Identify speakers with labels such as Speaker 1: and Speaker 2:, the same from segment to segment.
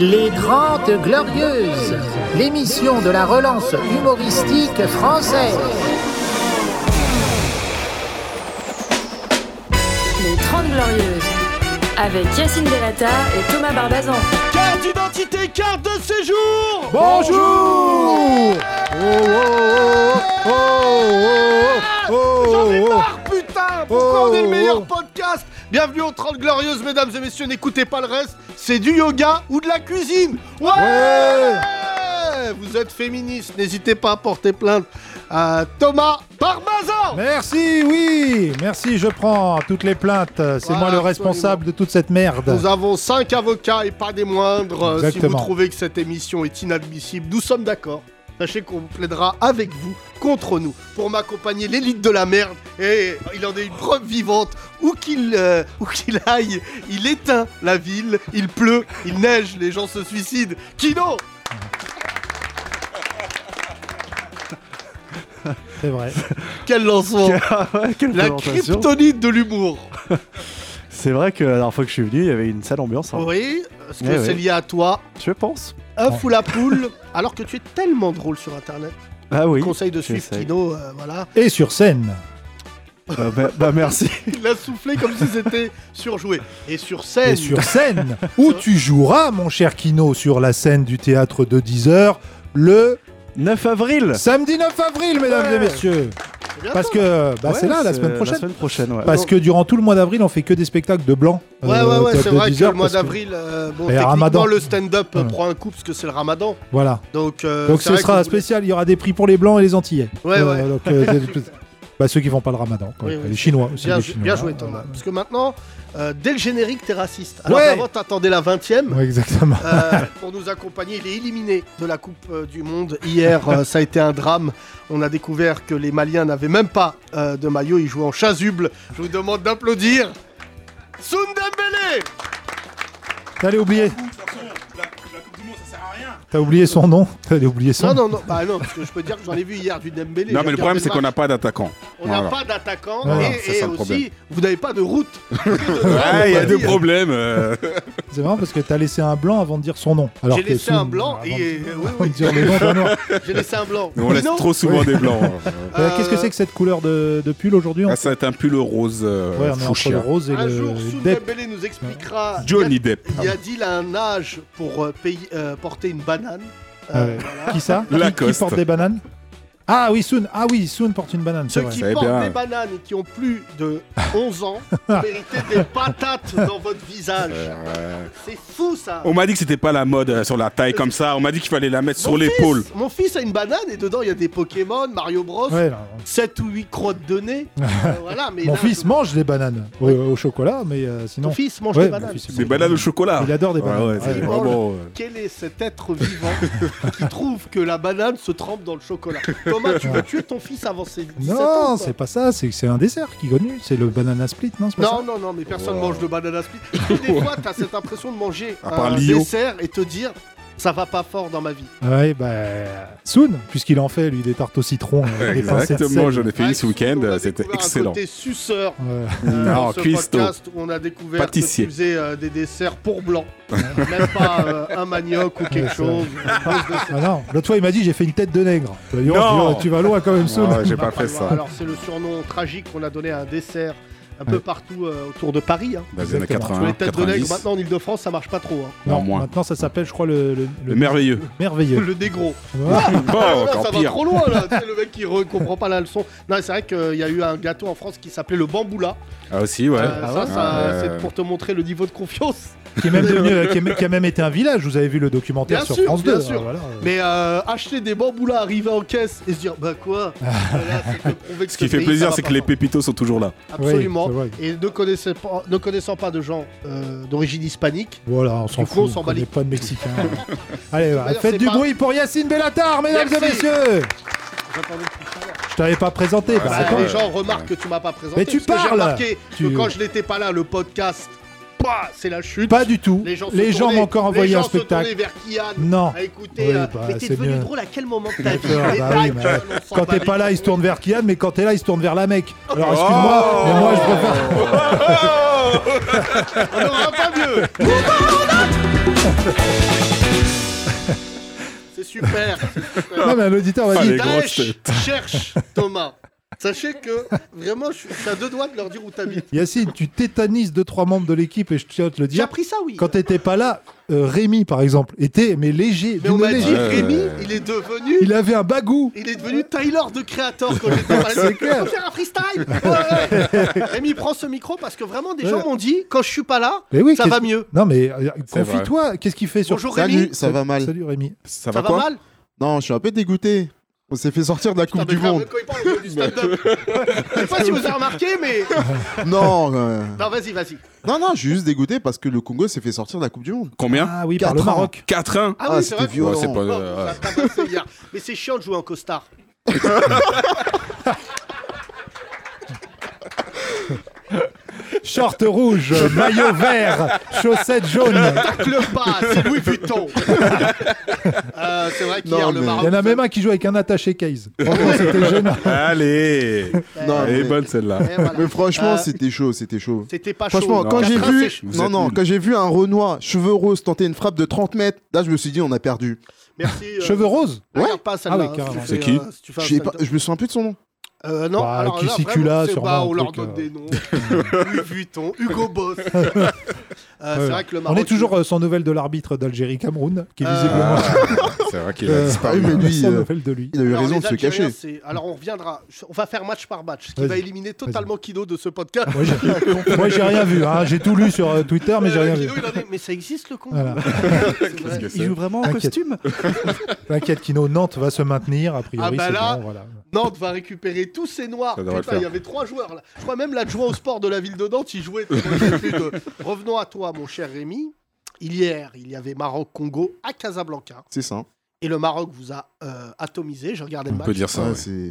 Speaker 1: Les Grandes Glorieuses, l'émission de la relance humoristique française.
Speaker 2: Les 30 Glorieuses, avec Yacine Delata et Thomas Barbazan.
Speaker 3: Carte d'identité, carte de séjour
Speaker 4: Bonjour Oh oh oh oh oh
Speaker 3: Ah, J'en ai
Speaker 4: oh oh
Speaker 3: marre, putain Pourquoi
Speaker 4: Oh,
Speaker 3: on est le
Speaker 4: oh,
Speaker 3: meilleur
Speaker 4: oh.
Speaker 3: podcast Bienvenue aux 30 Glorieuses, mesdames et messieurs, n'écoutez pas le reste, c'est du yoga ou de la cuisine Ouais, Vous êtes féministe, n'hésitez pas à porter plainte à Thomas Barbazan
Speaker 4: Merci, oui Merci, je prends toutes les plaintes. C'est
Speaker 3: Voilà,
Speaker 4: moi le responsable de toute cette merde.
Speaker 3: Nous avons 5 avocats et pas des moindres. Euh, Si vous
Speaker 4: Exactement.
Speaker 3: trouvez que cette émission est inadmissible, nous sommes d'accord. Sachez qu'on plaidera avec vous, contre nous, pour m'accompagner l'élite de la merde. Et il en est une preuve vivante. Où qu'il euh, où qu'il aille, il éteint la ville, il pleut, il neige, les gens se suicident. Kino
Speaker 4: C'est vrai.
Speaker 3: Quel lancement
Speaker 5: Ah ouais, quelle
Speaker 3: Oh. La
Speaker 5: présentation.
Speaker 3: kryptonite de l'humour
Speaker 5: C'est vrai que la dernière fois que je suis venu, il y avait une sale ambiance. hein.
Speaker 3: Oui, est-ce que
Speaker 5: Eh
Speaker 3: c'est
Speaker 5: oui.
Speaker 3: lié à toi
Speaker 5: Je pense.
Speaker 3: Œuf ou la poule Alors que tu es tellement drôle sur internet.
Speaker 5: Ah oui.
Speaker 3: Conseil de suivre
Speaker 5: j'essaye.
Speaker 3: Kino, euh, voilà.
Speaker 4: Et sur scène.
Speaker 5: Euh, bah, bah, merci.
Speaker 3: Il a soufflé comme si c'était surjoué. Et sur scène,
Speaker 4: Et sur scène, où tu joueras, mon cher Kino, sur la scène du théâtre de 10h, le
Speaker 5: 9 avril.
Speaker 4: samedi 9 avril, mesdames
Speaker 5: Ouais.
Speaker 4: et messieurs.
Speaker 3: c'est bien hein.
Speaker 4: Parce
Speaker 3: ça.
Speaker 4: que bah,
Speaker 5: Ouais,
Speaker 4: c'est là, la semaine
Speaker 5: La
Speaker 4: prochaine. Bah,
Speaker 5: semaine prochaine, ouais.
Speaker 4: Parce que durant tout le mois d'avril, on fait que des spectacles de blanc.
Speaker 3: Ouais,
Speaker 4: euh,
Speaker 3: ouais,
Speaker 4: au
Speaker 3: ouais,
Speaker 4: théâtre
Speaker 3: c'est
Speaker 4: de
Speaker 3: vrai que
Speaker 4: 10 heures,
Speaker 3: le mois
Speaker 4: parce que-
Speaker 3: d'avril, euh, bon,
Speaker 4: Et
Speaker 3: techniquement,
Speaker 4: Ramadan.
Speaker 3: le stand-up euh,
Speaker 4: Ouais.
Speaker 3: prend un coup parce que c'est le ramadan.
Speaker 4: Voilà.
Speaker 3: Donc, euh,
Speaker 4: Donc
Speaker 3: c'est
Speaker 4: ce
Speaker 3: vrai
Speaker 4: sera
Speaker 3: que vous voulez-
Speaker 4: spécial, il y aura des prix pour les blancs et les antillais.
Speaker 3: Ouais,
Speaker 4: Euh,
Speaker 3: ouais.
Speaker 4: donc, euh, des- bah, ceux qui font pas le ramadan, quoi.
Speaker 3: Oui, oui.
Speaker 4: les chinois aussi.
Speaker 3: Bien,
Speaker 4: les
Speaker 3: jou-
Speaker 4: Chinois.
Speaker 3: bien joué, Thomas. Parce que maintenant, euh, dès le générique, t'es raciste. Alors
Speaker 4: Ouais.
Speaker 3: avant, t'attendais la 20 e
Speaker 4: Ouais, exactement.
Speaker 3: Euh, pour nous accompagner, il est éliminé de la Coupe euh, du Monde. Hier, euh, ça a été un drame. On a découvert que les Maliens n'avaient même pas euh, de maillot. Ils jouaient en chasuble. Je vous demande d'applaudir. Sundembele
Speaker 4: T'allais oublier.
Speaker 3: Ah,
Speaker 4: T'as oublié son nom T'allais oublier son
Speaker 3: Non,
Speaker 4: nom
Speaker 3: non, non, bah non, parce que je peux dire que j'en ai vu hier du Dembélé.
Speaker 6: Non,
Speaker 3: J'ai
Speaker 6: mais le problème, c'est qu'on
Speaker 3: regardé
Speaker 6: n'a pas d'attaquant.
Speaker 3: le match. On n'a
Speaker 6: Voilà.
Speaker 3: pas d'attaquant
Speaker 4: Voilà,
Speaker 3: et,
Speaker 6: c'est
Speaker 3: et
Speaker 6: ça le problème.
Speaker 3: aussi, vous n'avez pas de route.
Speaker 6: Ah, il y
Speaker 3: bah
Speaker 6: a deux problèmes. euh.
Speaker 4: C'est marrant parce que t'as laissé un blanc avant de dire son nom. Alors
Speaker 3: J'ai
Speaker 4: que
Speaker 3: laissé
Speaker 4: sous-
Speaker 3: un blanc
Speaker 4: avant
Speaker 3: et. euh, oui,
Speaker 4: de- avant
Speaker 3: oui,
Speaker 4: de dire le nom bah d'un noir.
Speaker 3: j'ai laissé un blanc.
Speaker 6: On laisse
Speaker 3: Non,
Speaker 6: trop souvent des blancs.
Speaker 4: Euh, Qu'est-ce que c'est que cette couleur de, de pull aujourd'hui on...
Speaker 6: Ah, ça va être un pull rose euh,
Speaker 4: Ouais, on est entre le
Speaker 6: fuchsia.
Speaker 4: rose et
Speaker 3: Un
Speaker 4: le
Speaker 3: jour,
Speaker 4: le
Speaker 3: Soud
Speaker 4: dep.
Speaker 3: Dembélé nous expliquera.
Speaker 6: Johnny Depp.
Speaker 3: Il y a dit a un âge pour euh, payer- euh, porter une banane. Euh,
Speaker 4: Ah ouais.
Speaker 3: voilà.
Speaker 4: Qui ça Qui- qui,
Speaker 6: Lacoste.
Speaker 4: porte des bananes Ah oui, Soon. Ah oui, Soon porte une banane, c'est
Speaker 3: Ceux
Speaker 4: vrai.
Speaker 3: qui
Speaker 6: Eh
Speaker 3: portent
Speaker 6: bien.
Speaker 3: des bananes et qui ont plus de 11 ans méritez des patates dans votre visage. C'est fou ça.
Speaker 6: On m'a dit que c'était pas la mode euh, sur la taille comme ça. On m'a dit qu'il fallait la mettre
Speaker 3: Mon
Speaker 6: sur
Speaker 3: fils-
Speaker 6: l'épaule.
Speaker 3: Mon fils a une banane et dedans il y a des Pokémon, Mario Bros.
Speaker 4: Ouais, non,
Speaker 3: 7 ou 8 crottes de nez. Euh, voilà, mais
Speaker 4: Mon
Speaker 3: là,
Speaker 4: fils
Speaker 3: ton-
Speaker 4: mange des bananes au, au chocolat, mais euh,
Speaker 3: ton
Speaker 4: sinon.
Speaker 3: fils mange
Speaker 4: Ouais,
Speaker 3: des
Speaker 4: mon
Speaker 3: bananes.
Speaker 4: fils, il mange
Speaker 6: Des bananes au chocolat. Ah
Speaker 4: Il adore des
Speaker 6: Ouais,
Speaker 4: bananes.
Speaker 6: ouais, c'est
Speaker 4: Ouais.
Speaker 6: vraiment, euh,
Speaker 3: Quel est cet être vivant qui trouve que la banane se trempe dans le chocolat Thomas, tu veux tuer ton fils avant ses 17 ans
Speaker 4: Non,
Speaker 3: ou pas
Speaker 4: c'est pas ça, c'est que c'est un dessert qui est connu, c'est le banana split, non, c'est pas
Speaker 3: Non, non, non, mais personne mange de banana split. Parce que Des fois, t'as cette impression de manger
Speaker 6: À part
Speaker 3: un
Speaker 6: Lio.
Speaker 3: dessert et te dire ça va pas fort dans ma vie.
Speaker 4: ça Ouais, bah Soon, puisqu'il en fait lui des tartes au citron, euh, des pincettes
Speaker 6: Exactement, j'en
Speaker 4: sèches.
Speaker 6: ai fait une ce
Speaker 3: Ouais,
Speaker 6: week-end,
Speaker 3: Ah, on a
Speaker 6: c'était
Speaker 3: découvert Un
Speaker 6: excellent.
Speaker 3: côté suceur
Speaker 4: Ouais.
Speaker 3: euh,
Speaker 6: Non,
Speaker 3: dans ce
Speaker 6: cuistot.
Speaker 3: podcast où on a découvert
Speaker 6: Pâtissier.
Speaker 3: que tu faisais euh, des desserts pour blanc. Même pas euh, un manioc ou quelque
Speaker 4: Ouais,
Speaker 3: chose.
Speaker 4: Ah non, l'autre fois il m'a dit j'ai fait une tête de nègre. Bah, dis donc,
Speaker 6: Non.
Speaker 4: dis donc, tu vas loin quand même Soon.
Speaker 6: Ah, J'ai
Speaker 3: On va
Speaker 6: pas
Speaker 3: le
Speaker 6: fait
Speaker 3: voir.
Speaker 6: ça.
Speaker 3: Alors, c'est le surnom tragique qu'on a donné à un dessert un peu partout euh, autour de Paris. hein.
Speaker 6: Dans les années
Speaker 4: Exactement.
Speaker 3: Parce que
Speaker 6: 80,
Speaker 3: les têtes de nègre,
Speaker 6: 90.
Speaker 3: maintenant en Ile-de-France, ça marche pas trop. hein.
Speaker 4: non,
Speaker 6: Non, moins.
Speaker 4: maintenant ça s'appelle je crois le, le- le-
Speaker 6: Le merveilleux.
Speaker 4: merveilleux.
Speaker 3: Le négro.
Speaker 4: Ah,
Speaker 6: Bon,
Speaker 3: Ah, là, ça
Speaker 6: encore
Speaker 3: va
Speaker 6: pire.
Speaker 3: trop loin là, Tu sais, le mec qui re- comprend pas la leçon. Non, c'est vrai qu'il y a eu un gâteau en France qui s'appelait le bamboula.
Speaker 6: Ah aussi, ouais.
Speaker 3: Euh, ça, ça,
Speaker 6: Ah,
Speaker 3: c'est
Speaker 6: ouais.
Speaker 3: pour te montrer le niveau de confiance.
Speaker 4: qui, est même devenu- qui est- qui a même été un village, vous avez vu le documentaire
Speaker 3: Bien
Speaker 4: sur
Speaker 3: sûr,
Speaker 4: France
Speaker 3: bien
Speaker 4: 2.
Speaker 3: sûr.
Speaker 4: ah, voilà.
Speaker 3: Mais euh, acheter des bamboulas, arriver en caisse et se dire bah quoi Voilà, c'est de prouver que
Speaker 6: Ce qui
Speaker 3: ce
Speaker 6: fait
Speaker 3: pays, ça
Speaker 6: plaisir,
Speaker 3: va
Speaker 6: c'est
Speaker 3: pas
Speaker 6: que les
Speaker 3: fort.
Speaker 6: pépitos sont toujours là.
Speaker 3: Absolument.
Speaker 4: Oui, c'est vrai.
Speaker 3: et ne, connaissez pas, ne connaissant pas de gens euh, d'origine hispanique,
Speaker 4: Voilà, on s'en
Speaker 3: Du coup, on
Speaker 4: fout,
Speaker 3: s'en
Speaker 4: on
Speaker 3: bat les
Speaker 4: connaît pas de Mexicains. Allez, bah,
Speaker 3: manière, c'est
Speaker 4: faites du
Speaker 3: pas-
Speaker 4: bruit pour Yacine Bellatar, mesdames et
Speaker 3: Merci.
Speaker 4: messieurs
Speaker 3: j'attendais plus tard.
Speaker 4: Je t'avais pas présenté, bah
Speaker 3: Ça,
Speaker 4: attends.
Speaker 3: les gens remarquent que tu m'as pas présenté.
Speaker 4: Mais tu
Speaker 3: parce que j'ai
Speaker 4: parles.
Speaker 3: remarqué que
Speaker 4: Tu-
Speaker 3: quand je n'étais pas là, le podcast, bah, c'est la chute.
Speaker 4: Pas du tout.
Speaker 3: Les gens, se
Speaker 4: m'ont
Speaker 3: tournaient-
Speaker 4: encore
Speaker 3: les
Speaker 4: envoyé
Speaker 3: gens
Speaker 4: un
Speaker 3: se
Speaker 4: spectacle.
Speaker 3: tournaient vers Kian
Speaker 4: Non.
Speaker 3: à écouter.
Speaker 4: Oui,
Speaker 3: euh,
Speaker 4: bah,
Speaker 3: mais t'es
Speaker 4: c'est
Speaker 3: devenu
Speaker 4: mieux.
Speaker 3: drôle à quel moment de ta vie
Speaker 4: D'accord,
Speaker 3: Les
Speaker 4: bah
Speaker 3: tacs,
Speaker 4: oui, mais,
Speaker 3: on s'en
Speaker 4: Quand
Speaker 3: bat
Speaker 4: t'es
Speaker 3: les
Speaker 4: pas là, il se tourne vers Kian, mais quand t'es là, il se tourne vers la mec. Alors excuse-moi,
Speaker 6: Oh
Speaker 4: mais moi je préfère.
Speaker 3: Ah couilles. On n'aura pas mieux. C'est super. c'est super.
Speaker 4: Non, mais un auditeur va
Speaker 6: Ah,
Speaker 4: dire
Speaker 6: les grosses
Speaker 3: Daesh cherche Thomas. Sachez que vraiment, je suis je suis à deux doigts de leur dire où t'habites.
Speaker 4: Yacine, tu tétanises deux, trois membres de l'équipe et je tiens à te le
Speaker 3: J'ai
Speaker 4: dire.
Speaker 3: appris ça, oui.
Speaker 4: Quand t'étais pas là, euh, Rémi, par exemple, était mais léger.
Speaker 3: Mais on
Speaker 4: d'une
Speaker 3: m'a dit,
Speaker 4: légèreté.
Speaker 6: Ouais.
Speaker 3: Rémi, il est devenu.
Speaker 4: Il avait un bagou.
Speaker 3: Il est devenu Tyler de Creator quand j'étais parlé.
Speaker 4: C'est clair.
Speaker 3: Faut faire un freestyle Ouais, ouais. Rémi, prends ce micro parce que vraiment, des gens
Speaker 4: Ouais.
Speaker 3: m'ont dit, quand je suis pas là,
Speaker 4: Mais oui,
Speaker 3: ça
Speaker 4: qu'est-ce-
Speaker 3: va mieux.
Speaker 4: Non, mais euh,
Speaker 6: C'est
Speaker 4: confie-toi. Qu'est-ce qu'il fait sur.
Speaker 3: Bonjour Rémi,
Speaker 7: Salut, ça va mal.
Speaker 4: Salut Rémi.
Speaker 6: Ça
Speaker 3: ça
Speaker 6: va
Speaker 3: va,
Speaker 6: quoi
Speaker 3: mal
Speaker 7: Non, je suis un peu dégoûté. On s'est fait sortir de la Coupe
Speaker 3: Putain, mais
Speaker 7: du
Speaker 3: quand-
Speaker 7: Monde.
Speaker 3: quand il parle, il fait du stand-up. Je sais pas si vous avez remarqué, mais.
Speaker 7: Non, euh,
Speaker 3: Non, vas-y, vas-y.
Speaker 7: non, non, je suis juste dégoûté parce que le Congo s'est fait sortir de la Coupe du Monde.
Speaker 6: Combien
Speaker 4: Ah oui, par le
Speaker 7: Quatre ans.
Speaker 4: Maroc.
Speaker 6: 4-1
Speaker 3: Ah, oui, c'est
Speaker 7: c'était
Speaker 3: vrai.
Speaker 7: violent.
Speaker 6: Ouais, c'est pas-
Speaker 3: Oh,
Speaker 6: euh,
Speaker 3: ça a tabassé hier. Mais c'est chiant de jouer en costard.
Speaker 4: Short rouge, maillot vert, chaussettes jaunes.
Speaker 3: Tacle pas, c'est Louis Vuitton. Euh, c'est vrai qu'hier,
Speaker 7: Non,
Speaker 3: le
Speaker 7: mais-
Speaker 3: Maroc.
Speaker 4: Il y en a même un qui joue avec un attaché case. Franchement, c'était gênant.
Speaker 6: Allez
Speaker 7: Non,
Speaker 6: Elle est
Speaker 7: mais-
Speaker 6: bonne celle-là.
Speaker 3: Eh, voilà.
Speaker 7: Mais franchement,
Speaker 3: Euh,
Speaker 7: c'était chaud, c'était chaud.
Speaker 3: C'était pas
Speaker 7: Franchement,
Speaker 3: chaud.
Speaker 7: quand j'ai
Speaker 3: Quatre-un, c'est
Speaker 7: vu,
Speaker 3: chaud.
Speaker 6: Vous
Speaker 7: non,
Speaker 6: êtes
Speaker 7: non,
Speaker 6: nuls.
Speaker 7: quand j'ai vu un Renoir, cheveux roses, tenter une frappe de 30 mètres, là, je me suis dit, on a perdu.
Speaker 3: Merci. euh,
Speaker 4: Cheveux roses
Speaker 3: regarde
Speaker 7: Ouais.
Speaker 3: pas celle-là,
Speaker 4: Ah oui,
Speaker 3: hein,
Speaker 4: carrément.
Speaker 3: si
Speaker 6: C'est
Speaker 3: tu
Speaker 6: qui
Speaker 3: fais, euh, si tu fais un
Speaker 7: Je sais pas-
Speaker 3: stand-up.
Speaker 7: je me souviens plus de son nom.
Speaker 3: Euh, non,
Speaker 4: Bah,
Speaker 3: alors là,
Speaker 4: Kissicula,
Speaker 3: vraiment, c'est
Speaker 4: sûrement,
Speaker 3: pas, on
Speaker 4: un
Speaker 3: leur
Speaker 4: truc,
Speaker 3: donne
Speaker 4: euh.
Speaker 3: des noms. Louis Vuitton, Hugo Boss. Euh, C'est vrai que le
Speaker 4: On
Speaker 3: Maroc.
Speaker 4: est toujours euh, sans nouvelles de l'arbitre d'Algérie-Cameroun, qui
Speaker 3: Euh,
Speaker 4: visiblement
Speaker 6: Ah, c'est vrai qu'il a
Speaker 4: Euh,
Speaker 6: disparu.
Speaker 7: mais lui,
Speaker 4: sans
Speaker 7: euh,
Speaker 4: nouvelles de lui.
Speaker 7: Il a eu
Speaker 3: Alors,
Speaker 7: raison
Speaker 3: les
Speaker 7: de se
Speaker 3: Algériens,
Speaker 7: cacher.
Speaker 3: c'est- Alors on reviendra, on va faire match par match, ce qui
Speaker 4: Vas-y.
Speaker 3: va éliminer totalement Kido de ce podcast.
Speaker 4: Moi, j'ai- Moi, j'ai rien vu. hein. J'ai tout lu sur euh, Twitter, mais j'ai
Speaker 3: Euh,
Speaker 4: rien vu.
Speaker 3: Kido, il en est- Mais ça existe le con
Speaker 4: Voilà.
Speaker 3: C'est vrai.
Speaker 6: Qu'est-ce que
Speaker 5: Il
Speaker 6: c'est
Speaker 5: joue vraiment en
Speaker 4: T'inquiète.
Speaker 5: costume
Speaker 4: T'inquiète, Kino, Nantes va se maintenir. A priori,
Speaker 3: Ah bah
Speaker 4: c'est
Speaker 3: là-
Speaker 4: bon, voilà.
Speaker 3: Nantes va récupérer tous ces noirs.
Speaker 6: Ça devrait le
Speaker 3: Putain, il y
Speaker 6: faire.
Speaker 3: avait trois joueurs là. Je crois même l'adjoint au sport de la ville de Nantes, il jouait. Moi, j'ai plus de- Revenons à toi, mon cher Rémi. Hier, il y avait Maroc-Congo à Casablanca.
Speaker 7: C'est ça.
Speaker 3: Et le Maroc vous a euh, atomisé. Je regardais le
Speaker 6: On
Speaker 3: match.
Speaker 6: peut dire ça.
Speaker 7: Ouais,
Speaker 6: ouais.
Speaker 7: c'est-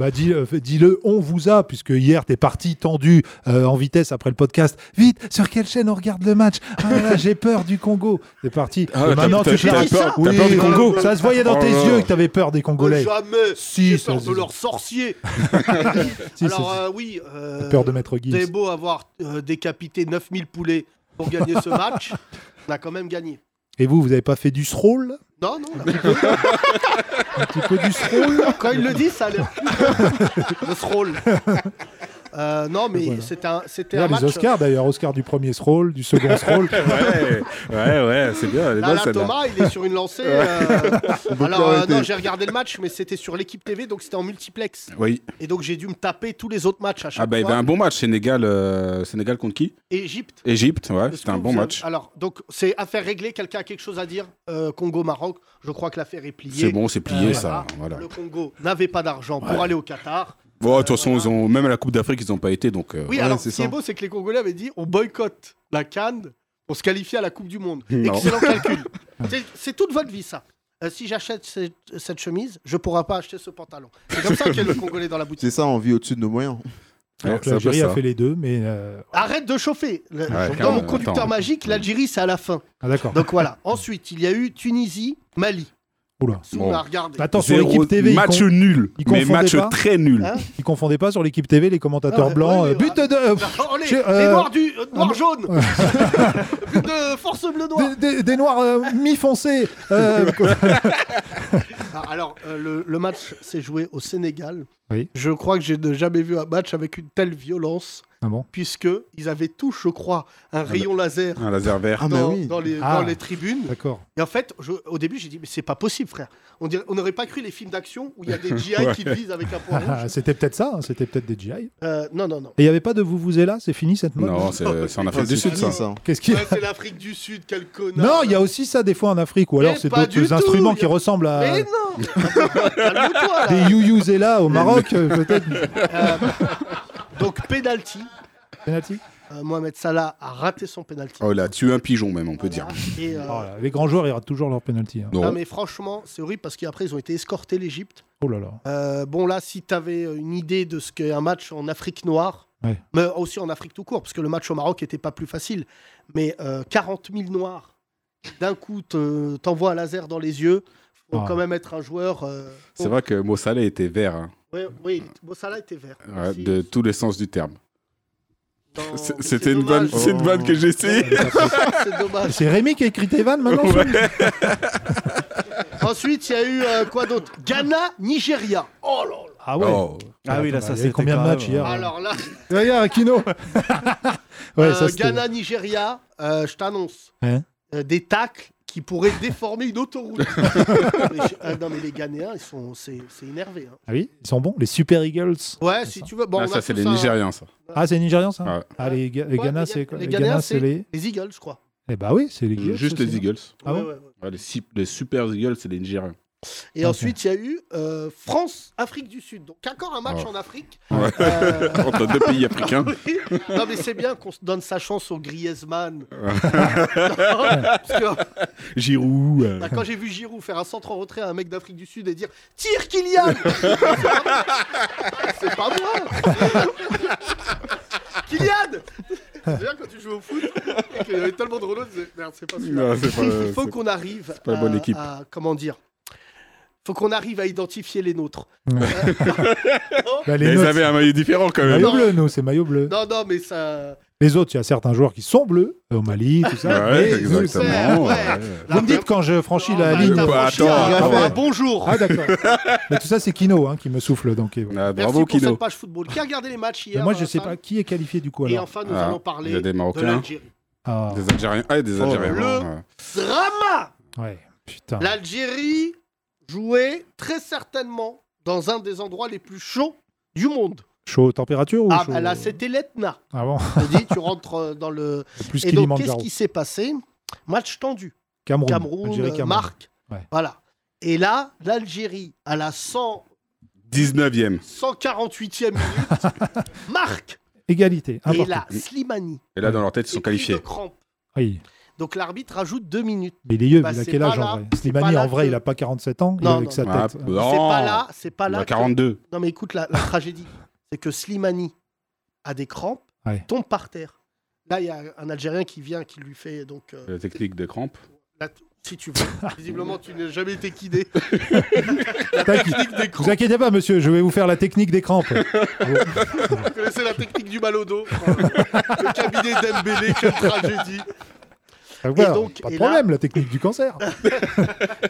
Speaker 4: Bah, dis- euh, dis-le, on vous a, puisque hier, t'es parti tendu euh, en vitesse après le podcast. Vite, sur quelle chaîne on regarde le match Ah là là, J'ai peur du Congo. T'es parti.
Speaker 6: Ah,
Speaker 4: Et
Speaker 6: t'as-
Speaker 4: maintenant,
Speaker 6: t'as-
Speaker 4: tu te
Speaker 6: t'as
Speaker 4: la-
Speaker 6: peur- t'as
Speaker 4: Oui,
Speaker 6: peur du
Speaker 4: voilà.
Speaker 6: Congo
Speaker 4: Ça se voyait dans
Speaker 6: Oh
Speaker 4: tes
Speaker 6: là
Speaker 4: yeux
Speaker 6: là.
Speaker 4: que t'avais peur des
Speaker 3: Euh,
Speaker 4: Congolais.
Speaker 3: Jamais.
Speaker 4: Si,
Speaker 3: J'ai
Speaker 4: ça,
Speaker 3: peur
Speaker 4: c'est-
Speaker 3: de leurs sorciers.
Speaker 4: Si,
Speaker 3: Alors
Speaker 4: c'est-
Speaker 3: euh, oui. euh,
Speaker 4: c'est peur de Maître
Speaker 3: C'est
Speaker 4: Gibbs.
Speaker 3: beau avoir euh, décapité 9000 poulets pour gagner ce match. On a quand même gagné.
Speaker 4: Et vous, vous avez pas fait du sroll
Speaker 3: Non, non. on a-
Speaker 4: Un petit peu du sroll
Speaker 3: Quand il le dit, ça a l'air. Le sroll. Euh, non, mais
Speaker 4: Voilà.
Speaker 3: c'était un, c'était
Speaker 4: Là,
Speaker 3: un match. euh,
Speaker 4: les Oscars d'ailleurs, Oscar du premier rôle, du second rôle.
Speaker 6: Ouais, ouais, ouais, c'est bien. Elle est
Speaker 3: Là,
Speaker 6: bonne
Speaker 3: là,
Speaker 6: celle-là.
Speaker 3: Thomas, il est sur une lancée. euh,
Speaker 7: peut
Speaker 3: Alors,
Speaker 7: plus
Speaker 3: euh,
Speaker 7: arrêter.
Speaker 3: non, j'ai regardé le match, mais c'était sur l'équipe TV, donc c'était en multiplex.
Speaker 6: Oui.
Speaker 3: Et donc, j'ai dû me taper tous les autres matchs à chaque
Speaker 6: Ah bah il y avait
Speaker 3: fois.
Speaker 6: un bon match Sénégal euh, Sénégal contre qui
Speaker 3: Égypte.
Speaker 6: Égypte, ouais,
Speaker 3: Est-ce
Speaker 6: c'était
Speaker 3: que
Speaker 6: un bon
Speaker 3: vous avez-
Speaker 6: match.
Speaker 3: Alors, donc, c'est affaire réglée. Quelqu'un a quelque chose à dire Euh, Congo-Maroc. Je crois que l'affaire est pliée.
Speaker 6: C'est bon, c'est plié
Speaker 3: Euh,
Speaker 6: ça. Voilà.
Speaker 3: Le Congo n'avait pas d'argent pour aller au Qatar.
Speaker 6: Bon, de toute façon, ils ont même à la Coupe d'Afrique, ils n'ont pas été donc. euh,
Speaker 3: Oui,
Speaker 7: Ouais,
Speaker 3: alors ce
Speaker 7: c'est
Speaker 3: qui est
Speaker 7: ça.
Speaker 3: beau, c'est que les Congolais avaient dit on boycotte la Cannes pour se qualifier à la Coupe du Monde.
Speaker 6: Non.
Speaker 3: Excellent calcul. C'est- C'est toute votre vie, ça. Euh, si j'achète cette, cette chemise, je ne pourrai pas acheter ce pantalon. C'est comme ça qu'il y a le Congolais dans la boutique.
Speaker 7: C'est ça, on vit au-dessus de nos moyens.
Speaker 4: Alors
Speaker 6: ouais,
Speaker 4: que
Speaker 6: c'est un peu
Speaker 4: l'Algérie
Speaker 6: ça.
Speaker 4: a fait les deux, mais euh,
Speaker 3: Arrête de chauffer. Le-
Speaker 6: Ouais,
Speaker 3: dans mon
Speaker 6: attends.
Speaker 3: conducteur magique, l'Algérie, c'est à la fin.
Speaker 4: ah, d'accord.
Speaker 3: Donc voilà. Ensuite, il y a eu Tunisie, Mali.
Speaker 4: Oula.
Speaker 3: Sous,
Speaker 6: Bon.
Speaker 3: on a regardé.
Speaker 4: Attends, sur
Speaker 6: Zéro-
Speaker 4: l'équipe TV, ils,
Speaker 6: match
Speaker 4: con-
Speaker 6: nul,
Speaker 4: ils
Speaker 6: mais
Speaker 4: confondaient
Speaker 6: match
Speaker 4: pas
Speaker 6: très nul.
Speaker 3: Hein
Speaker 4: ils confondaient pas sur l'équipe TV les
Speaker 3: Ah
Speaker 4: commentateurs
Speaker 3: ouais,
Speaker 4: blancs.
Speaker 3: ouais,
Speaker 4: euh,
Speaker 3: ouais.
Speaker 4: but de, euh, pff,
Speaker 3: Oh, les,
Speaker 4: J'ai-
Speaker 3: les
Speaker 4: euh,
Speaker 3: noirs du euh, noir jaune But de force bleu noir
Speaker 4: des, des- des noirs euh, mi-foncés. euh,
Speaker 3: Ah, Alors, euh, le, le match s'est joué au Sénégal.
Speaker 4: Oui.
Speaker 3: Je crois que j'ai de- jamais vu un match avec une telle violence,
Speaker 4: Ah bon
Speaker 3: puisque ils avaient tous, je crois, un rayon laser
Speaker 6: Un laser vert.
Speaker 7: Ah, mais
Speaker 3: dans,
Speaker 7: oui.
Speaker 3: dans les,
Speaker 4: Ah.
Speaker 3: dans les tribunes.
Speaker 4: D'accord.
Speaker 3: Et en fait, je- au début, j'ai dit, mais c'est pas possible, frère. On dirait- on n'aurait pas cru les films d'action où il y a des GI qui te visent avec un point
Speaker 4: Ah,
Speaker 3: rouge.
Speaker 4: c'était peut-être ça, hein, c'était peut-être des GI. Et
Speaker 3: Euh, non, non, non.
Speaker 4: il n'y avait pas de vous vous et là, c'est fini cette mode
Speaker 6: Non, c'est c'est en
Speaker 7: Ah,
Speaker 6: Afrique du
Speaker 7: c'est
Speaker 6: Sud ça.
Speaker 7: fini, ça.
Speaker 4: Qu'est-ce qu'il y a
Speaker 3: Ouais, c'est l'afrique du Sud, quel connard.
Speaker 4: Non, il y a aussi ça des fois en Afrique, ou alors
Speaker 3: Mais
Speaker 4: c'est
Speaker 3: pas du
Speaker 4: d'autres
Speaker 3: tout,
Speaker 4: instruments
Speaker 3: il y a-
Speaker 4: qui ressemblent à
Speaker 3: Mais non Calme-toi, là.
Speaker 4: Euh, des you là au Maroc, euh, peut-être.
Speaker 3: Euh, Donc, penalty.
Speaker 4: Penalty
Speaker 3: Euh, Mohamed Salah a raté son penalty.
Speaker 6: Oh, il a tué un pigeon même, on peut dire.
Speaker 3: Et, euh,
Speaker 4: Oh là, les grands joueurs, ils ratent toujours leur penalty. hein.
Speaker 6: Non.
Speaker 3: Non, mais franchement, c'est horrible parce qu'après, ils ont été escortés l'Égypte.
Speaker 4: Oh là là.
Speaker 3: Euh, bon, là, si tu avais une idée de ce qu'est un match en Afrique noire,
Speaker 4: Ouais.
Speaker 3: mais aussi en Afrique tout court, parce que le match au Maroc n'était pas plus facile, mais euh, 40 000 noirs, d'un coup, te- t'envoies un laser dans les yeux, faut
Speaker 4: Ah.
Speaker 3: quand même être un joueur. euh,
Speaker 6: C'est
Speaker 3: bon.
Speaker 6: vrai que Mo Salah était vert, hein.
Speaker 3: Ouais, Oui, Bon, ça là était vert.
Speaker 6: Ouais,
Speaker 3: Si-
Speaker 6: de tous les sens du terme.
Speaker 3: Non,
Speaker 6: C'est-
Speaker 3: mais
Speaker 6: C'était
Speaker 3: c'est
Speaker 6: une vanne,
Speaker 3: dommage.
Speaker 6: c'est une vanne que j'ai essayé.
Speaker 3: C'est dommage.
Speaker 4: C'est Rémi qui a écrit tes vannes maintenant celui-là
Speaker 3: Ensuite, il y a eu euh, quoi d'autre Ghana, Nigeria. Oh là là.
Speaker 4: Ah ouais
Speaker 6: Oh.
Speaker 5: Ah oui, là,
Speaker 4: Attends,
Speaker 5: ça,
Speaker 4: il y a
Speaker 5: c'était
Speaker 4: combien de
Speaker 5: grave.
Speaker 4: matchs hier
Speaker 3: Alors là,
Speaker 4: Regarde, Kino Ouais,
Speaker 3: euh,
Speaker 4: ça c'était.
Speaker 3: Ghana, Nigeria, euh, je t'annonce,
Speaker 4: Hein
Speaker 3: euh, des tacles qui pourraient déformer une autoroute. Mais je- ah non, mais les Ghanéens, ils sont, c'est, c'est énervé. hein.
Speaker 4: Ah oui Ils sont bons Les Super Eagles
Speaker 3: Ouais, si tu veux. Bon,
Speaker 6: Ah,
Speaker 3: on a
Speaker 6: ça, c'est
Speaker 3: tout hein.
Speaker 6: les Nigériens, ça.
Speaker 4: Ah, c'est les Nigérians ça
Speaker 6: Ouais.
Speaker 4: Ah, les, Ga- les
Speaker 3: Ouais,
Speaker 4: Ghana,
Speaker 3: les-
Speaker 4: c'est quoi
Speaker 3: les
Speaker 4: Les
Speaker 3: Ghana,
Speaker 4: Ghana, c'est les.
Speaker 3: Les Eagles, je crois.
Speaker 4: Eh bah oui, c'est les Eagles.
Speaker 6: Juste les
Speaker 4: aussi.
Speaker 6: Eagles.
Speaker 4: Ah bon
Speaker 3: Ouais, ouais, ouais.
Speaker 6: Ouais, les, si- les super Eagles, c'est les Nigériens.
Speaker 3: Et
Speaker 4: Ok.
Speaker 3: ensuite, il y a eu euh, France, Afrique du Sud. Donc, encore un match
Speaker 6: Ah.
Speaker 3: en Afrique.
Speaker 6: Ouais.
Speaker 3: Euh,
Speaker 6: Entre deux pays africains.
Speaker 3: Oui. Non, mais c'est bien qu'on se donne sa chance au Griezmann. Non, parce que,
Speaker 6: Giroud. euh,
Speaker 3: bah, quand j'ai vu Giroud faire un centre en retrait à un mec d'Afrique du Sud et dire Tire Kylian C'est pas moi Kylian C'est bien quand tu joues au foot et qu'il y avait tellement de Renault, tu disais, Merde, c'est pas celui-là.
Speaker 6: Non, c'est pas.
Speaker 3: Il faut
Speaker 6: c'est-
Speaker 3: qu'on arrive.
Speaker 6: pas la bonne
Speaker 3: à-
Speaker 6: équipe.
Speaker 3: à- comment dire faut qu'on arrive à identifier les nôtres.
Speaker 4: Bah,
Speaker 6: Mais
Speaker 4: les
Speaker 6: ils
Speaker 4: nôtres, Ah
Speaker 6: avaient un maillot différent quand même.
Speaker 4: Maillot
Speaker 3: Non.
Speaker 4: bleu, nous, c'est maillot bleu.
Speaker 3: Non, non, mais ça.
Speaker 4: Les autres, il y a certains joueurs qui sont bleus, euh, au Mali, tout ça.
Speaker 6: Ouais,
Speaker 4: mais nous,
Speaker 6: exactement.
Speaker 3: c'est- ouais.
Speaker 6: ouais.
Speaker 4: Vous me dites quand je franchis la
Speaker 3: Ah,
Speaker 4: ligne.
Speaker 3: bah, t'as franchi
Speaker 6: Attends,
Speaker 3: un-
Speaker 7: attends,
Speaker 3: un
Speaker 7: ouais.
Speaker 3: Bonjour
Speaker 4: Ah, d'accord. mais tout ça, c'est Kino hein, qui me souffle. Donc, et voilà.
Speaker 6: Ah,
Speaker 3: Merci
Speaker 6: bravo
Speaker 3: pour
Speaker 6: Kino.
Speaker 3: cette page football. Qui a regardé les matchs
Speaker 4: Mais
Speaker 3: hier
Speaker 4: moi, je
Speaker 3: euh,
Speaker 4: sais
Speaker 3: Sam
Speaker 4: pas qui est qualifié du coup
Speaker 3: Et
Speaker 4: alors.
Speaker 3: enfin, nous
Speaker 6: Ah,
Speaker 3: allons
Speaker 6: Il y a
Speaker 3: parler
Speaker 6: des
Speaker 3: de
Speaker 6: Marocains,
Speaker 3: l'Algérie.
Speaker 4: Ah,
Speaker 6: des Algériens. Ah, et des
Speaker 7: Oh,
Speaker 6: Algériens.
Speaker 3: le-
Speaker 6: hein,
Speaker 3: Drama
Speaker 4: ouais, putain.
Speaker 3: L'Algérie jouait très certainement dans un des endroits les plus chauds du monde.
Speaker 4: Chaud aux températures ou
Speaker 3: Ah,
Speaker 4: chaud
Speaker 3: là, c'était l'Etna.
Speaker 4: Ah bon
Speaker 3: On dit, tu rentres euh, dans le.
Speaker 4: Plus
Speaker 3: Et donc, qu'est-ce
Speaker 4: Kilimandjaro.
Speaker 3: qui s'est passé Match tendu.
Speaker 4: Cameroun,
Speaker 3: Cameroun,
Speaker 4: Algérie,
Speaker 3: euh,
Speaker 4: Cameroun.
Speaker 3: marque.
Speaker 4: Ouais.
Speaker 3: Voilà. Et là, l'Algérie, à la 100
Speaker 6: 19e.
Speaker 3: 148e minute, marque.
Speaker 4: Égalité.
Speaker 3: Et
Speaker 4: Important.
Speaker 3: là, Slimani.
Speaker 6: Et là, dans leur tête, ils
Speaker 3: est
Speaker 6: sont
Speaker 3: pris de
Speaker 6: qualifiés.
Speaker 3: crampe.
Speaker 4: Oui.
Speaker 3: Donc, l'arbitre rajoute deux minutes.
Speaker 4: Mais il est vieux,
Speaker 3: Bah,
Speaker 4: il a
Speaker 3: c'est
Speaker 4: quel
Speaker 3: pas
Speaker 4: âge
Speaker 3: là-
Speaker 4: en vrai
Speaker 3: c'est pas
Speaker 4: Slimani,
Speaker 3: là
Speaker 4: en vrai,
Speaker 3: que-
Speaker 4: il a pas 47 ans, il
Speaker 3: Non,
Speaker 4: avec
Speaker 3: non,
Speaker 4: sa
Speaker 6: Ah,
Speaker 4: tête.
Speaker 6: non.
Speaker 3: C'est pas là, c'est pas
Speaker 6: Il
Speaker 3: là.
Speaker 6: a
Speaker 3: que-
Speaker 6: 42.
Speaker 3: Non mais écoute la, la tragédie, c'est que Slimani a des crampes,
Speaker 4: Ouais.
Speaker 3: tombe par terre. Là il y a un Algérien qui vient qui lui fait donc euh,
Speaker 6: La technique de crampe.
Speaker 3: la- si tu veux. Visiblement tu n'as jamais été kidé.
Speaker 4: T'inquiète- Vous inquiétez pas, monsieur, je vais vous faire la technique des crampes.
Speaker 3: Vous connaissez la technique du mal au dos. Le cabinet d'Embélé, quelle tragédie.
Speaker 4: Donc voilà,
Speaker 3: donc,
Speaker 4: pas de
Speaker 3: et
Speaker 4: problème, la technique du cancer.
Speaker 3: Et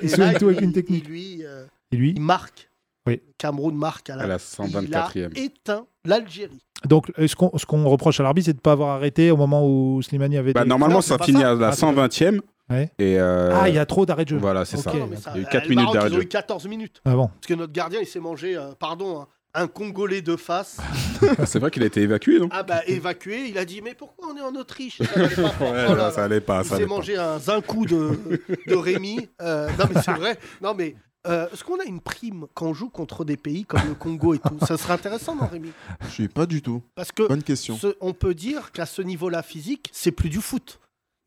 Speaker 4: Il soigne
Speaker 3: là,
Speaker 4: tout avec
Speaker 3: il-
Speaker 4: une technique.
Speaker 3: il lui, euh,
Speaker 4: Et lui
Speaker 3: il marque.
Speaker 4: Oui.
Speaker 3: Cameroun marque à la,
Speaker 6: À la
Speaker 3: Il a
Speaker 6: 124e.
Speaker 3: éteint l'Algérie.
Speaker 4: Donc, euh, ce qu'on ce qu'on reproche à l'arbitre, c'est de ne pas avoir arrêté au moment où Slimani avait.
Speaker 6: Bah,
Speaker 4: des-
Speaker 6: normalement,
Speaker 4: Non,
Speaker 6: ça
Speaker 4: c'est pas
Speaker 6: finit à la
Speaker 4: Ah,
Speaker 6: 120e.
Speaker 4: Ouais.
Speaker 6: Et euh,
Speaker 4: Ah, il y a trop d'arrêts de jeu.
Speaker 6: voilà, c'est
Speaker 4: Ok.
Speaker 6: ça.
Speaker 3: Non, non, mais ça-
Speaker 6: Il y a eu quatre
Speaker 3: le
Speaker 6: minutes
Speaker 3: Maroc,
Speaker 6: d'arrêt
Speaker 3: Ils
Speaker 6: de
Speaker 3: ont
Speaker 6: jeu.
Speaker 3: eu 14 minutes.
Speaker 4: Ah bon
Speaker 3: Parce que notre gardien, il s'est mangé, euh, pardon, hein, un Congolais de face.
Speaker 6: C'est vrai qu'il a été évacué, non
Speaker 3: Ah bah évacué, il a dit mais pourquoi on est en Autriche Ça n'allait pas. Oh là
Speaker 6: Ouais,
Speaker 3: là.
Speaker 6: Ça allait pas,
Speaker 7: Ah,
Speaker 3: Il
Speaker 6: ça
Speaker 3: s'est
Speaker 6: allait pas.
Speaker 3: mangé un zincou de, de Rémi. Euh, non mais c'est vrai. Non mais euh, est-ce qu'on a une prime quand on joue contre des pays comme le Congo et tout Ça serait intéressant non Rémi
Speaker 7: Je sais pas du tout.
Speaker 3: Parce que
Speaker 7: Bonne question.
Speaker 3: ce- on peut dire qu'à ce niveau-là physique, c'est plus du foot.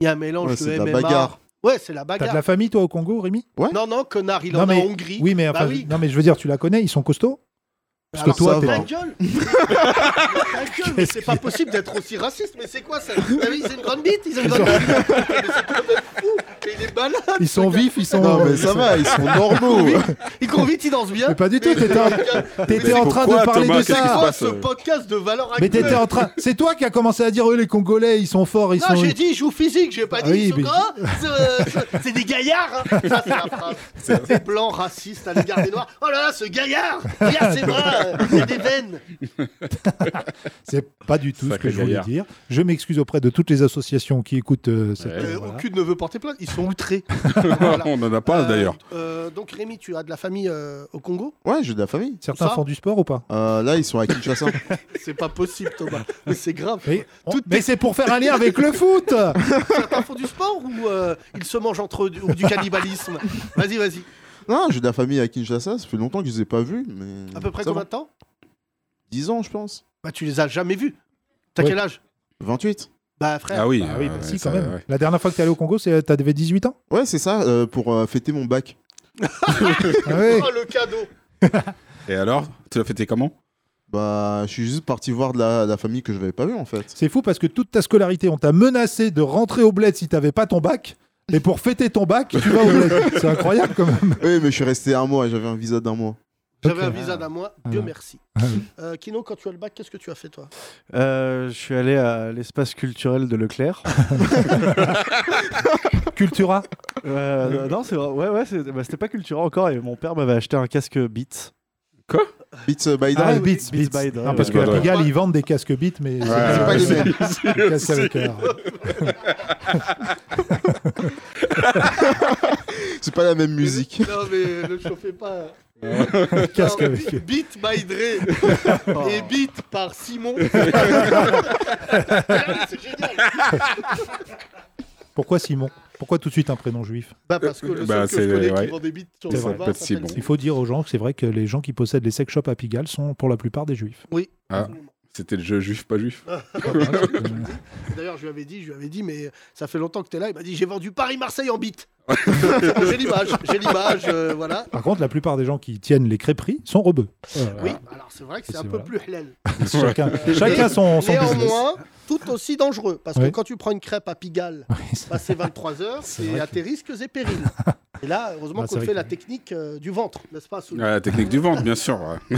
Speaker 3: Il y a un mélange
Speaker 7: Ouais,
Speaker 3: de
Speaker 7: c'est de la
Speaker 3: MMA.
Speaker 7: bagarre.
Speaker 3: Ouais, c'est la
Speaker 4: T'as de
Speaker 3: bagarre.
Speaker 4: la famille, toi, au Congo, Rémi
Speaker 3: Non non, connard, il
Speaker 4: Non,
Speaker 3: en est
Speaker 4: mais-
Speaker 3: en Hongrie.
Speaker 4: Oui, mais
Speaker 3: Bah
Speaker 4: enfin,
Speaker 3: oui.
Speaker 4: non, mais je veux dire, tu la connais, ils sont costauds Parce que toi,
Speaker 7: ça
Speaker 4: t'es-
Speaker 3: ta
Speaker 7: va.
Speaker 3: gueule Ta gueule, mais c'est pas possible d'être aussi raciste, mais c'est quoi ça Vous avez- Ils ont une grande bite, ils ont une grande bite Mais c'est quand même fou Mais il est malade
Speaker 4: ils sont vifs, ils sont.
Speaker 7: Non, mais ça va, ils sont normaux.
Speaker 3: Il court vite, il danse bien
Speaker 4: Mais pas du tout, t'étais en, t'étais
Speaker 6: Mais
Speaker 4: en train
Speaker 6: pourquoi,
Speaker 4: de parler
Speaker 6: Thomas,
Speaker 4: de
Speaker 6: qu'est-ce qui se
Speaker 4: ça.
Speaker 6: passe
Speaker 3: Quoi, ce podcast de valeur
Speaker 4: euh Mais t'étais
Speaker 3: actuelle
Speaker 4: en train. C'est toi qui as commencé à dire, eux, les Congolais, ils sont forts, ils
Speaker 3: non,
Speaker 4: sont.
Speaker 3: Ah, j'ai dit, ils jouent physique, j'ai pas
Speaker 4: Ah
Speaker 3: dit,
Speaker 4: oui,
Speaker 3: ils sont
Speaker 4: mais-
Speaker 3: gras, c'est- c'est- c'est des gaillards, hein. ça c'est la phrase. C'est des blancs racistes à l'égard des noirs. Oh là là, ce gaillard, regarde ses bras, euh, il y a des veines.
Speaker 4: C'est pas du tout ce
Speaker 6: Sacré
Speaker 4: que je voulais
Speaker 6: gaillard.
Speaker 4: dire. Je m'excuse auprès de toutes les associations qui écoutent euh, cette.
Speaker 6: Ouais.
Speaker 3: Euh,
Speaker 4: voilà.
Speaker 3: Aucune ne veut porter plainte, ils sont outrés.
Speaker 6: On en a pas
Speaker 3: Euh,
Speaker 6: d'ailleurs.
Speaker 3: euh, donc Rémi, tu as de la famille euh, au Congo
Speaker 7: Ouais, j'ai de la famille.
Speaker 4: Certains
Speaker 3: ça
Speaker 4: font du sport ou pas
Speaker 7: Euh, là, ils sont à Kinshasa.
Speaker 3: C'est pas possible, Thomas. Mais c'est grave.
Speaker 4: Mais, on-
Speaker 3: Toutes
Speaker 4: mais c'est pour faire un lien avec le foot
Speaker 3: Certains font du sport ou euh, ils se mangent entre eux ou du cannibalisme Vas-y, vas-y.
Speaker 7: non, j'ai de la famille à Kinshasa. Ça fait longtemps que je les ai pas vus. Mais...
Speaker 3: À peu près
Speaker 7: ça va.
Speaker 3: combien de temps
Speaker 7: 10 ans, je pense.
Speaker 3: Bah, tu les as jamais vus. T'as
Speaker 4: Ouais.
Speaker 3: quel âge
Speaker 7: 28.
Speaker 3: Bah, frère.
Speaker 6: Ah oui,
Speaker 4: Ah oui,
Speaker 6: euh,
Speaker 4: bah
Speaker 6: ouais,
Speaker 4: si,
Speaker 6: ça-
Speaker 4: quand même.
Speaker 6: ouais.
Speaker 4: La dernière fois que t'es allé au Congo, c'est- t'avais 18 ans
Speaker 7: Ouais, c'est ça, euh, pour euh, fêter mon bac.
Speaker 4: Ah oui.
Speaker 3: Oh, le cadeau
Speaker 6: Et alors, tu l'as fêté comment
Speaker 7: Bah, je suis juste parti voir de la, la famille que je n'avais pas vue, en fait.
Speaker 4: C'est fou parce que toute ta scolarité, on t'a menacé de rentrer au bled si t'avais pas ton bac. Et pour fêter ton bac, tu vas au bled. C'est incroyable quand même.
Speaker 7: oui, mais je suis resté un mois, j'avais un visa d'un mois.
Speaker 3: J'avais
Speaker 4: Ok.
Speaker 3: un visa d'un mois, Dieu
Speaker 4: Ah.
Speaker 3: merci.
Speaker 4: Ah oui.
Speaker 3: Euh, Kino, quand tu as le bac, qu'est-ce que tu as fait toi
Speaker 5: Euh, je suis allé à l'espace culturel de Leclerc.
Speaker 4: Cultura
Speaker 5: Euh, non, c'est vrai. Ouais, ouais, c'est- bah, c'était pas Cultura encore et mon père m'avait acheté un casque Beats.
Speaker 7: Beats by
Speaker 4: Ah, Beats,
Speaker 7: Dre.
Speaker 5: Beats
Speaker 4: Beats.
Speaker 5: by Dre,
Speaker 4: Non, parce
Speaker 6: ouais.
Speaker 4: que à
Speaker 6: Ouais.
Speaker 4: Pigalle, ils vendent des casques Beats, mais Ah, c'est pas
Speaker 7: ouais,
Speaker 4: les
Speaker 7: c'est-
Speaker 4: mêmes.
Speaker 6: Ah, c'est-
Speaker 4: Casse avec un-
Speaker 7: C'est pas la même musique.
Speaker 3: Non mais ne chauffez pas.
Speaker 4: Casque
Speaker 3: Non,
Speaker 4: avec.
Speaker 3: Beat by Dre et beat par Simon. C'est génial.
Speaker 4: Pourquoi Simon Pourquoi tout de suite un prénom juif
Speaker 3: Bah parce que le seul
Speaker 6: Bah,
Speaker 3: que je
Speaker 6: c'est-
Speaker 3: connais
Speaker 6: ouais.
Speaker 3: qui vend des beats sur
Speaker 6: C'est
Speaker 3: le
Speaker 6: vrai,
Speaker 3: boulevard
Speaker 6: peut-être
Speaker 3: s'appelle
Speaker 6: Simon.
Speaker 4: Il faut dire aux gens que c'est vrai que les gens qui possèdent les sex shops à Pigalle sont pour la plupart des juifs.
Speaker 6: Ah, c'était le jeu juif, pas juif.
Speaker 3: D'ailleurs, je lui avais dit, je lui avais dit, mais ça fait longtemps que t'es là. Il m'a dit, j'ai vendu Paris-Marseille en bite. j'ai l'image, j'ai l'image, euh, voilà.
Speaker 4: Par contre, la plupart des gens qui tiennent les crêperies sont rebeux.
Speaker 3: Oui, alors c'est vrai que c'est un
Speaker 4: C'est
Speaker 3: peu
Speaker 4: vrai.
Speaker 3: plus halal.
Speaker 4: Chacun, chacun son, son business.
Speaker 3: Néanmoins, tout aussi dangereux, parce
Speaker 4: Oui.
Speaker 3: que quand tu prends une crêpe à Pigalle,
Speaker 4: Oui, c'est-
Speaker 3: bah, c'est 23 heures,
Speaker 4: C'est
Speaker 3: c'est
Speaker 4: vrai
Speaker 3: à tes risques et périls. Et là, heureusement
Speaker 4: Bah, c'est
Speaker 3: qu'on
Speaker 4: vrai
Speaker 3: fait
Speaker 4: que-
Speaker 3: la technique euh, du ventre, n'est-ce pas Soul
Speaker 6: Ah, la technique du ventre, bien sûr. ouais.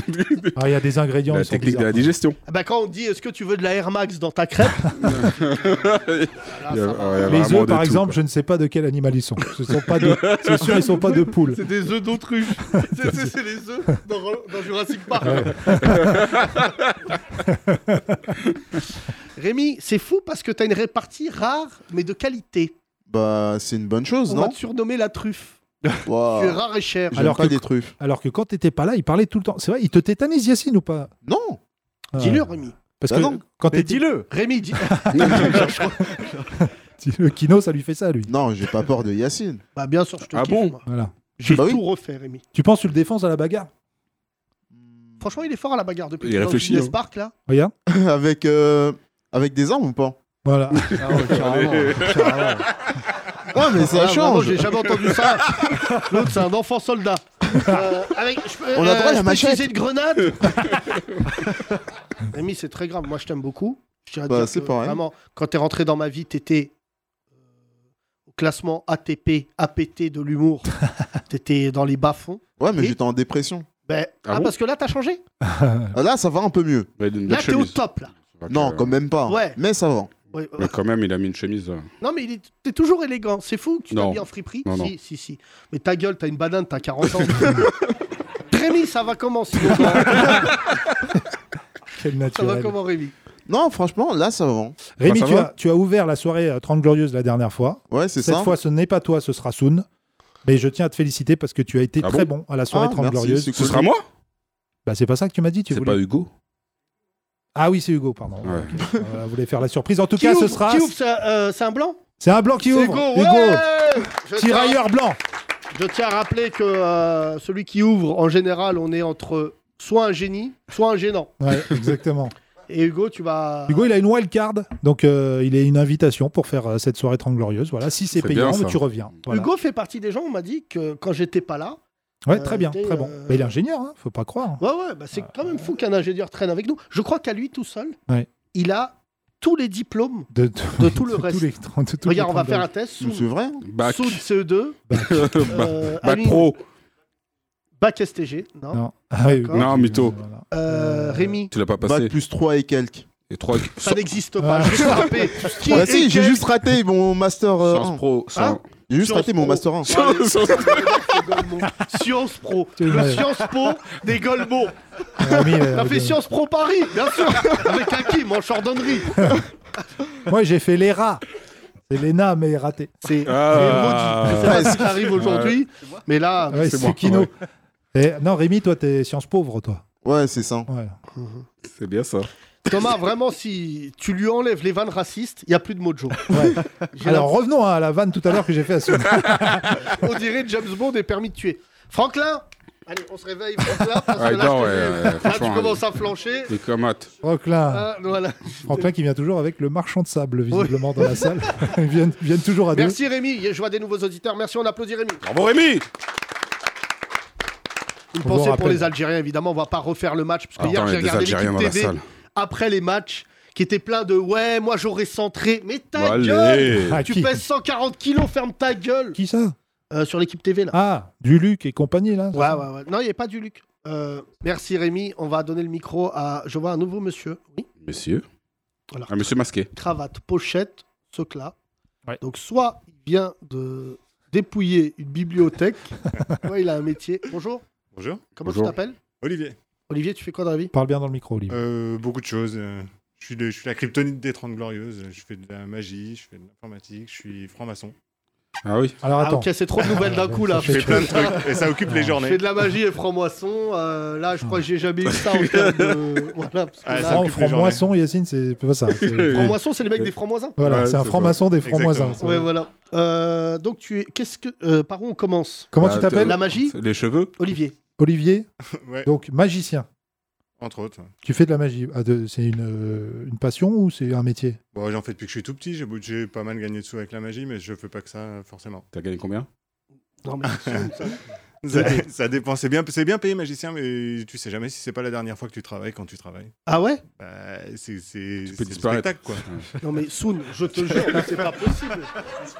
Speaker 4: Ah, il y a des ingrédients.
Speaker 6: La
Speaker 4: ils sont
Speaker 6: technique de la
Speaker 4: bizarres.
Speaker 6: digestion.
Speaker 3: Ah bah, Quand on dit, est-ce que tu veux de la Air Max dans ta crêpe Voilà,
Speaker 6: Il y a-
Speaker 3: Ah, ça va.
Speaker 6: ouais, il y a
Speaker 4: Les
Speaker 6: vraiment
Speaker 4: œufs,
Speaker 6: de
Speaker 4: par
Speaker 6: tout,
Speaker 4: exemple,
Speaker 6: quoi.
Speaker 4: je ne sais pas de quel animal ils sont. Ce sont pas de... C'est sûr, ils sont pas de poules.
Speaker 3: C'est des œufs d'autruche. C'est- c'est c'est les œufs dans, Re- dans Jurassic Park. Rémi, c'est fou parce que t'as une répartie rare mais de qualité.
Speaker 7: Bah, c'est une bonne chose,
Speaker 3: On
Speaker 7: non Ah.
Speaker 3: va te surnommer la truffe.
Speaker 7: Ouah.
Speaker 3: Tu es rare et cher.
Speaker 7: J'aime
Speaker 4: Alors
Speaker 7: pas
Speaker 4: que-
Speaker 7: des truffes.
Speaker 4: Alors que quand t'étais pas là, ils parlaient tout le temps. C'est vrai, ils te tétanisent, Yacine, ou pas
Speaker 7: Non
Speaker 4: Ah,
Speaker 3: Euh, Dis-le, Rémi.
Speaker 4: Parce
Speaker 7: Bah
Speaker 4: que
Speaker 7: non.
Speaker 4: quand
Speaker 5: Mais
Speaker 4: t'étais
Speaker 5: dis-le
Speaker 3: Rémi, dis...
Speaker 4: le kino, ça lui fait ça, lui.
Speaker 7: Non, j'ai pas peur de Yacine.
Speaker 3: bah, bien sûr, je te
Speaker 6: Ah
Speaker 3: kiffe,
Speaker 6: bon
Speaker 3: moi.
Speaker 4: Voilà.
Speaker 3: J'ai
Speaker 7: Bah oui.
Speaker 3: tout refait, Rémi.
Speaker 4: Tu penses, tu le défenses à la bagarre
Speaker 3: Franchement, il est fort à la bagarre depuis
Speaker 6: Il
Speaker 3: qu'il est dans le
Speaker 6: réfléchit,
Speaker 3: business
Speaker 6: hein.
Speaker 3: park, là.
Speaker 4: Regarde.
Speaker 7: avec, euh, avec des armes ou pas
Speaker 4: Voilà.
Speaker 5: Ah ouais, carrément, carrément.
Speaker 7: Ouais, mais ça
Speaker 3: Ah, vraiment,
Speaker 7: change.
Speaker 3: J'ai jamais entendu ça. L'autre, c'est un enfant soldat. Euh, avec, je peux-
Speaker 7: On a droit à la
Speaker 3: je peux
Speaker 7: machette.
Speaker 3: utiliser une grenade. Rémi, c'est très grave. Moi, je t'aime beaucoup. Je tiens à
Speaker 7: Bah,
Speaker 3: dire
Speaker 7: c'est
Speaker 3: que,
Speaker 7: pareil.
Speaker 3: Vraiment, quand t'es rentré dans ma vie, t'étais euh, au classement ATP, APT de l'humour. t'étais dans les bas-fonds.
Speaker 7: Ouais, mais
Speaker 3: Et-
Speaker 7: j'étais en dépression.
Speaker 3: Ben,
Speaker 6: Ah
Speaker 3: ah,
Speaker 6: bon
Speaker 3: parce que là, t'as changé.
Speaker 7: Ah, Là, ça va un peu mieux.
Speaker 6: Il a une belle
Speaker 3: Là, t'es au
Speaker 6: chemise.
Speaker 3: top, là.
Speaker 6: Enfin,
Speaker 7: Non,
Speaker 6: que-
Speaker 7: quand même pas.
Speaker 3: Ouais.
Speaker 7: Mais ça va.
Speaker 3: Ouais, ouais.
Speaker 6: Mais quand même, il a mis une chemise. euh,
Speaker 3: Non, mais il est- t'es toujours élégant. C'est fou que tu
Speaker 6: Non.
Speaker 3: t'habilles en friperie.
Speaker 6: Non,
Speaker 3: si,
Speaker 6: non.
Speaker 3: si, si. Mais ta gueule, t'as une banane, t'as 40 ans. Rémi, ça va comment sinon Ça
Speaker 4: Quel
Speaker 3: va
Speaker 4: naturel.
Speaker 3: comment, Rémi
Speaker 7: Non, franchement, là, ça va.
Speaker 4: Rémi,
Speaker 6: Bah, ça
Speaker 4: tu
Speaker 6: va
Speaker 4: as, tu as ouvert la soirée euh, 30 Glorieuses la dernière fois.
Speaker 7: Ouais, c'est
Speaker 4: Cette
Speaker 7: ça.
Speaker 4: fois, ce n'est pas toi, ce sera Soun. Mais je tiens à te féliciter parce que tu as été
Speaker 6: Ah
Speaker 4: très bon à la soirée
Speaker 7: Ah,
Speaker 4: 30
Speaker 7: merci,
Speaker 4: Glorieuses.
Speaker 7: c'est
Speaker 6: Ce
Speaker 7: cool.
Speaker 6: sera moi
Speaker 4: Bah, c'est pas ça que tu m'as dit, tu
Speaker 6: C'est
Speaker 4: voulais.
Speaker 6: pas Hugo
Speaker 4: Ah oui, c'est Hugo, pardon.
Speaker 6: Ouais.
Speaker 4: Ok. Euh, voilà, vous voulez faire la surprise. En tout
Speaker 3: Qui
Speaker 4: cas, ce
Speaker 3: ouvre-
Speaker 4: sera.
Speaker 3: qui ouvre, c'est, euh, c'est un blanc
Speaker 4: C'est un blanc qui
Speaker 3: C'est
Speaker 4: ouvre.
Speaker 3: Hugo, ouais je, tiens,
Speaker 4: tirailleur blanc.
Speaker 3: je tiens à rappeler que euh, celui qui ouvre, en général, on est entre soit un génie, soit un gênant.
Speaker 4: Ouais, exactement.
Speaker 3: Et Hugo, tu vas.
Speaker 4: Hugo, il a une wild card, donc euh, il a une invitation pour faire euh, cette soirée 30 Glorieuses. Voilà, si c'est
Speaker 6: C'est
Speaker 4: payant,
Speaker 6: bien, ça.
Speaker 4: tu reviens. Voilà.
Speaker 3: Hugo fait partie des gens, on m'a dit que quand j'étais pas là.
Speaker 4: ouais, très bien,
Speaker 3: euh,
Speaker 4: très bon.
Speaker 3: euh,
Speaker 4: Mais il est ingénieur, hein, faut pas croire. hein.
Speaker 3: Ouais, ouais, bah c'est quand même fou qu'un ingénieur traîne avec nous. Je crois qu'à lui tout seul,
Speaker 4: Ouais.
Speaker 3: il a tous les diplômes de
Speaker 4: De,
Speaker 3: tout le
Speaker 4: de tous
Speaker 3: reste.
Speaker 4: les 30 de tous les
Speaker 3: Regarde, on va
Speaker 4: 30
Speaker 3: faire un test.
Speaker 7: Mais C'est
Speaker 3: Soud,
Speaker 7: vrai.
Speaker 6: Bac.
Speaker 3: Soud CE2.
Speaker 6: Bac
Speaker 3: E euh,
Speaker 6: bac
Speaker 3: Amine,
Speaker 6: pro.
Speaker 3: Bac STG. Non.
Speaker 4: Non, Ah oui, oui.
Speaker 3: D'accord.
Speaker 6: Non, mytho.
Speaker 4: Voilà.
Speaker 3: Euh, Rémi.
Speaker 6: Tu l'as pas
Speaker 7: Bac
Speaker 6: passé.
Speaker 7: plus 3 et quelques.
Speaker 6: Et trois.
Speaker 3: Ça n'existe pas.
Speaker 4: Ah.
Speaker 3: Je vais frapper. Qui
Speaker 7: Bah
Speaker 3: est
Speaker 7: si, j'ai
Speaker 3: quel
Speaker 7: juste raté mon master
Speaker 4: Oh.
Speaker 7: euh,
Speaker 6: Sciences
Speaker 7: 1.
Speaker 6: pro.
Speaker 3: Hein
Speaker 7: J'ai juste
Speaker 3: Sciences
Speaker 7: raté mon
Speaker 3: pro.
Speaker 7: master 1.
Speaker 3: Ouais, allez, c'est Golemont. Sciences Pro.
Speaker 4: Tu
Speaker 3: Le
Speaker 4: l'as.
Speaker 3: Sciences Po des Golemont.
Speaker 4: Rémi, euh,
Speaker 3: T'as fait
Speaker 4: de-
Speaker 3: Sciences Pro Paris, bien sûr. Avec Hakim en chardonnerie.
Speaker 4: Moi, j'ai fait les rats. C'est l'ENA, mais raté.
Speaker 3: C'est
Speaker 6: Ah.
Speaker 3: c'est maudit. Je sais pas ce qui t'arrive aujourd'hui, mais là,
Speaker 4: Ouais,
Speaker 6: c'est
Speaker 4: c'est
Speaker 6: moi,
Speaker 4: Kino.
Speaker 6: ouais.
Speaker 4: Et- non, Rémi, toi, t'es sciences pauvres, toi.
Speaker 7: Ouais, c'est ça.
Speaker 4: Ouais.
Speaker 6: C'est bien ça.
Speaker 3: Thomas, vraiment, si tu lui enlèves les vannes racistes, il n'y a plus de mojo.
Speaker 4: Ouais.
Speaker 3: J'ai
Speaker 4: Alors, revenons hein, à la vanne tout à l'heure que j'ai fait à Soun.
Speaker 3: On dirait James Bond est permis de tuer. Franklin Allez, on se réveille, Franklin, parce
Speaker 6: Ah,
Speaker 3: que
Speaker 6: il
Speaker 3: là, je
Speaker 6: dort,
Speaker 3: te
Speaker 6: ouais,
Speaker 3: fais-
Speaker 6: ouais,
Speaker 3: là,
Speaker 6: franchement,
Speaker 3: tu commences à flancher.
Speaker 6: Des tomates.
Speaker 4: Franklin.
Speaker 3: Ah, voilà.
Speaker 4: Franklin qui vient toujours avec le marchand de sable, visiblement, dans la salle. Ils viennent, viennent toujours à deux.
Speaker 3: Merci Rémi, je vois des nouveaux auditeurs. Merci, on applaudit Rémi.
Speaker 6: Bravo Rémi
Speaker 3: Une
Speaker 4: On vous
Speaker 3: pensée pour
Speaker 4: rappelle.
Speaker 3: les Algériens, évidemment, on va pas refaire le match, parce que hier,
Speaker 6: Ah, Attends, il y
Speaker 3: j'ai
Speaker 6: a des
Speaker 3: regardé
Speaker 6: Algériens dans la
Speaker 3: l'équipe TV
Speaker 6: salle.
Speaker 3: après les matchs, qui étaient plein de « Ouais, moi j'aurais centré ». Mais
Speaker 6: Bon,
Speaker 3: ta gueule
Speaker 6: Allez
Speaker 4: Ah,
Speaker 3: Tu
Speaker 4: qui,
Speaker 3: pèses 140 kilos, ferme ta gueule
Speaker 4: qui ça
Speaker 3: Euh, Sur l'équipe TV, là.
Speaker 4: Ah, du Luc et compagnie, là
Speaker 3: Ouais, ouais, ouais. Non, il n'y avait pas du Luc. Euh, merci Rémi. On va donner le micro à. Je vois un nouveau monsieur. Oui.
Speaker 6: Monsieur.
Speaker 3: Voilà.
Speaker 6: Un Ah, monsieur masqué.
Speaker 3: Cravate, pochette, socla.
Speaker 8: Ouais.
Speaker 3: Donc soit il vient de dépouiller une bibliothèque, soit il a un métier. Bonjour.
Speaker 9: Bonjour.
Speaker 3: Comment
Speaker 6: Bonjour.
Speaker 3: tu t'appelles
Speaker 9: Olivier.
Speaker 3: Olivier, tu fais quoi dans la vie
Speaker 4: Parle bien dans le micro, Olivier.
Speaker 9: Euh, beaucoup de choses. euh, Je suis, le- je suis la kryptonite des 30 Glorieuses. Je fais de la magie, je fais de l'informatique, je suis franc-maçon.
Speaker 6: Ah oui.
Speaker 4: Alors
Speaker 3: Ah
Speaker 4: attends.
Speaker 3: ok, c'est trop de nouvelles d'un coup là.
Speaker 9: Je fais plein de trucs et ça occupe les
Speaker 3: Je
Speaker 9: journées.
Speaker 3: fais de la magie et franc-moisson. euh, là, je crois que j'ai jamais eu ça en termes de. Voilà, parce que
Speaker 9: Ah,
Speaker 3: là,
Speaker 9: ça
Speaker 4: Franc,
Speaker 9: occupe les
Speaker 4: franc-moisson, Yacine, c'est pas ça. c'est-
Speaker 3: franc-moisson, c'est les mecs des francs-moisins.
Speaker 4: Voilà,
Speaker 6: Ouais,
Speaker 4: c'est un
Speaker 6: c'est
Speaker 4: franc-maçon des francs-moisins.
Speaker 9: Exactement.
Speaker 3: Ouais, voilà. Euh, donc, tu es. Qu'est-ce que. euh, par où on commence
Speaker 4: Comment
Speaker 6: Bah,
Speaker 4: tu t'appelles
Speaker 6: t'es-
Speaker 3: La magie
Speaker 6: Les cheveux.
Speaker 3: Olivier.
Speaker 4: Olivier,
Speaker 9: Ouais,
Speaker 4: donc magicien.
Speaker 9: entre autres.
Speaker 4: Tu fais de la magie. Ah, de- c'est une, euh, une passion ou c'est un métier
Speaker 9: Bon, j'en fais depuis que je suis tout petit. J'ai beau- J'ai pas mal gagné de sous avec la magie, mais je fais pas que ça, forcément.
Speaker 6: T'as gagné combien
Speaker 3: Non, mais c'est sûr, ça.
Speaker 9: Ça, ça dépend. C'est bien, c'est bien payé, magicien, mais tu sais jamais si c'est pas la dernière fois que tu travailles quand tu travailles.
Speaker 3: Ah ouais
Speaker 9: Bah, c'est c'est-
Speaker 6: Tu
Speaker 9: c'est
Speaker 6: peux
Speaker 9: le
Speaker 6: disparaître.
Speaker 9: spectacle, quoi.
Speaker 3: Non mais Soon, je te jure, mais c'est pas possible.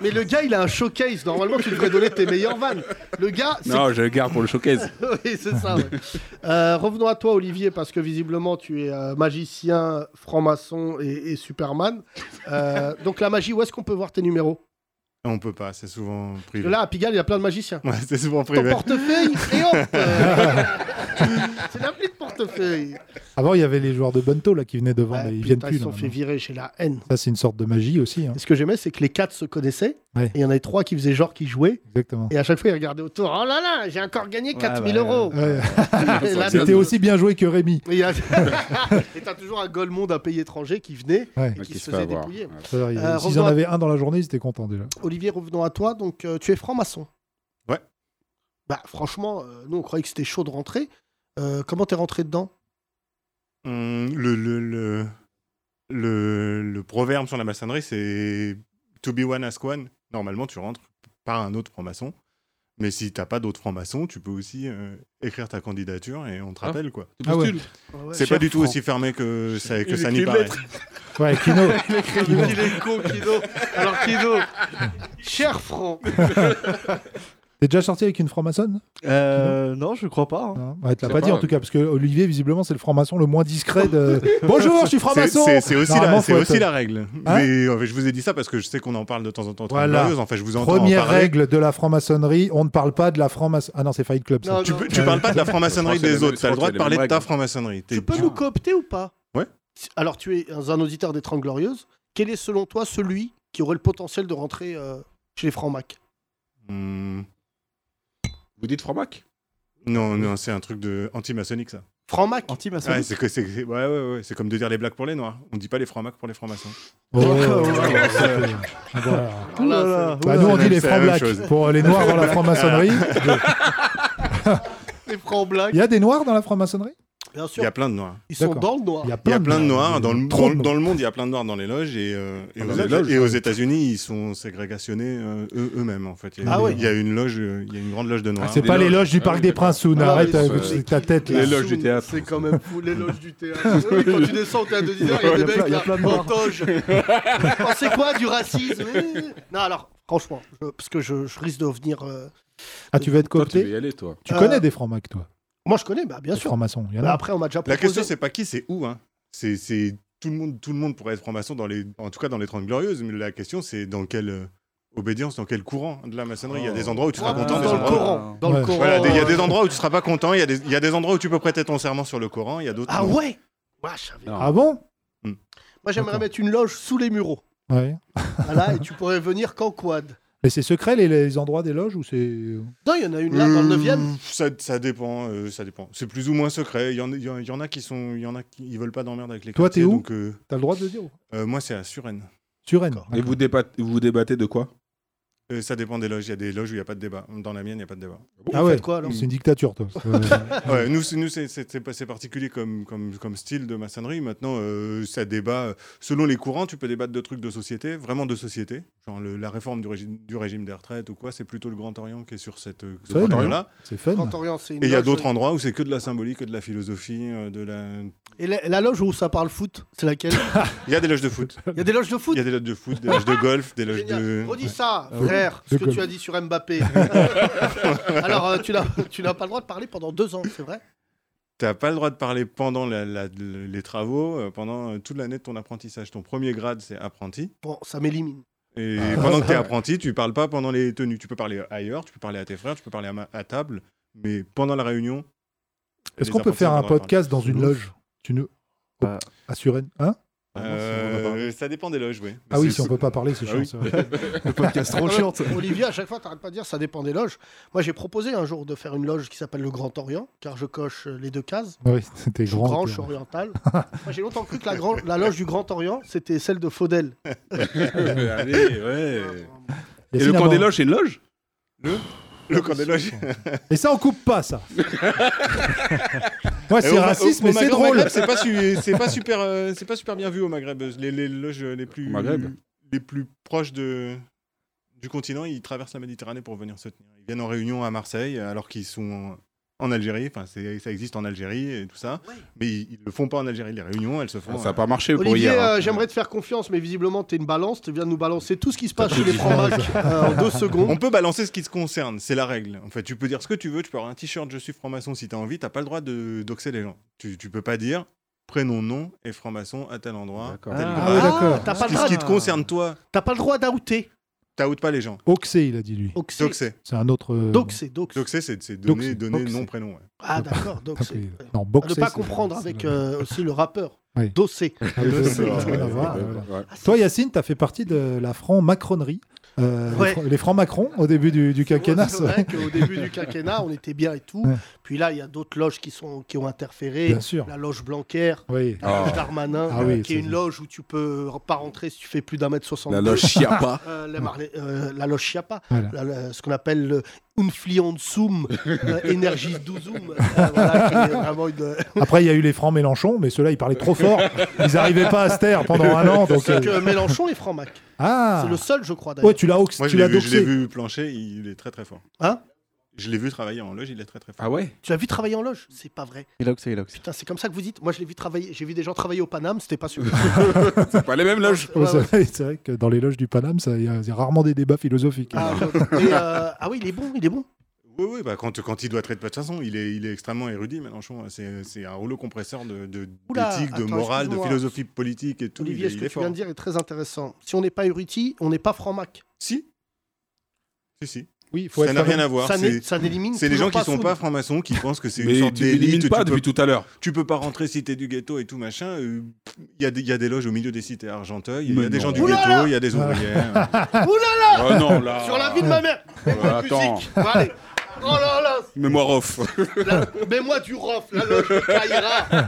Speaker 3: Mais le gars, il a un showcase. Normalement, tu devrais donner tes meilleurs vannes. Le gars, c'est
Speaker 6: Non, je le garde pour le showcase.
Speaker 3: oui, c'est ça. ouais. Euh, revenons à toi, Olivier, parce que visiblement, tu es euh, magicien, franc-maçon et, et Superman. Euh, donc la magie, où est-ce qu'on peut voir tes numéros
Speaker 9: On peut pas, c'est souvent
Speaker 3: Parce
Speaker 9: privé.
Speaker 3: que là, à Pigalle, il y a plein de magiciens.
Speaker 9: Ouais, c'est souvent
Speaker 3: Ton
Speaker 9: privé.
Speaker 3: portefeuille, et hop euh, C'est l'appli de portefeuille.
Speaker 4: Avant, il y avait les joueurs de Bunto là, qui venaient de vendre.
Speaker 3: Ouais,
Speaker 4: ils viennent
Speaker 3: putain,
Speaker 4: plus.
Speaker 3: ils se sont
Speaker 4: là,
Speaker 3: fait
Speaker 4: maintenant.
Speaker 3: virer chez la haine.
Speaker 4: ça, c'est une sorte de magie aussi. hein.
Speaker 3: Et ce que j'aimais, c'est que les quatre se connaissaient.
Speaker 4: Ouais.
Speaker 3: Et il y en avait trois qui faisaient genre qui jouaient.
Speaker 4: Exactement.
Speaker 3: Et à chaque fois, ils regardaient autour. Oh là là, j'ai encore gagné
Speaker 5: Ouais,
Speaker 3: 4000
Speaker 5: bah,
Speaker 3: euros.
Speaker 4: Ouais.
Speaker 3: Et là,
Speaker 4: Ah, C'était
Speaker 3: t'as-
Speaker 4: aussi bien joué que Rémi.
Speaker 3: Et il y a- Et t'as toujours un Golemond d'un pays étranger qui venait.
Speaker 4: Ouais.
Speaker 3: Qui se
Speaker 6: Qui se
Speaker 3: faisait
Speaker 6: fait avoir.
Speaker 3: dépouiller.
Speaker 6: Ouais.
Speaker 4: Alors, il-
Speaker 3: Euh,
Speaker 4: S'ils en
Speaker 3: revoir-
Speaker 4: avaient un dans la journée, ils étaient contents déjà.
Speaker 3: Olivier, revenons à toi. Donc, euh, tu es franc-maçon.
Speaker 9: Ouais.
Speaker 3: Bah, franchement, euh, nous, on croyait que c'était chaud de rentrer. Euh, comment t'es rentré dedans
Speaker 9: Hum, le, le, le, le, le proverbe sur la maçonnerie, c'est to be one ask one. Normalement, tu rentres par un autre franc-maçon. Mais si t'as pas d'autre franc-maçon, tu peux aussi euh, écrire ta candidature et on te
Speaker 6: Ah.
Speaker 9: rappelle quoi.
Speaker 6: Tu
Speaker 4: Ah ouais.
Speaker 6: postules
Speaker 9: C'est pas du tout aussi fermé que ça, que
Speaker 6: Il
Speaker 9: ça
Speaker 6: écrit
Speaker 9: n'y
Speaker 6: une
Speaker 9: paraît.
Speaker 6: lettre.
Speaker 4: Ouais, Kino,
Speaker 3: Il est con, Kido. Alors, Kido, cher franc.
Speaker 4: t'es déjà sorti avec une franc-maçonne
Speaker 5: Euh, non, je crois pas. hein.
Speaker 4: Non Ouais, Tu l'as
Speaker 6: Je sais
Speaker 4: pas dit
Speaker 6: pas.
Speaker 4: en tout cas, parce que Olivier, visiblement, c'est le franc-maçon le moins discret de. Bonjour, je suis
Speaker 9: C'est-
Speaker 4: franc-maçon
Speaker 9: C'est c'est aussi,
Speaker 4: Normalement,
Speaker 9: la, c'est
Speaker 4: faut
Speaker 9: aussi
Speaker 4: être-
Speaker 9: la règle.
Speaker 4: Hein
Speaker 9: mais euh, je vous ai dit ça parce que je sais qu'on en parle de temps en temps. très
Speaker 4: Voilà.
Speaker 9: glorieuse. Enfin, je vous entends en
Speaker 4: Première
Speaker 9: parler.
Speaker 4: règle de la franc-maçonnerie on ne parle pas de la franc-maçonnerie. Ah non, c'est Fight Club. ça.
Speaker 3: Non,
Speaker 9: Tu,
Speaker 3: non.
Speaker 9: peux- tu parles pas
Speaker 4: Euh,
Speaker 9: de la franc-maçonnerie
Speaker 6: Je pense que
Speaker 9: des
Speaker 6: les
Speaker 9: autres. T'as le droit de
Speaker 6: mêmes
Speaker 9: parler de ta
Speaker 6: règles.
Speaker 9: franc-maçonnerie. T'es-
Speaker 3: Tu peux
Speaker 9: tu-
Speaker 3: nous coopter ou pas
Speaker 9: Ouais.
Speaker 3: Alors, tu es un auditeur des Trente Glorieuses. Quel est, selon toi, celui qui aurait le potentiel de rentrer euh, chez les francs mac
Speaker 9: Hum,
Speaker 6: Vous dites Franck
Speaker 9: Non, non, c'est un truc de anti-maçonnique ça.
Speaker 3: francs mac
Speaker 9: Ouais,
Speaker 5: Anti-maçonnique.
Speaker 9: c'est que- c'est que- c'est- ouais, ouais, ouais, c'est comme de dire les blagues pour les noirs. On dit pas les francs-macs pour les francs-maçons.
Speaker 4: Oh,
Speaker 5: Oh,
Speaker 4: ouais. Voilà.
Speaker 5: Ouh là là,
Speaker 4: Bah,
Speaker 5: ouh
Speaker 4: nous,
Speaker 5: là
Speaker 4: on
Speaker 5: là.
Speaker 4: dit les
Speaker 9: c'est la
Speaker 4: francs
Speaker 9: même
Speaker 4: blacks
Speaker 9: chose.
Speaker 4: pour euh, les noirs dans la franc-maçonnerie.
Speaker 3: les francs blagues.
Speaker 4: Il y a des noirs dans la franc-maçonnerie
Speaker 3: Bien
Speaker 9: Il
Speaker 3: sûr,
Speaker 9: y a plein de noirs.
Speaker 3: ils sont
Speaker 4: D'accord.
Speaker 3: dans le noir.
Speaker 9: Il y a plein de noirs. Dans le,
Speaker 4: Trop
Speaker 9: dans,
Speaker 4: de
Speaker 9: le-
Speaker 4: noirs.
Speaker 9: dans le monde, il y a plein de noirs dans les loges. Et, euh, et
Speaker 6: Dans
Speaker 9: aux,
Speaker 6: les loges,
Speaker 9: et aux
Speaker 6: ouais.
Speaker 9: États-Unis, ils sont ségrégationnés euh, eux- eux-mêmes, en fait. Il y a,
Speaker 3: Ah ouais.
Speaker 9: il y a une loge, euh, il y a une grande loge de noirs.
Speaker 4: C'est pas les loges du
Speaker 6: Ah
Speaker 4: Parc
Speaker 6: oui,
Speaker 4: des
Speaker 6: d'accord.
Speaker 4: Princes, Soun.
Speaker 3: Ah, mais
Speaker 4: Arrête
Speaker 3: ils
Speaker 4: avec
Speaker 6: sont-
Speaker 4: c'est ta tête. là.
Speaker 6: Les loges du théâtre.
Speaker 3: C'est quand même fou, les loges du théâtre. Oui, quand tu descends au théâtre de 10 il y a des
Speaker 5: plein-
Speaker 3: mecs
Speaker 5: il y a
Speaker 3: là,
Speaker 5: plein de
Speaker 3: en
Speaker 5: noirs.
Speaker 3: toge. Oh, c'est quoi du racisme Oui. Non, alors, franchement, je- parce que je, je risque de venir. euh,
Speaker 4: Ah, tu veux être
Speaker 6: Toi, tu veux
Speaker 4: coopté
Speaker 6: y aller, toi.
Speaker 4: Tu
Speaker 3: Euh,
Speaker 4: connais des francs-macs, toi
Speaker 3: Moi, je connais, bah, bien
Speaker 4: Des
Speaker 3: sûr.
Speaker 4: francs-maçons. Il y en
Speaker 3: Bah,
Speaker 4: a.
Speaker 3: après, on m'a déjà
Speaker 9: La
Speaker 3: proposé.
Speaker 9: question, c'est pas qui, c'est où. Hein. C'est c'est tout le monde, tout le monde pourrait être franc-maçon dans les, en tout cas dans les 30 glorieuses. Mais la question, c'est dans quelle euh, obédience, dans quel courant de la maçonnerie. Il y a des endroits où tu seras
Speaker 3: Ah,
Speaker 9: content, des
Speaker 3: dans le
Speaker 9: endroits. où-
Speaker 3: Coran. Dans le
Speaker 4: Ouais.
Speaker 3: Coran. euh,
Speaker 9: Voilà, des- il y a des endroits où tu seras pas content. Il y a des, il y a des endroits où tu peux prêter ton serment sur le Coran. Il y a d'autres.
Speaker 3: Ah
Speaker 9: non.
Speaker 3: ouais Ouais, je savais.
Speaker 6: Non.
Speaker 4: Ah bon
Speaker 3: Moi, j'aimerais
Speaker 4: D'accord.
Speaker 3: mettre une loge sous les mureaux.
Speaker 4: Ouais.
Speaker 3: Voilà, et tu pourrais venir qu'en quad.
Speaker 4: Mais c'est secret les, les endroits des loges ou c'est.
Speaker 3: Non, il y en a une là dans le 9ème.
Speaker 9: Euh, ça, ça dépend, euh, ça dépend. C'est plus ou moins secret. Il y, en- il y en- il y en a qui sont, il y en a qui ils veulent pas d'emmerde avec les.
Speaker 4: Toi,
Speaker 9: quartiers,
Speaker 4: t'es où
Speaker 9: donc, euh,
Speaker 4: T'as le droit de le dire ou pas
Speaker 9: euh, Moi, c'est à Suresnes.
Speaker 4: Sur Rennes.
Speaker 6: Et vous débattez, vous débattez de quoi
Speaker 9: Euh, ça dépend des loges. Il y a des loges où il y a pas de débat. Dans la mienne, il y a pas de débat.
Speaker 4: Ah ouais,
Speaker 3: faites quoi, alors
Speaker 4: c'est une dictature toi. Euh,
Speaker 9: Ouais, nous, c'est- nous, c'est- c'est c'est pas- c'est particulier comme, comme, comme style de maçonnerie. Maintenant, euh, ça débat. Selon les courants, tu peux débattre de trucs de société, vraiment de société. Genre le- la réforme du régime, du régime des retraites ou quoi, c'est plutôt le Grand Orient qui est sur cette euh, ce
Speaker 4: C'est vrai,
Speaker 9: là
Speaker 4: c'est fun.
Speaker 3: Grand Orient, c'est une
Speaker 9: Et il y a
Speaker 3: loge- euh,
Speaker 9: d'autres endroits où c'est que de la symbolique, que de la philosophie, euh, de la.
Speaker 3: Et la, la loge où ça parle foot, c'est laquelle
Speaker 9: Il y a des loges de foot.
Speaker 3: Il y a des loges de foot Ah
Speaker 9: Il y a des loges de foot, des loges de golf, des loges
Speaker 3: Génial.
Speaker 9: de.
Speaker 3: Redis ça, frère, ce
Speaker 4: De
Speaker 3: que
Speaker 4: Gaulle.
Speaker 3: tu as dit sur Mbappé. Alors, euh, tu n'as tu n'as pas le droit de parler pendant deux ans, c'est vrai
Speaker 9: T'as pas le droit de parler pendant la- la- les travaux, euh, pendant euh, toute l'année de ton apprentissage. Ton premier grade, c'est apprenti.
Speaker 3: Bon, ça m'élimine.
Speaker 9: Et
Speaker 3: Ah.
Speaker 9: pendant que t'es apprenti, tu parles pas pendant les tenues. Tu peux parler ailleurs, tu peux parler à tes frères, tu peux parler à, ma- à table, mais pendant la réunion.
Speaker 4: Est-ce
Speaker 9: les
Speaker 4: qu'on peut
Speaker 9: apprentis
Speaker 4: faire
Speaker 9: ont
Speaker 4: un
Speaker 9: le droit de
Speaker 4: podcast dans une
Speaker 9: Ouf.
Speaker 4: loge Tu ne.
Speaker 5: Bah.
Speaker 4: À Suresnes, hein
Speaker 9: parler. Euh, ça dépend des loges, oui.
Speaker 4: Ah oui, si on peut pas parler, c'est
Speaker 9: Ah oui.
Speaker 4: chiant. ça.
Speaker 5: Le podcast trop chiant.
Speaker 3: Euh, Olivier, à chaque fois, t'arrêtes pas de dire, ça dépend des loges. Moi, j'ai proposé un jour de faire une loge qui s'appelle le Grand Orient, car je coche euh, les deux cases.
Speaker 4: Oui, c'était
Speaker 3: Je suis
Speaker 4: grand.
Speaker 3: grand,
Speaker 4: t'es-
Speaker 3: je suis oriental. Moi, j'ai longtemps cru que la, grand- la loge du Grand Orient, c'était celle de Faudel.
Speaker 6: Allez, ouais. Et
Speaker 4: Yacine,
Speaker 6: le camp
Speaker 4: avant-
Speaker 6: des loges, c'est une loge
Speaker 9: Le camp des loges.
Speaker 4: Et ça, on coupe pas, ça. ouais,
Speaker 9: Eh,
Speaker 4: Ah, c'est
Speaker 9: au-
Speaker 4: raciste,
Speaker 9: au- au
Speaker 4: mais c'est
Speaker 9: Maghreb,
Speaker 4: drôle.
Speaker 9: Maghreb, C'est pas, su- c'est pas super, euh, c'est pas super bien vu au Maghreb. Les, les loges les plus,
Speaker 6: Au Maghreb
Speaker 3: Hum.
Speaker 9: les plus proches de du continent, ils traversent la Méditerranée pour venir se tenir. Ils viennent en réunion à Marseille, alors qu'ils sont en Algérie. Enfin, c'est- ça existe en Algérie et tout ça, mais ils, ils le font pas en Algérie. Les réunions, elles se font.
Speaker 6: Ah, Ça
Speaker 9: euh,
Speaker 6: a pas marché pour
Speaker 3: Olivier,
Speaker 6: hier. hein.
Speaker 3: euh, j'aimerais te faire confiance, mais visiblement, t'es une balance. Tu viens de nous balancer tout ce qui se passe
Speaker 6: tout
Speaker 3: chez les
Speaker 6: dit.
Speaker 3: francs-macs euh,
Speaker 4: Ah,
Speaker 3: en deux secondes.
Speaker 9: On peut balancer ce qui te concerne, c'est la règle. En fait, tu peux dire ce que tu veux, tu peux avoir un t-shirt je suis franc-maçon si t'as envie, t'as pas le droit de doxer les gens. Tu, tu peux pas dire prénom, nom et franc-maçon à tel endroit.
Speaker 6: D'accord.
Speaker 9: tel
Speaker 4: Ah
Speaker 9: grade.
Speaker 4: ouais, d'accord.
Speaker 3: T'as pas, le
Speaker 9: Ce
Speaker 3: droit-
Speaker 9: qui te concerne toi,
Speaker 3: t'as pas le droit d'outer.
Speaker 9: t'outes pas les gens.
Speaker 4: Oxé, il a dit lui.
Speaker 3: Doxé.
Speaker 9: Doxer.
Speaker 4: C'est un autre. euh,
Speaker 3: Doxé, doxé.
Speaker 9: Doxer, c'est c'est
Speaker 4: Doxer.
Speaker 9: donner, donner
Speaker 4: Doxer.
Speaker 9: nom, prénom. ouais.
Speaker 3: Ah, d'accord, doxé.
Speaker 4: appelé-
Speaker 3: Ouais.
Speaker 4: Non,
Speaker 3: À
Speaker 4: boxé.
Speaker 3: ne pas
Speaker 4: c'est-
Speaker 3: comprendre
Speaker 4: c'est-
Speaker 3: avec euh, aussi le rappeur.
Speaker 4: Oui.
Speaker 3: Dossé.
Speaker 4: Ah, le-
Speaker 9: c'est-
Speaker 4: rien
Speaker 9: ouais,
Speaker 4: à voir,
Speaker 6: Ouais,
Speaker 4: voilà.
Speaker 6: ouais.
Speaker 4: Toi, Yacine, t'as fait partie de la franc-macronnerie. Euh,
Speaker 3: Ouais.
Speaker 4: les fr- Les francs-macrons au début du, du quinquennat.
Speaker 3: C'est
Speaker 4: c'est
Speaker 3: vrai
Speaker 4: vrai.
Speaker 3: qu'au début du quinquennat, on était bien et tout.
Speaker 4: Ouais.
Speaker 3: Puis là, il y a d'autres loges qui, sont, qui ont interféré.
Speaker 4: Bien sûr.
Speaker 3: La loge Blanquer,
Speaker 4: Oui.
Speaker 3: la loge
Speaker 6: Ah.
Speaker 3: Darmanin,
Speaker 4: Ah oui,
Speaker 3: qui est
Speaker 4: ça,
Speaker 3: une
Speaker 4: c'est-
Speaker 3: loge où tu peux pas rentrer si tu fais plus d'un mètre soixante.
Speaker 6: La loge Chiapa.
Speaker 3: Euh, la, Marley- euh, la loge Chiappa,
Speaker 4: Voilà.
Speaker 3: la- la- ce qu'on appelle le Unflianzum, euh, Energis Duzum, euh, voilà, qui est vraiment une,
Speaker 4: Après, il y a eu les francs Mélenchon, mais ceux-là, ils parlaient trop fort. Ils n'arrivaient pas à se taire pendant un an. Donc,
Speaker 3: C'est
Speaker 4: euh,
Speaker 3: que Mélenchon est franc-mac.
Speaker 4: Ah
Speaker 3: C'est le seul, je crois, d'ailleurs.
Speaker 4: Ouais, tu l'as ox-
Speaker 9: Moi,
Speaker 4: tu
Speaker 9: je l'ai
Speaker 4: l'as
Speaker 9: vu, je l'ai
Speaker 4: doxé.
Speaker 9: vu plancher, il est très très fort.
Speaker 3: Hein
Speaker 9: Je l'ai vu travailler en loge, il est très très fort.
Speaker 6: Ah ouais
Speaker 3: Tu l'as vu travailler en loge C'est pas vrai.
Speaker 5: Il oxe, il oxe.
Speaker 3: Putain, c'est comme ça que vous dites. Moi, je l'ai vu travailler. J'ai vu des gens travailler au Paname, c'était pas super.
Speaker 6: C'est pas les mêmes loges.
Speaker 3: Ouais,
Speaker 4: Ouais, c'est
Speaker 3: ouais.
Speaker 4: vrai- c'est vrai que dans les loges du Paname, ça- il y, a- il y a rarement des débats philosophiques.
Speaker 3: Ah, ouais. Et, euh, ah oui, il est bon, il est bon.
Speaker 9: Oui, oui, bah, quand, quand il doit traiter, de toute façon, il est, il est extrêmement érudit, Mélenchon. hein. C'est c'est un rouleau compresseur de- de-
Speaker 3: Oula,
Speaker 9: d'éthique, de,
Speaker 3: attends,
Speaker 9: morale, de
Speaker 3: excuse-moi.
Speaker 9: philosophie politique et tout. il
Speaker 3: Olivier,
Speaker 9: est-
Speaker 3: ce
Speaker 9: il
Speaker 3: que
Speaker 9: est
Speaker 3: tu viens
Speaker 9: fort.
Speaker 3: de dire est très intéressant. Si on n'est pas Uruti, on n'est pas franc-mac.
Speaker 9: Si. Si, si.
Speaker 4: oui, il faut
Speaker 9: Ça
Speaker 4: être
Speaker 9: n'a rien à voir.
Speaker 3: Ça
Speaker 9: C'est
Speaker 3: n'é- ça n'élimine.
Speaker 9: c'est les gens
Speaker 3: toujours
Speaker 9: qui sont
Speaker 3: Soun.
Speaker 9: pas francs-maçons qui pensent que c'est une
Speaker 6: Mais
Speaker 9: sorte
Speaker 6: tu m'élimines
Speaker 9: d'élite. Tu,
Speaker 6: pas
Speaker 9: peux-
Speaker 6: depuis tout à l'heure.
Speaker 9: tu peux pas rentrer si t'es du ghetto et tout machin. euh, Il y, a des- il y a des loges au milieu des cités à Argenteuil. Il y
Speaker 6: Mais
Speaker 9: a des
Speaker 6: non.
Speaker 9: gens du
Speaker 3: Ouh là là
Speaker 9: ghetto, il y a des ouvrières.
Speaker 6: Oh non, là. Euh,
Speaker 3: Sur la vie de ma mère. Écoute,
Speaker 6: attends.
Speaker 3: musique. Bon, allez. Oh là là,
Speaker 6: Mémoire off.
Speaker 3: La- Mets-moi du rof, la loge de Kaira.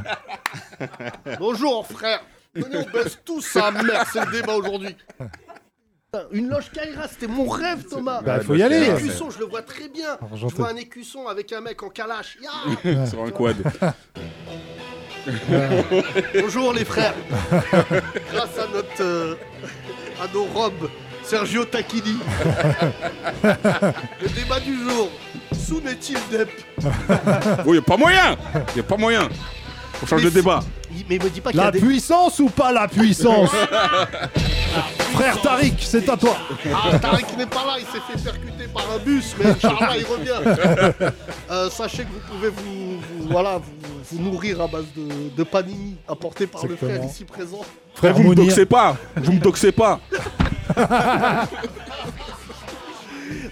Speaker 3: Bonjour, frère. Venez, on baisse tous sa mère, c'est le débat aujourd'hui. Putain, Une loge Kaira, c'était mon rêve, Thomas.
Speaker 4: Bah,
Speaker 6: Ouais,
Speaker 4: faut y
Speaker 6: bah,
Speaker 4: aller.
Speaker 6: c'est-
Speaker 3: L'écusson, je le vois très bien. Je
Speaker 4: Argentin.
Speaker 3: vois un écusson avec un mec en calache. Ya
Speaker 6: Sur un quad.
Speaker 3: Bonjour, les frères. Grâce à notre. euh, à nos robes, Sergio Tacchini. le débat du jour. Soun et Tim Depp.
Speaker 6: Oh, y a pas moyen Y a pas moyen On change de
Speaker 3: Mais-
Speaker 6: débat.
Speaker 3: Il- Mais me dis pas qu'il y
Speaker 4: La
Speaker 3: a des.
Speaker 4: puissance ou pas la puissance Frère Tariq, c'est à toi.
Speaker 3: Ah, Tarek n'est pas là, il s'est fait percuter par un bus, mais Inch'Allah, il revient. Euh, sachez que vous pouvez vous, vous- voilà, vous, vous nourrir à base de, de panini apporté par le frère
Speaker 4: Exactement.
Speaker 3: ici présent.
Speaker 4: Frère
Speaker 6: Vous me
Speaker 4: Mounir.
Speaker 6: doxez pas Vous me doxez pas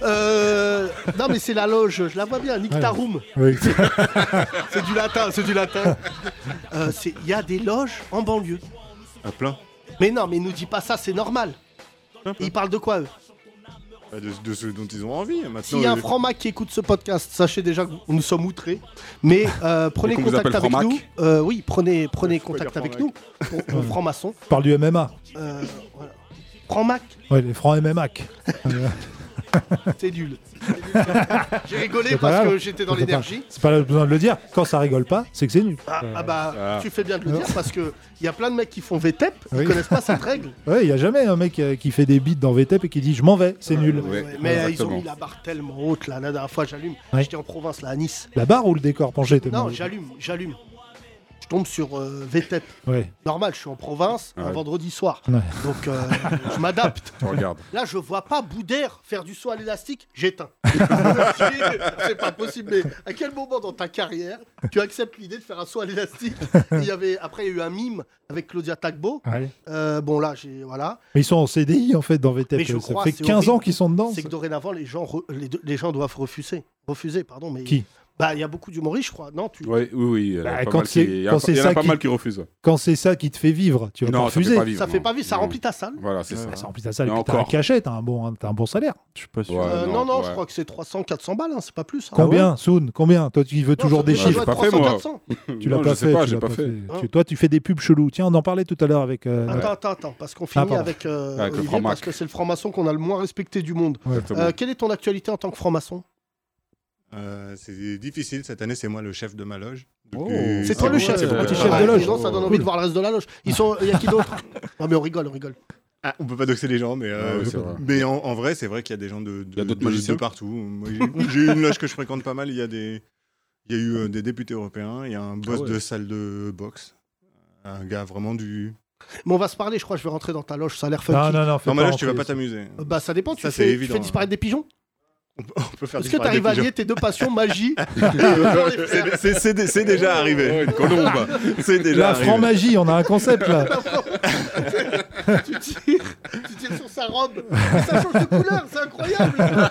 Speaker 3: Euh, non, mais c'est la loge, je la vois bien, Nick Taroum.
Speaker 4: Oui.
Speaker 3: C'est du latin, c'est du latin. Euh, c'est- Il y a des loges en banlieue.
Speaker 9: À plein.
Speaker 3: Mais non, mais nous dis pas ça, c'est normal. Ils parlent de quoi, eux
Speaker 9: Bah, De, de ce dont ils ont envie. Maintenant,
Speaker 3: S'il y a un
Speaker 9: euh,
Speaker 3: franc-mac qui écoute ce podcast, sachez déjà que nous sommes outrés. Mais euh, prenez
Speaker 6: Et qu'on vous
Speaker 3: contact
Speaker 6: appelle
Speaker 3: avec
Speaker 6: franc-mac
Speaker 3: nous. Euh, oui, prenez, prenez
Speaker 9: Faut pas
Speaker 3: contact
Speaker 9: dire
Speaker 3: avec nous.
Speaker 9: franc-mac.
Speaker 3: Pour- euh, franc-maçon.
Speaker 4: On parle du MMA.
Speaker 3: Euh, voilà. Franc-mac,
Speaker 4: Ouais, les francs MMA.
Speaker 3: c'est nul. J'ai rigolé
Speaker 4: pas
Speaker 3: parce que
Speaker 4: grave.
Speaker 3: j'étais dans
Speaker 4: C'est pas-
Speaker 3: l'énergie.
Speaker 4: C'est pas besoin de le dire. Quand ça rigole pas, c'est que c'est nul.
Speaker 3: Ah, ah bah,
Speaker 6: Ah.
Speaker 3: tu fais bien de le dire parce que il y a plein de mecs qui font VTEP,
Speaker 4: Oui.
Speaker 3: ils connaissent pas cette règle.
Speaker 4: Ouais, il y a jamais un mec euh, qui fait des beats dans VTEP et qui dit je m'en vais, c'est nul.
Speaker 6: Ouais,
Speaker 3: Ouais, mais euh, ils ont
Speaker 6: exactement.
Speaker 3: mis la barre tellement haute là. La dernière fois, j'allume.
Speaker 4: Ouais.
Speaker 3: J'étais en province là, à Nice.
Speaker 4: La barre ou le décor penché t'es
Speaker 3: Non,
Speaker 4: mauvais
Speaker 3: j'allume, j'allume. je tombe sur euh, VTEP.
Speaker 4: Ouais.
Speaker 3: Normal, je suis en province un
Speaker 6: Ouais.
Speaker 3: vendredi soir.
Speaker 4: Ouais.
Speaker 3: Donc euh, je m'adapte.
Speaker 6: Tu regardes.
Speaker 3: Là, je vois pas Boudère faire du saut à l'élastique, j'éteins. C'est pas possible. Mais à quel moment dans ta carrière tu acceptes l'idée de faire un saut à l'élastique Il y avait après il y a eu un mime avec Claudia Tagbo.
Speaker 4: Ouais.
Speaker 3: Euh, bon là, j'ai voilà.
Speaker 4: Mais ils sont en CDI en fait dans VTEP.
Speaker 3: Mais je
Speaker 4: Ça
Speaker 3: crois,
Speaker 4: fait
Speaker 3: c'est
Speaker 4: 15 ans
Speaker 3: horrible.
Speaker 4: qu'ils sont dedans.
Speaker 3: C'est que dorénavant les gens re- les, deux- les gens doivent refuser, refuser pardon. Mais
Speaker 4: Qui
Speaker 3: Bah il y a beaucoup d'humoristes, je crois. Non, tu.
Speaker 6: Ouais, oui, oui. il y en a
Speaker 4: Bah,
Speaker 6: pas
Speaker 4: quand
Speaker 6: mal
Speaker 4: c'est-
Speaker 6: qui- Il y en
Speaker 4: quand
Speaker 6: a pas-
Speaker 4: c'est
Speaker 6: il y en a
Speaker 4: ça
Speaker 6: pas
Speaker 4: qui-
Speaker 6: mal qui refusent.
Speaker 4: Quand c'est ça qui te fait vivre, tu vas pas
Speaker 6: Non, ça fait
Speaker 4: refuser.
Speaker 6: pas vivre.
Speaker 3: ça fait
Speaker 6: non.
Speaker 3: pas vivre, ça
Speaker 6: Non.
Speaker 3: remplit ta salle.
Speaker 6: Voilà, c'est ça.
Speaker 4: Ça remplit ta salle,
Speaker 6: Et
Speaker 4: puis t'as un
Speaker 6: encore.
Speaker 4: cachet, t'as un bon, hein, t'as un bon salaire.
Speaker 5: Je suis pas sûr.
Speaker 6: Ouais,
Speaker 3: Euh, non, non, je
Speaker 6: ouais.
Speaker 3: crois que c'est 300, 400 balles, hein, c'est pas plus. hein.
Speaker 4: Combien, Soun Combien Toi, tu veux
Speaker 3: Non,
Speaker 4: toujours
Speaker 3: ça-
Speaker 4: des
Speaker 3: ça doit
Speaker 4: chiffres.
Speaker 3: être
Speaker 6: J'ai pas fait, moi.
Speaker 3: 400.
Speaker 4: Tu l'as
Speaker 6: Non,
Speaker 4: pas
Speaker 6: je sais
Speaker 4: fait.
Speaker 6: pas,
Speaker 4: tu
Speaker 6: j'ai
Speaker 4: l'as
Speaker 6: pas fait.
Speaker 3: Hein.
Speaker 4: Tu- toi, tu fais des pubs cheloues. Tiens, on en parlait tout à l'heure avec. euh,
Speaker 3: Attends, attends, attends, parce qu'on finit
Speaker 4: pardon.
Speaker 3: avec, euh,
Speaker 6: Avec le
Speaker 3: Olivier,
Speaker 6: franc-mac.
Speaker 3: parce que c'est le franc-maçon qu'on a le moins respecté du monde.
Speaker 9: Ah
Speaker 6: Exactement.
Speaker 3: Euh, quelle est ton actualité en tant que franc-maçon
Speaker 9: Euh, c'est difficile. Cette année, c'est moi le chef de ma loge.
Speaker 6: Oh.
Speaker 9: Depuis-
Speaker 3: C'est toi le chef.
Speaker 4: c'est
Speaker 6: toi
Speaker 4: qui
Speaker 6: qui
Speaker 4: es chef
Speaker 3: Ah,
Speaker 4: de
Speaker 3: dis
Speaker 4: loge.
Speaker 3: donc, ça donne envie
Speaker 4: Cool.
Speaker 3: de voir le reste de la loge. Ils sont, il y a qui d'autre Non mais on rigole, on rigole.
Speaker 9: Ah, on peut pas doxer les gens, mais, euh,
Speaker 6: Ouais, Ah c'est vrai.
Speaker 9: mais en, en vrai, c'est vrai qu'il y a des gens de, de,
Speaker 6: y a d'autres
Speaker 9: de-
Speaker 6: magiciens
Speaker 9: de partout. Moi, j'ai- J'ai une loge que je fréquente pas mal. Il y a des, il y a eu euh, des députés européens. Il y a un boss
Speaker 6: Ah ouais.
Speaker 9: de salle de boxe. Un gars vraiment du.
Speaker 3: Mais on va se parler, je crois. Je vais rentrer dans ta loge. Ça a l'air funky.
Speaker 4: Non, non, non. fais
Speaker 9: Dans ma
Speaker 4: pas
Speaker 9: loge, tu vas
Speaker 4: rentrer.
Speaker 9: pas t'amuser.
Speaker 3: Euh, Bah ça dépend. Tu,
Speaker 9: Ça, c'est
Speaker 3: fais, tu
Speaker 9: évident,
Speaker 3: fais disparaître des pigeons.
Speaker 9: On peut, on peut faire
Speaker 3: Est-ce que
Speaker 9: disparaître
Speaker 3: t'arrives
Speaker 9: des
Speaker 3: à
Speaker 9: pigeons.
Speaker 3: lier tes deux passions, magie
Speaker 9: C'est- c'est- C'est dé- c'est déjà arrivé.
Speaker 6: Ouais, une colombe.
Speaker 9: C'est déjà
Speaker 4: La
Speaker 9: arrivé.
Speaker 4: franc-magie, on a un concept là.
Speaker 3: tu, tires, tu tires sur sa robe. Ça change de couleur, c'est incroyable.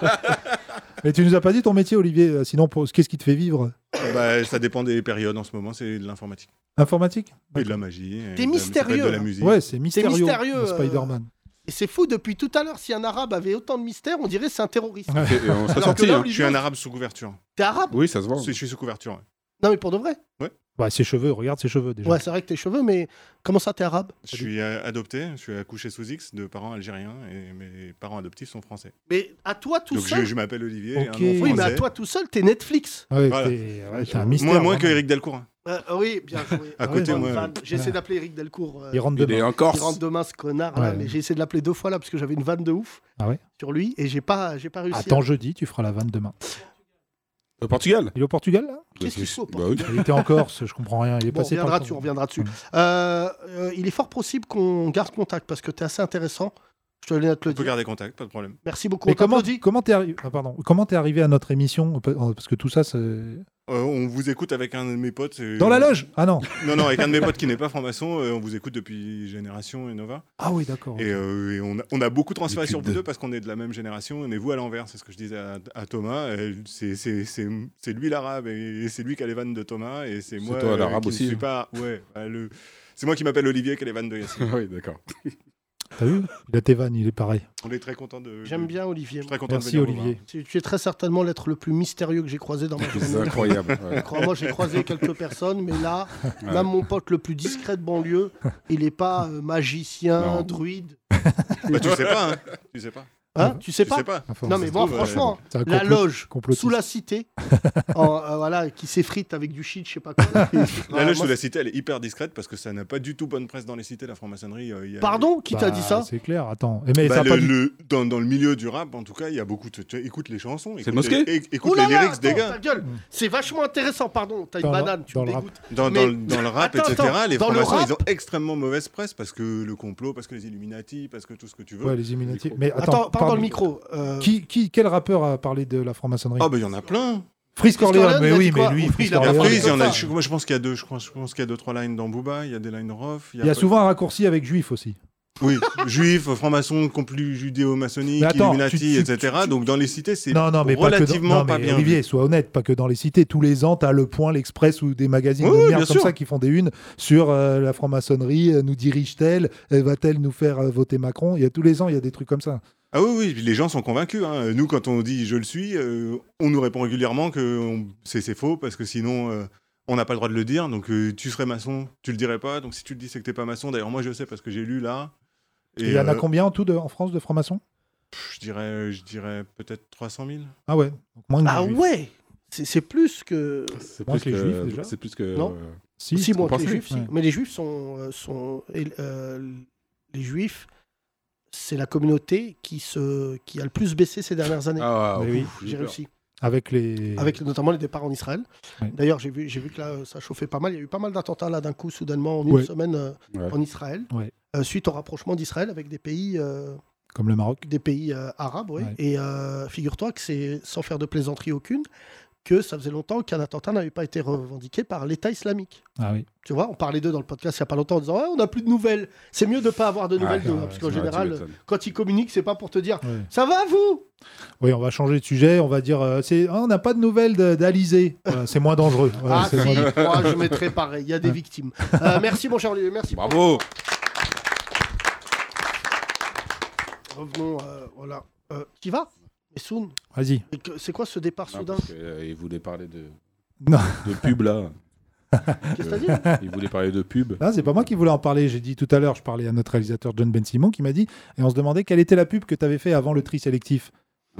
Speaker 4: Mais tu nous as pas dit ton métier, Olivier. euh, Sinon, pour- qu'est-ce qui te fait vivre
Speaker 9: Bah, ça dépend des périodes. En ce moment, c'est de l'informatique
Speaker 4: Informatique
Speaker 9: et de la magie. et
Speaker 3: T'es
Speaker 9: de la-
Speaker 3: mystérieux,
Speaker 9: De la
Speaker 3: là.
Speaker 9: musique.
Speaker 4: Ouais, c'est mystérieux.
Speaker 3: mystérieux,
Speaker 4: dans
Speaker 3: euh,
Speaker 4: Spider-Man.
Speaker 3: Et c'est fou, depuis tout à l'heure, si un arabe avait autant de mystère, on dirait c'est un terroriste.
Speaker 6: Et- et on s'est
Speaker 3: Alors
Speaker 6: sorti.
Speaker 3: que là,
Speaker 6: hein.
Speaker 9: Je suis un arabe sous couverture.
Speaker 3: T'es arabe
Speaker 6: Oui, ça se voit.
Speaker 9: Je suis sous couverture. ouais.
Speaker 3: Non, mais pour de vrai.
Speaker 4: Bah, ses cheveux, regarde ses cheveux déjà.
Speaker 3: Ouais, c'est vrai que tes cheveux, mais comment ça, t'es arabe
Speaker 9: Je suis euh, adopté, je suis accouché sous X de parents algériens et mes parents adoptifs sont français.
Speaker 3: Mais à toi tout
Speaker 9: Donc je,
Speaker 3: seul.
Speaker 9: je m'appelle Olivier,
Speaker 4: Ok.
Speaker 9: un nom
Speaker 3: Oui, mais à
Speaker 9: français.
Speaker 3: toi tout seul, t'es Netflix.
Speaker 4: Ouais,
Speaker 9: Voilà.
Speaker 4: t'es- ouais, t'es un mystère.
Speaker 9: moins, moins
Speaker 4: vraiment.
Speaker 9: que Eric Delcourt. hein.
Speaker 3: Euh, oui, bien joué.
Speaker 9: À
Speaker 3: Bonne
Speaker 9: côté,
Speaker 3: vanne.
Speaker 9: moi.
Speaker 3: J'essaie d'appeler Eric Delcourt. euh,
Speaker 4: Il rentre
Speaker 6: Il est
Speaker 4: demain.
Speaker 6: en Corse.
Speaker 3: Il rentre demain ce connard là,
Speaker 4: Ouais.
Speaker 3: mais j'ai essayé de l'appeler deux fois là parce que j'avais une vanne de ouf
Speaker 4: Ah ouais
Speaker 3: sur lui et j'ai pas, j'ai pas réussi.
Speaker 4: Attends, jeudi, tu feras la vanne demain.
Speaker 6: Au Portugal
Speaker 4: Il est au Portugal là
Speaker 3: Qu'est-ce qu'il faut,
Speaker 6: Bah oui.
Speaker 4: Il était en Corse, je comprends rien. Il est
Speaker 3: Bon, on
Speaker 4: passé
Speaker 3: reviendra
Speaker 4: par.
Speaker 3: dessus, on reviendra dessus. Euh, euh, il est fort possible qu'on garde contact parce que t'es assez intéressant. Je te laisse te le
Speaker 9: On peut
Speaker 3: dire.
Speaker 9: garder contact, pas de problème.
Speaker 3: Merci beaucoup.
Speaker 4: Mais
Speaker 3: on
Speaker 4: comment
Speaker 3: t'applaudit.
Speaker 4: comment t'es arrivé ah, pardon comment t'es arrivé à notre émission oh, parce que tout ça c'est
Speaker 9: Euh, on vous écoute avec un de mes potes. euh,
Speaker 4: dans la loge ah non
Speaker 9: Non, non, avec un de mes potes qui n'est pas franc-maçon. euh, on vous écoute depuis Génération et Nova.
Speaker 4: ah oui d'accord
Speaker 9: Et, euh, et on, a, on a beaucoup transféré
Speaker 6: L'étude
Speaker 9: sur vous
Speaker 6: de-
Speaker 9: deux parce qu'on est de la même génération. On est vous à l'envers, c'est ce que je disais à, à Thomas. euh, C'est c'est- c'est- c'est lui l'arabe et c'est lui qui a les vannes de Thomas. Et c'est moi
Speaker 6: toi,
Speaker 9: euh,
Speaker 6: l'arabe
Speaker 9: qui ne
Speaker 6: aussi,
Speaker 9: suis
Speaker 6: hein.
Speaker 9: pas. Ouais, bah, le- c'est moi qui m'appelle Olivier qui a les vannes de Yassine.
Speaker 6: Ah oui, d'accord.
Speaker 4: t'as vu il a tes vannes il est pareil
Speaker 9: On est très content de.
Speaker 3: J'aime
Speaker 9: de-
Speaker 3: bien
Speaker 9: Je
Speaker 3: Olivier.
Speaker 9: suis très content
Speaker 4: merci
Speaker 9: de venir vous
Speaker 4: Olivier
Speaker 3: Tu, tu es très certainement l'être le plus mystérieux que j'ai croisé dans ma
Speaker 6: C'est
Speaker 3: journée.
Speaker 6: incroyable. ouais.
Speaker 3: Crois-moi, j'ai croisé quelques personnes, mais là,
Speaker 6: Ouais.
Speaker 3: même mon pote le plus discret de banlieue, il n'est pas euh, magicien,
Speaker 6: Non.
Speaker 3: druide.
Speaker 9: voir. Bah, tu sais pas, hein. Tu sais pas.
Speaker 3: Hein Tu sais
Speaker 9: Tu
Speaker 3: pas
Speaker 9: sais pas.
Speaker 4: Enfin,
Speaker 3: Non,
Speaker 4: c'est-
Speaker 3: mais
Speaker 9: se
Speaker 3: moi,
Speaker 9: trouve,
Speaker 3: franchement,
Speaker 4: c'est un
Speaker 3: la
Speaker 4: complot-
Speaker 3: loge,
Speaker 4: complotiste.
Speaker 3: sous la cité, en, euh, voilà, qui s'effrite avec du shit, je sais pas quoi.
Speaker 9: la
Speaker 3: Voilà,
Speaker 9: loge
Speaker 3: Bah, moi,
Speaker 9: de la cité, elle est hyper discrète parce que ça n'a pas du tout bonne presse dans les cités, la franc-maçonnerie. euh, il y a-
Speaker 3: Pardon, qui t'a
Speaker 4: Bah,
Speaker 3: dit ça
Speaker 4: c'est clair attends Eh, mais
Speaker 9: Bah,
Speaker 4: ça a
Speaker 9: le-
Speaker 4: pas du-
Speaker 9: le- dans, dans le milieu du rap, en tout cas, il y a beaucoup. de- tu écoutes les chansons,
Speaker 6: C'est
Speaker 9: écoute
Speaker 6: mosquée
Speaker 9: les, é- écoute
Speaker 3: Oh là
Speaker 9: les
Speaker 3: là,
Speaker 9: lyrics des
Speaker 3: attends,
Speaker 9: gars.
Speaker 3: ta gueule. C'est vachement intéressant, pardon, t'as
Speaker 4: Dans
Speaker 3: une
Speaker 4: la-
Speaker 3: banane, tu
Speaker 4: dans
Speaker 3: me
Speaker 4: le rap.
Speaker 3: dégoûtes.
Speaker 9: Dans,
Speaker 3: Mais-
Speaker 9: dans le- dans le rap,
Speaker 3: Attends,
Speaker 9: etc.,
Speaker 3: attends,
Speaker 9: les
Speaker 3: dans le
Speaker 9: francs-maçons,
Speaker 3: rap-
Speaker 9: ils ont extrêmement mauvaise presse parce que le complot, parce que les Illuminati, parce que tout ce que tu veux.
Speaker 4: ouais les Illuminati mais
Speaker 3: Attends,
Speaker 4: attends
Speaker 3: parle dans le micro. euh,
Speaker 4: qui, qui quel rappeur a parlé de la franc-maçonnerie
Speaker 9: Ah, bah, il y en a plein.
Speaker 4: Frisk
Speaker 3: Frisk
Speaker 4: Orléans
Speaker 3: Orléans, il
Speaker 4: mais
Speaker 3: a
Speaker 4: oui
Speaker 3: dit
Speaker 4: mais
Speaker 3: quoi
Speaker 4: lui
Speaker 3: Oui,
Speaker 4: Frisk
Speaker 3: il a
Speaker 9: Et
Speaker 3: parlé
Speaker 4: Orléans
Speaker 9: après,
Speaker 3: comme
Speaker 9: il y en a,
Speaker 3: ça.
Speaker 9: je, moi, je pense qu'il y a deux, je pense, je pense qu'il y a deux, trois lines dans Booba, il y a des lines rough.
Speaker 4: il y a souvent un raccourci avec Juif aussi
Speaker 9: Oui, juifs, francs-maçons, complus judéo-maçonniques,
Speaker 4: Mais attends,
Speaker 9: Illuminati,
Speaker 4: tu- tu-
Speaker 9: etc. Donc dans les cités, c'est
Speaker 4: Non, non, mais pas que dans-
Speaker 9: relativement
Speaker 4: non,
Speaker 9: pas
Speaker 4: mais
Speaker 9: bien
Speaker 4: Olivier, sois honnête, pas que dans les cités. Tous les ans, t'as le Point, l'Express ou des magazines
Speaker 9: Oui,
Speaker 4: de
Speaker 9: oui,
Speaker 4: merde
Speaker 9: bien
Speaker 4: comme
Speaker 9: sûr.
Speaker 4: ça qui font des unes sur euh, la franc-maçonnerie. euh, nous dirige-t-elle euh, Va-t-elle nous faire euh, voter Macron Il y a tous les ans, il y a des trucs comme ça.
Speaker 9: Ah oui, oui, puis les gens sont convaincus. hein. Nous, quand on dit je le suis, euh, on nous répond régulièrement que on- c'est c'est faux parce que sinon euh, on n'a pas le droit de le dire. Donc euh, tu serais maçon, tu le dirais pas. Donc si tu le dis, c'est que t'es pas maçon. D'ailleurs, moi je sais parce que j'ai lu là.
Speaker 4: Il y en a
Speaker 9: euh,
Speaker 4: combien en tout de- en France de francs-maçons
Speaker 9: pff, Je dirais, je dirais peut-être 300 000.
Speaker 4: Ah ouais, donc moins que
Speaker 3: Ah
Speaker 4: les Juifs.
Speaker 3: ouais C'est c'est plus que.
Speaker 6: C'est
Speaker 4: Moins
Speaker 6: plus
Speaker 4: que les Juifs, déjà.
Speaker 6: que. C'est plus que.
Speaker 3: Non.
Speaker 6: euh,
Speaker 4: Si,
Speaker 3: si, moi,
Speaker 4: pense
Speaker 3: les
Speaker 4: que-
Speaker 3: juifs, si.
Speaker 4: ouais.
Speaker 3: Mais les juifs sont. euh, sont et, euh, les juifs, c'est la communauté qui, se, qui a le plus baissé ces dernières années.
Speaker 6: Ah,
Speaker 4: Mais
Speaker 6: ouf,
Speaker 4: oui.
Speaker 6: j'ai
Speaker 3: J'ai
Speaker 6: peur.
Speaker 3: réussi.
Speaker 4: Avec les.
Speaker 3: avec notamment les départs en Israël.
Speaker 4: Ouais.
Speaker 3: D'ailleurs, j'ai vu, j'ai vu que là, euh, ça chauffait pas mal. Il y a eu pas mal d'attentats là d'un coup, soudainement, en une
Speaker 4: Ouais.
Speaker 3: semaine euh,
Speaker 6: Ouais.
Speaker 3: en Israël,
Speaker 4: Ouais.
Speaker 3: Euh, suite au rapprochement d'Israël avec des pays, euh,
Speaker 4: Comme le Maroc.
Speaker 3: des pays euh, arabes. ouais.
Speaker 4: Ouais.
Speaker 3: Et euh, figure-toi que c'est, sans faire de plaisanterie aucune, que ça faisait longtemps qu'un attentat n'avait pas été revendiqué par l'État islamique.
Speaker 4: Ah oui.
Speaker 3: Tu vois, on parlait d'eux dans le podcast il n'y a pas longtemps en disant Ah, on n'a plus de nouvelles. C'est mieux de ne pas avoir de nouvelles
Speaker 4: Ouais,
Speaker 3: d'eux,
Speaker 4: ouais,
Speaker 3: hein, parce qu'en
Speaker 6: Ouais, Ah, tu
Speaker 3: général,
Speaker 6: m'étonnes.
Speaker 3: quand ils communiquent, c'est pas pour te dire
Speaker 4: Ouais.
Speaker 3: Ça va vous
Speaker 4: Oui, on va changer de sujet. On va dire, euh, c'est, Ah, on n'a pas de nouvelles de- d'Alizé. Voilà, c'est moins dangereux. Voilà,
Speaker 3: Ah si,
Speaker 4: c'est moins-
Speaker 3: moi, je mettrai pareil, il y a des victimes. Euh, merci mon cher Olivier, merci. pour-
Speaker 6: Bravo.
Speaker 3: Revenons, euh, voilà. Euh, qui va Mais Soun,
Speaker 4: Vas-y.
Speaker 3: et que- c'est quoi ce départ
Speaker 6: Ah,
Speaker 3: soudain
Speaker 6: parce que, euh, il voulait parler de.
Speaker 4: Non.
Speaker 6: De pub là.
Speaker 3: Qu'est-ce que t'as dit
Speaker 6: Il voulait parler de pub.
Speaker 4: Là, Ah, c'est pas moi qui voulais en parler. J'ai dit tout à l'heure, je parlais à notre réalisateur John Ben Simon qui m'a dit, et on se demandait quelle était la pub que tu avais fait avant le tri sélectif.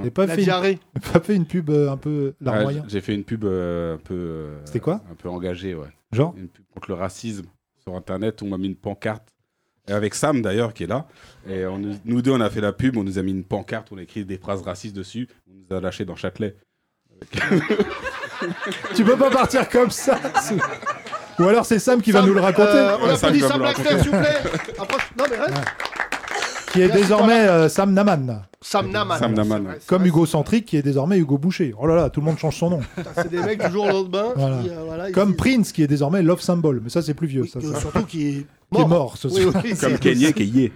Speaker 4: J'ai pas,
Speaker 3: Mmh. La
Speaker 4: fait une,
Speaker 3: diarrhée.
Speaker 4: pas fait une pub euh, un peu
Speaker 6: Ouais,
Speaker 4: larmoyant.
Speaker 6: Ah, J'ai fait une pub euh, un peu. euh,
Speaker 4: C'était quoi
Speaker 6: Un peu engagée, ouais.
Speaker 4: Genre
Speaker 6: Une pub contre le racisme sur Internet. On m'a mis une pancarte. Et avec Sam d'ailleurs qui est là. Et on nous, nous deux, on a fait la pub. On nous a mis une pancarte. On a écrit des phrases racistes dessus. On nous a lâchés dans Châtelet.
Speaker 4: Tu peux pas partir comme ça sous- Ou alors c'est Sam qui va
Speaker 3: Sam,
Speaker 4: nous le raconter,
Speaker 3: euh, on
Speaker 6: Ouais,
Speaker 3: applaudit
Speaker 6: Sam
Speaker 3: Sam
Speaker 6: va me le
Speaker 3: Blackstone, s'il vous plaît. Approche. Non mais reste.
Speaker 4: qui est désormais euh, Sam Naman,
Speaker 3: Sam Naman.
Speaker 6: Sam Naman.
Speaker 3: C'est vrai, c'est
Speaker 4: comme
Speaker 3: vrai,
Speaker 4: Hugo Centric qui est désormais Hugo Boucher. Oh là là, tout le monde change son nom.
Speaker 3: putain, C'est des mecs du jour au lendemain.
Speaker 4: Voilà.
Speaker 3: qui, euh, voilà, ils
Speaker 4: Comme
Speaker 3: disent-
Speaker 4: Prince qui est désormais Love Symbol, mais ça c'est plus vieux.
Speaker 3: Oui,
Speaker 4: ça,
Speaker 3: euh,
Speaker 4: ça.
Speaker 3: surtout qui est
Speaker 4: Qui est
Speaker 3: mort.
Speaker 4: mort ce
Speaker 3: Oui,
Speaker 4: soir.
Speaker 3: oui,
Speaker 6: Comme
Speaker 3: c'est-
Speaker 6: Kenyé qui est yé.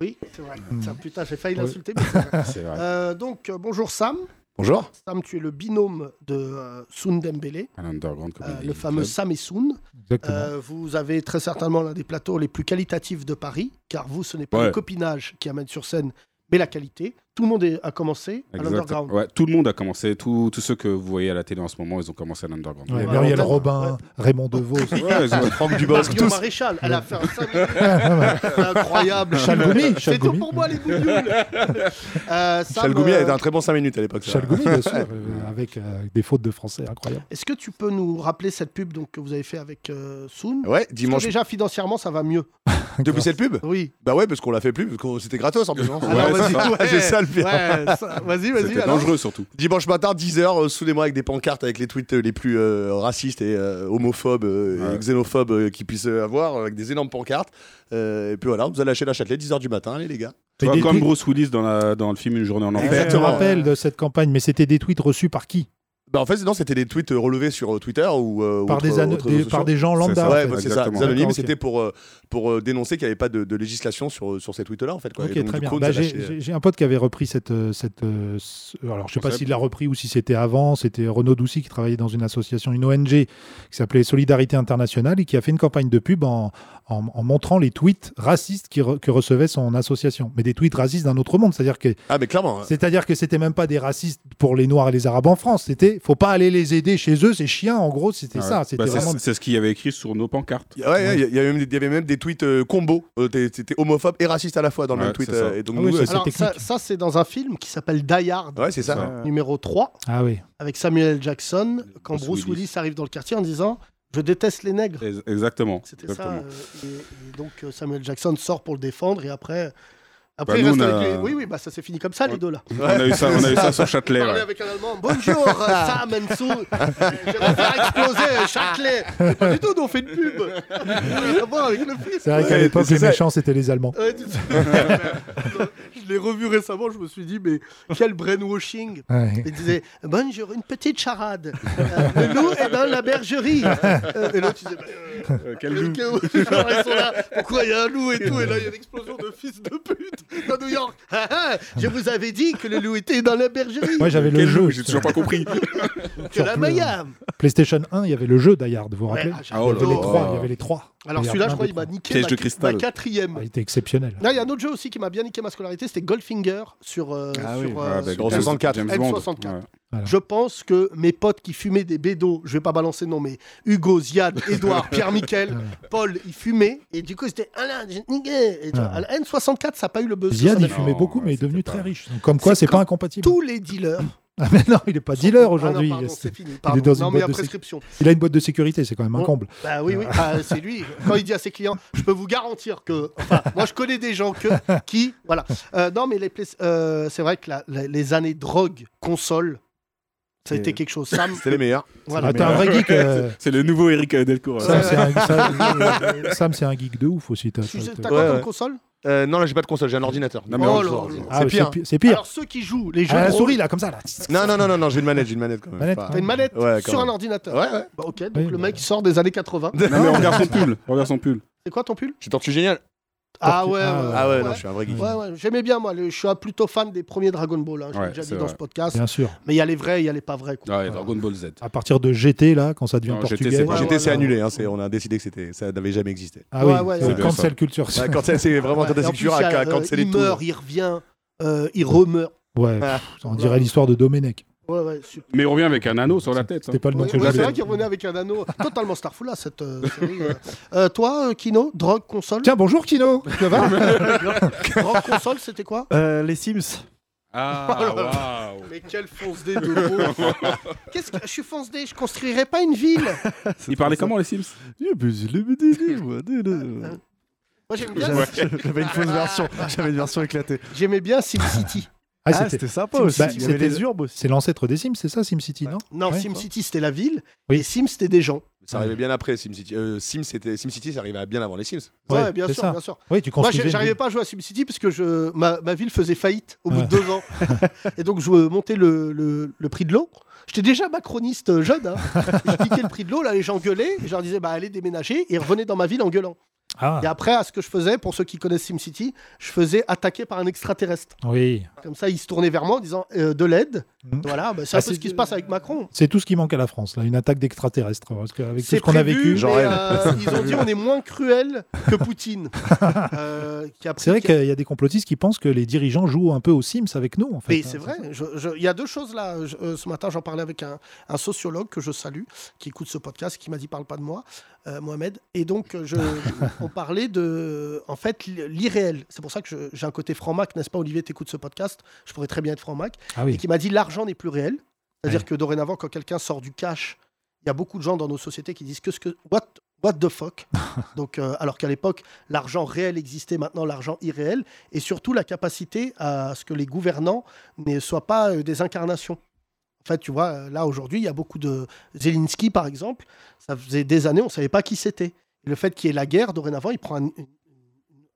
Speaker 3: Oui, c'est vrai.
Speaker 4: Mm.
Speaker 3: Ça, putain, j'ai failli
Speaker 4: Ouais.
Speaker 3: l'insulter. mais c'est vrai.
Speaker 6: C'est vrai.
Speaker 3: Euh, donc, euh, bonjour Sam.
Speaker 7: Bonjour.
Speaker 3: Sam, tu es le binôme de euh, Soun Dembélé,
Speaker 6: Un underground
Speaker 3: euh,
Speaker 6: comedy
Speaker 3: le fameux
Speaker 6: club.
Speaker 3: Sam et Soun.
Speaker 4: Exactement.
Speaker 3: Euh, vous avez très certainement l'un des plateaux les plus qualitatifs de Paris, car vous, ce n'est pas
Speaker 6: Ouais.
Speaker 3: le copinage qui amène sur scène, mais la qualité. Tout le monde est- a commencé à
Speaker 6: Exact.
Speaker 3: l'underground.
Speaker 6: Ouais, tout le monde a commencé. Tous tous ceux que vous voyez à la télé en ce moment, ils ont commencé à l'underground.
Speaker 4: Ouais,
Speaker 3: Ouais,
Speaker 4: Muriel
Speaker 3: ouais.
Speaker 4: Robin, Raymond DeVos,
Speaker 6: Ouais, ils ont-
Speaker 7: Franck Dubosc.
Speaker 3: Marion
Speaker 7: Tous.
Speaker 3: Maréchal, elle a fait un cinq minutes. C'est incroyable.
Speaker 4: Chalgoumi,
Speaker 3: C'est tout
Speaker 4: Chalgoumi.
Speaker 3: pour moi, les bouillons. euh, Sam,
Speaker 7: Chalgoumi
Speaker 3: euh,
Speaker 7: a été un très bon 5 minutes à l'époque. ça.
Speaker 4: Chalgoumi, bien sûr, euh, avec euh, des fautes de français incroyables.
Speaker 3: euh, Est-ce que tu peux nous rappeler cette pub donc, que vous avez fait avec euh, Soon
Speaker 7: Ouais,
Speaker 3: Parce que
Speaker 7: dimanche.
Speaker 3: Déjà, financièrement, ça va mieux.
Speaker 7: Depuis cette pub
Speaker 3: Oui.
Speaker 7: Bah ouais, parce qu'on l'a fait plus, parce que c'était gratos en plus. non
Speaker 6: Ouais,
Speaker 7: Alors, vas-y,
Speaker 6: ça.
Speaker 7: ouais, c'est ça le pire.
Speaker 3: Ouais, ça- vas-y, vas-y.
Speaker 6: C'était
Speaker 3: alors.
Speaker 6: dangereux surtout.
Speaker 7: Dimanche matin, 10h, euh, soulez-moi avec des pancartes avec les tweets euh, les plus euh, racistes et euh, homophobes euh, et
Speaker 6: Ouais.
Speaker 7: xénophobes euh, qu'ils puissent euh, avoir, euh, avec des énormes pancartes. Euh, et puis voilà, on vous a lâché la Châtelet, 10h du matin, allez les gars.
Speaker 6: Tu
Speaker 4: Mais
Speaker 6: vois,
Speaker 4: des
Speaker 6: comme
Speaker 4: tweets-
Speaker 6: Bruce Willis dans, la- dans le film Une journée en enfer.
Speaker 4: Je me
Speaker 7: Exactement.
Speaker 4: rappelle de cette campagne, mais c'était des tweets reçus par qui
Speaker 7: Bah en fait, non, c'était des tweets euh, relevés sur euh, Twitter ou euh,
Speaker 4: par,
Speaker 7: autre-
Speaker 4: des ano-
Speaker 7: autre
Speaker 4: des-
Speaker 7: réseau
Speaker 4: par
Speaker 7: social.
Speaker 4: des gens
Speaker 6: C'est
Speaker 4: lambda.
Speaker 6: ça,
Speaker 4: en
Speaker 7: Ouais,
Speaker 4: fait.
Speaker 7: bah, c'est
Speaker 6: Exactement.
Speaker 7: ça, des anonymes,
Speaker 4: D'accord, ok.
Speaker 7: c'était pour, euh, pour euh, dénoncer qu'il n'y avait pas de, de législation sur, sur ces tweets-là, en fait. Quoi.
Speaker 4: Ok,
Speaker 7: Et donc,
Speaker 4: très
Speaker 7: du
Speaker 4: bien.
Speaker 7: coup, on
Speaker 4: Bah,
Speaker 7: nous
Speaker 4: j'ai-
Speaker 7: a lâché, euh,
Speaker 4: J'ai j'ai un pote qui avait repris cette. euh, cette euh, ce- alors, je sais pas
Speaker 6: Concept.
Speaker 4: s'il l'a repris ou si c'était avant. C'était Renaud Doucy qui travaillait dans une association, une ONG qui s'appelait Solidarité Internationale et qui a fait une campagne de pub en, en- en montrant les tweets racistes qui re- que recevait son association. Mais des tweets racistes d'un autre monde. C'est-à-dire que
Speaker 7: Ah, mais clairement. hein.
Speaker 4: c'est-à-dire que c'était même pas des racistes pour les Noirs et les Arabes en France. C'était faut pas aller les aider chez eux, c'est chiens. En gros, c'était
Speaker 6: Ouais.
Speaker 4: ça. C'était
Speaker 6: Bah, c'est
Speaker 4: vraiment.
Speaker 6: c'est ce qu'il y avait écrit sur nos pancartes.
Speaker 7: Ouais, ouais, il y a- il y, avait même des- il y avait même des tweets euh, combo. Euh, t'es- T'étais homophobe et raciste à la fois dans le
Speaker 6: Ouais,
Speaker 7: même tweet.
Speaker 6: c'est ça.
Speaker 7: euh, et donc,
Speaker 4: Ah
Speaker 7: nous,
Speaker 4: oui,
Speaker 7: euh,
Speaker 4: c'est
Speaker 3: Alors, ça,
Speaker 4: technique.
Speaker 3: ça, c'est dans un film qui s'appelle Die Hard, euh,
Speaker 7: ouais, c'est ça.
Speaker 6: Ça.
Speaker 3: numéro 3.
Speaker 4: Ah oui.
Speaker 3: avec Samuel L. Jackson quand
Speaker 6: Bruce
Speaker 3: Bruce Willis.
Speaker 6: Willis
Speaker 3: arrive dans le quartier en disant Je déteste les nègres.
Speaker 6: Ex- Exactement.
Speaker 3: C'était ça.
Speaker 6: Exactement.
Speaker 3: euh, et, et donc euh, Samuel Jackson sort pour le défendre et après. Après,
Speaker 6: Bah,
Speaker 3: il
Speaker 6: nous,
Speaker 3: reste
Speaker 6: on a-
Speaker 3: avec les- Oui, oui, bah, ça s'est fini comme ça, les deux là.
Speaker 6: On a eu ça, on a eu ça sur Châtelet.
Speaker 3: Parler
Speaker 6: ouais.
Speaker 3: avec un Allemand. Bonjour, euh, Sam and Sue. Euh, Je vais faire exploser euh, Châtelet. Mais Pas du tout, nous, on fait une pub. Rien à voir avec le film.
Speaker 4: C'est vrai qu'à
Speaker 7: Ouais,
Speaker 4: l'époque,
Speaker 7: c'est
Speaker 4: les
Speaker 7: ça.
Speaker 4: méchants, c'était les Allemands.
Speaker 3: Ouais, tu te souviens, euh, je l'ai revu récemment, je me suis dit, mais quel brainwashing
Speaker 4: Ouais.
Speaker 3: Il disait Bonjour, une petite charade. Euh, le loup est dans la bergerie. Euh, et l'autre, il disait Bah, euh,
Speaker 6: quel
Speaker 3: le-
Speaker 6: loup
Speaker 3: genre, ils sont là. Pourquoi il y a un loup et tout Et là, il y a une explosion de fils de pute dans New York. Ah, ah, je vous avais dit que le loup était dans la bergerie.
Speaker 4: Moi, j'avais le
Speaker 6: Quel
Speaker 4: jeu.
Speaker 6: loup, J'ai toujours pas compris.
Speaker 3: que la
Speaker 4: surplus,
Speaker 3: Miami.
Speaker 6: euh,
Speaker 4: PlayStation 1, il y avait le jeu Die Hard, vous vous
Speaker 3: Ouais,
Speaker 4: rappelez
Speaker 3: ah,
Speaker 6: Ah,
Speaker 3: j'adore.
Speaker 6: oh
Speaker 4: Il y avait
Speaker 6: là
Speaker 4: les
Speaker 6: là.
Speaker 4: trois, il y avait les trois.
Speaker 3: Alors
Speaker 4: Il y a
Speaker 3: celui-là,
Speaker 4: un
Speaker 3: je crois,
Speaker 4: des
Speaker 3: il m'a
Speaker 4: trois.
Speaker 3: niqué
Speaker 6: Piège
Speaker 3: ma,
Speaker 6: de cristal.
Speaker 3: ma quatrième.
Speaker 4: Ah, Il était exceptionnel.
Speaker 3: Là, il y a un autre jeu aussi qui m'a bien niqué ma scolarité, c'était Goldfinger sur, euh,
Speaker 5: Ah
Speaker 3: sur,
Speaker 5: oui.
Speaker 3: euh,
Speaker 6: Ouais, avec
Speaker 3: sur-
Speaker 7: en 64.
Speaker 6: bah, James
Speaker 3: M64.
Speaker 6: Bond.
Speaker 3: Ouais.
Speaker 6: Ouais.
Speaker 3: Je pense que mes potes qui fumaient des bédos, je vais pas balancer de nom, mais Hugo, Ziad, Edouard, Pierre-Michel, Paul, ils fumaient. Et du coup, ils étaient Alain, j'ai niqué. Et tu vois,
Speaker 4: Ah.
Speaker 3: Alain, N64, ça n'a pas eu le buzz. Ça,
Speaker 4: Ziad, il
Speaker 3: ça-
Speaker 6: Non,
Speaker 4: fumait beaucoup,
Speaker 6: ouais,
Speaker 4: mais il est devenu
Speaker 6: c'était
Speaker 4: très
Speaker 6: pas-
Speaker 4: riche. Donc, comme quoi,
Speaker 3: C'est
Speaker 4: c'est
Speaker 3: comme
Speaker 4: pas incompatible.
Speaker 3: Tous les dealers.
Speaker 4: Ah, mais non, il est pas dealer aujourd'hui.
Speaker 3: Ah non, pardon, c'est fini.
Speaker 4: Il est
Speaker 3: Pardon.
Speaker 4: dans
Speaker 3: Non,
Speaker 4: une
Speaker 3: mais
Speaker 4: boîte
Speaker 3: à
Speaker 4: de
Speaker 3: prescription.
Speaker 4: il a une boîte de sécurité, c'est quand même un
Speaker 3: Bon.
Speaker 4: comble.
Speaker 3: Bah oui, oui. Ah, c'est lui. Quand il dit à ses clients, je peux vous garantir que. Enfin, moi, je connais des gens que, qui. Voilà. Euh, non, mais les play- euh, c'est vrai que la- la- les années drogue, console, Ça a été quelque chose. Sam,
Speaker 7: C'était les meilleurs.
Speaker 3: voilà.
Speaker 4: Ah, t'es un vrai geek. euh,
Speaker 6: C'est le nouveau Eric euh, Delcourt.
Speaker 4: Sam,
Speaker 6: hein.
Speaker 4: c'est un, Sam- Sam, c'est un geek de ouf aussi. t'as-
Speaker 3: Tu sais,
Speaker 4: t'as-
Speaker 3: T'as
Speaker 7: Ouais,
Speaker 3: quoi comme
Speaker 7: ouais.
Speaker 3: console
Speaker 7: Euh, non, là, j'ai pas de console, j'ai un ordinateur.
Speaker 6: Non, mais
Speaker 3: Oh
Speaker 6: on-
Speaker 3: là
Speaker 6: on-
Speaker 3: là.
Speaker 4: Ah,
Speaker 7: c'est
Speaker 4: ouais,
Speaker 7: pire.
Speaker 4: pi- C'est pire.
Speaker 3: Alors ceux qui jouent, les jeux
Speaker 4: Ah,
Speaker 3: de
Speaker 4: la
Speaker 3: rôle,
Speaker 4: souris là, comme ça là.
Speaker 7: Non, non, non, non, non, j'ai une manette, j'ai une manette hein. quand même.
Speaker 4: Manette,
Speaker 7: Pas-
Speaker 3: t'as une manette
Speaker 7: Ouais, quand
Speaker 3: sur
Speaker 7: même.
Speaker 3: un ordinateur.
Speaker 7: Ouais, ouais.
Speaker 3: Bah, ok, donc
Speaker 4: Oui,
Speaker 3: le
Speaker 4: bah.
Speaker 3: mec il sort des années 80.
Speaker 6: Non, mais regarde son pull. Regarde son pull.
Speaker 3: C'est quoi ton pull
Speaker 7: Je suis tortue génial.
Speaker 3: Ah ouais,
Speaker 4: Ah ouais.
Speaker 7: Ah ouais, non, je suis un vrai geek.
Speaker 3: Ouais, ouais, j'aimais bien moi, le- je suis un plutôt fan des premiers Dragon Ball, hein, je l'ai
Speaker 6: Ouais,
Speaker 3: déjà dit
Speaker 6: c'est
Speaker 3: dans
Speaker 6: vrai.
Speaker 3: ce podcast.
Speaker 4: Bien sûr.
Speaker 3: Mais il y a les vrais, il y a les pas vrais. Quoi.
Speaker 6: Ah, et Dragon Ball Z.
Speaker 4: À partir de GT là, quand ça devient
Speaker 6: Non, GT,
Speaker 4: portugais. euh,
Speaker 6: c'est-
Speaker 3: Ouais,
Speaker 7: GT,
Speaker 3: ouais,
Speaker 7: c'est
Speaker 3: ouais.
Speaker 7: annulé, hein, c'est- on a décidé que c'était, ça n'avait jamais existé.
Speaker 4: Ah oui,
Speaker 3: Ouais, ouais,
Speaker 4: c'est
Speaker 6: ouais.
Speaker 4: le cancel culture.
Speaker 7: Ouais, quand elle, c'est vraiment quand
Speaker 3: Et
Speaker 7: elle
Speaker 3: en
Speaker 7: s'est
Speaker 3: plus,
Speaker 7: culture,
Speaker 3: il y a,
Speaker 7: à-
Speaker 3: euh,
Speaker 7: quand c'est les
Speaker 3: il meurt, il revient, euh, il remeurt.
Speaker 4: Ouais,
Speaker 3: Ah.
Speaker 4: pff, on dirait l'histoire de Domenech.
Speaker 3: Ouais, ouais, super.
Speaker 6: Mais il revient avec un anneau sur la tête. hein.
Speaker 4: C'était pas le nom
Speaker 3: Ouais,
Speaker 4: que je
Speaker 3: ouais, c'est
Speaker 4: voulais.
Speaker 3: vrai qu'il revenait avec un anneau totalement starful là, cette euh, série. euh. Euh, toi, euh, Kino, drogue, console
Speaker 4: Tiens, bonjour Kino. Ah, Ça va
Speaker 3: Drogue, console, c'était quoi
Speaker 5: Euh, les Sims.
Speaker 6: Ah, waouh.
Speaker 3: Mais quel fonce dé de gros Qu'est-ce que je suis fonce dé Je construirais pas une ville.
Speaker 6: Il parlait comment les Sims
Speaker 5: Yeah, Eh, mais je l'ai mis des livres, des livres.
Speaker 3: Moi j'aime bien.
Speaker 5: J'avais j'avais une fausse version. J'avais une version éclatée.
Speaker 3: J'aimais bien Sim City.
Speaker 4: Ah,
Speaker 5: Ah,
Speaker 4: c'était-
Speaker 5: c'était sympa
Speaker 4: Sims,
Speaker 5: aussi.
Speaker 4: bah,
Speaker 5: Il y avait
Speaker 4: c'était-
Speaker 5: les urbes aussi.
Speaker 4: C'est l'ancêtre des Sims, c'est ça SimCity, non
Speaker 3: Non,
Speaker 4: Ouais.
Speaker 3: Sim City c'était la ville.
Speaker 4: Oui.
Speaker 3: Et Sim c'était des gens.
Speaker 7: Ça arrivait bien après SimCity. Euh, Sim, c'était SimCity, ça arrivait bien avant les Sims.
Speaker 3: Ouais,
Speaker 4: Ouais,
Speaker 3: bien
Speaker 4: c'est
Speaker 3: sûr,
Speaker 4: ça.
Speaker 3: bien sûr.
Speaker 4: Oui, tu
Speaker 3: Moi,
Speaker 4: construisais.
Speaker 3: j'ai-
Speaker 4: une
Speaker 3: j'arrivais
Speaker 4: ville.
Speaker 3: pas à jouer à SimCity parce que je, ma, ma ville faisait faillite au bout
Speaker 4: Ouais.
Speaker 3: de deux ans. Et donc, je euh, montais le, le, le prix de l'eau. J'étais déjà macroniste euh, jeune. Hein. je piquais le prix de l'eau, là, les gens gueulaient. Et je leur disais, bah, allez déménager. Et ils revenaient dans ma ville en gueulant.
Speaker 4: Ah,
Speaker 3: Et après, à ce que je faisais, pour ceux qui connaissent SimCity, je faisais attaquer par un extraterrestre.
Speaker 4: oui.
Speaker 3: Comme ça, ils se tournaient vers moi en disant, euh, de l'aide.
Speaker 4: Mhm.
Speaker 3: Voilà, bah, c'est
Speaker 4: Ah,
Speaker 3: un peu
Speaker 4: c'est-
Speaker 3: ce qui se passe avec Macron.
Speaker 4: C'est tout ce qui manque à la France, là, une attaque d'extraterrestres. Parce que avec tout
Speaker 3: C'est
Speaker 4: ce qu'on a vécu,
Speaker 3: prévu,
Speaker 7: J'en
Speaker 3: mais,
Speaker 7: rêve.
Speaker 3: euh, ils ont dit on est moins cruel que Poutine. Euh, qui a pris-
Speaker 4: c'est vrai
Speaker 3: qui a-
Speaker 4: qu'il y a des complotistes qui pensent que les dirigeants jouent un peu aux Sims avec nous, en fait.
Speaker 3: Mais
Speaker 4: hein,
Speaker 3: c'est vrai, je- je- il y a deux choses là. Je- euh, ce matin, j'en parlais avec un, un sociologue que je salue, qui écoute ce podcast, qui m'a dit parle pas de moi, euh, Mohamed. Et donc, euh, je, on parlait de, en fait, l- l'irréel. C'est pour ça que je- j'ai un côté franc-mac, n'est-ce pas, Olivier T'écoutes ce podcast, je pourrais très bien être franc-mac.
Speaker 4: ça. Ah
Speaker 3: Et
Speaker 4: oui.
Speaker 3: qui m'a dit l'argent n'est plus réel. C'est-à-dire que dorénavant, quand quelqu'un sort du cash, il y a beaucoup de gens dans nos sociétés qui disent que ce que. What, what the fuck Donc, euh, alors qu'à l'époque, l'argent réel existait, maintenant l'argent irréel, et surtout la capacité à ce que les gouvernants ne soient pas euh, des incarnations. En fait, tu vois, euh, là aujourd'hui, il y a beaucoup de. Zelensky, par exemple, ça faisait des années, on ne savait pas qui c'était. Le fait qu'il y ait la guerre, dorénavant, il prend un,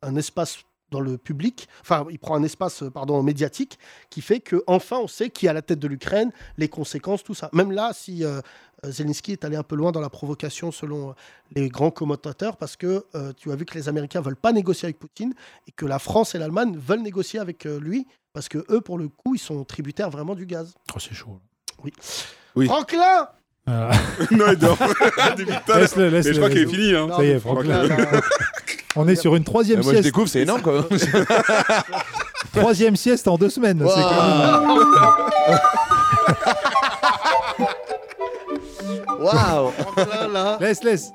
Speaker 3: un espace dans le public, enfin, il prend un espace, euh, pardon, médiatique, qui fait que enfin on sait qui est à la tête de l'Ukraine, les conséquences, tout ça. Même là, si euh, euh, Zelensky est allé un peu loin dans la provocation, selon euh, les grands commentateurs, parce que euh, tu as vu que les Américains veulent pas négocier avec Poutine et que la France et l'Allemagne veulent négocier avec euh, lui, parce que eux, pour le coup, ils sont tributaires vraiment du gaz.
Speaker 4: Oh, c'est chaud.
Speaker 6: Oui.
Speaker 3: Franklin
Speaker 4: là.
Speaker 6: Non, il dort. Depuis tout à
Speaker 4: Ah,
Speaker 6: l'heure.
Speaker 4: laisse-le, laisse-le,
Speaker 6: Mais je crois qu'il est
Speaker 4: laisse-le.
Speaker 6: fini. Hein.
Speaker 3: Non,
Speaker 4: Ça y
Speaker 3: mais
Speaker 4: est, Franklin. On est sur une troisième
Speaker 9: Ah,
Speaker 7: moi, je
Speaker 4: sieste.
Speaker 7: découvre, c'est énorme quand même.
Speaker 4: Troisième sieste en deux semaines. c'est quand même-
Speaker 7: Waouh
Speaker 3: Franklin, là.
Speaker 4: Laisse, laisse.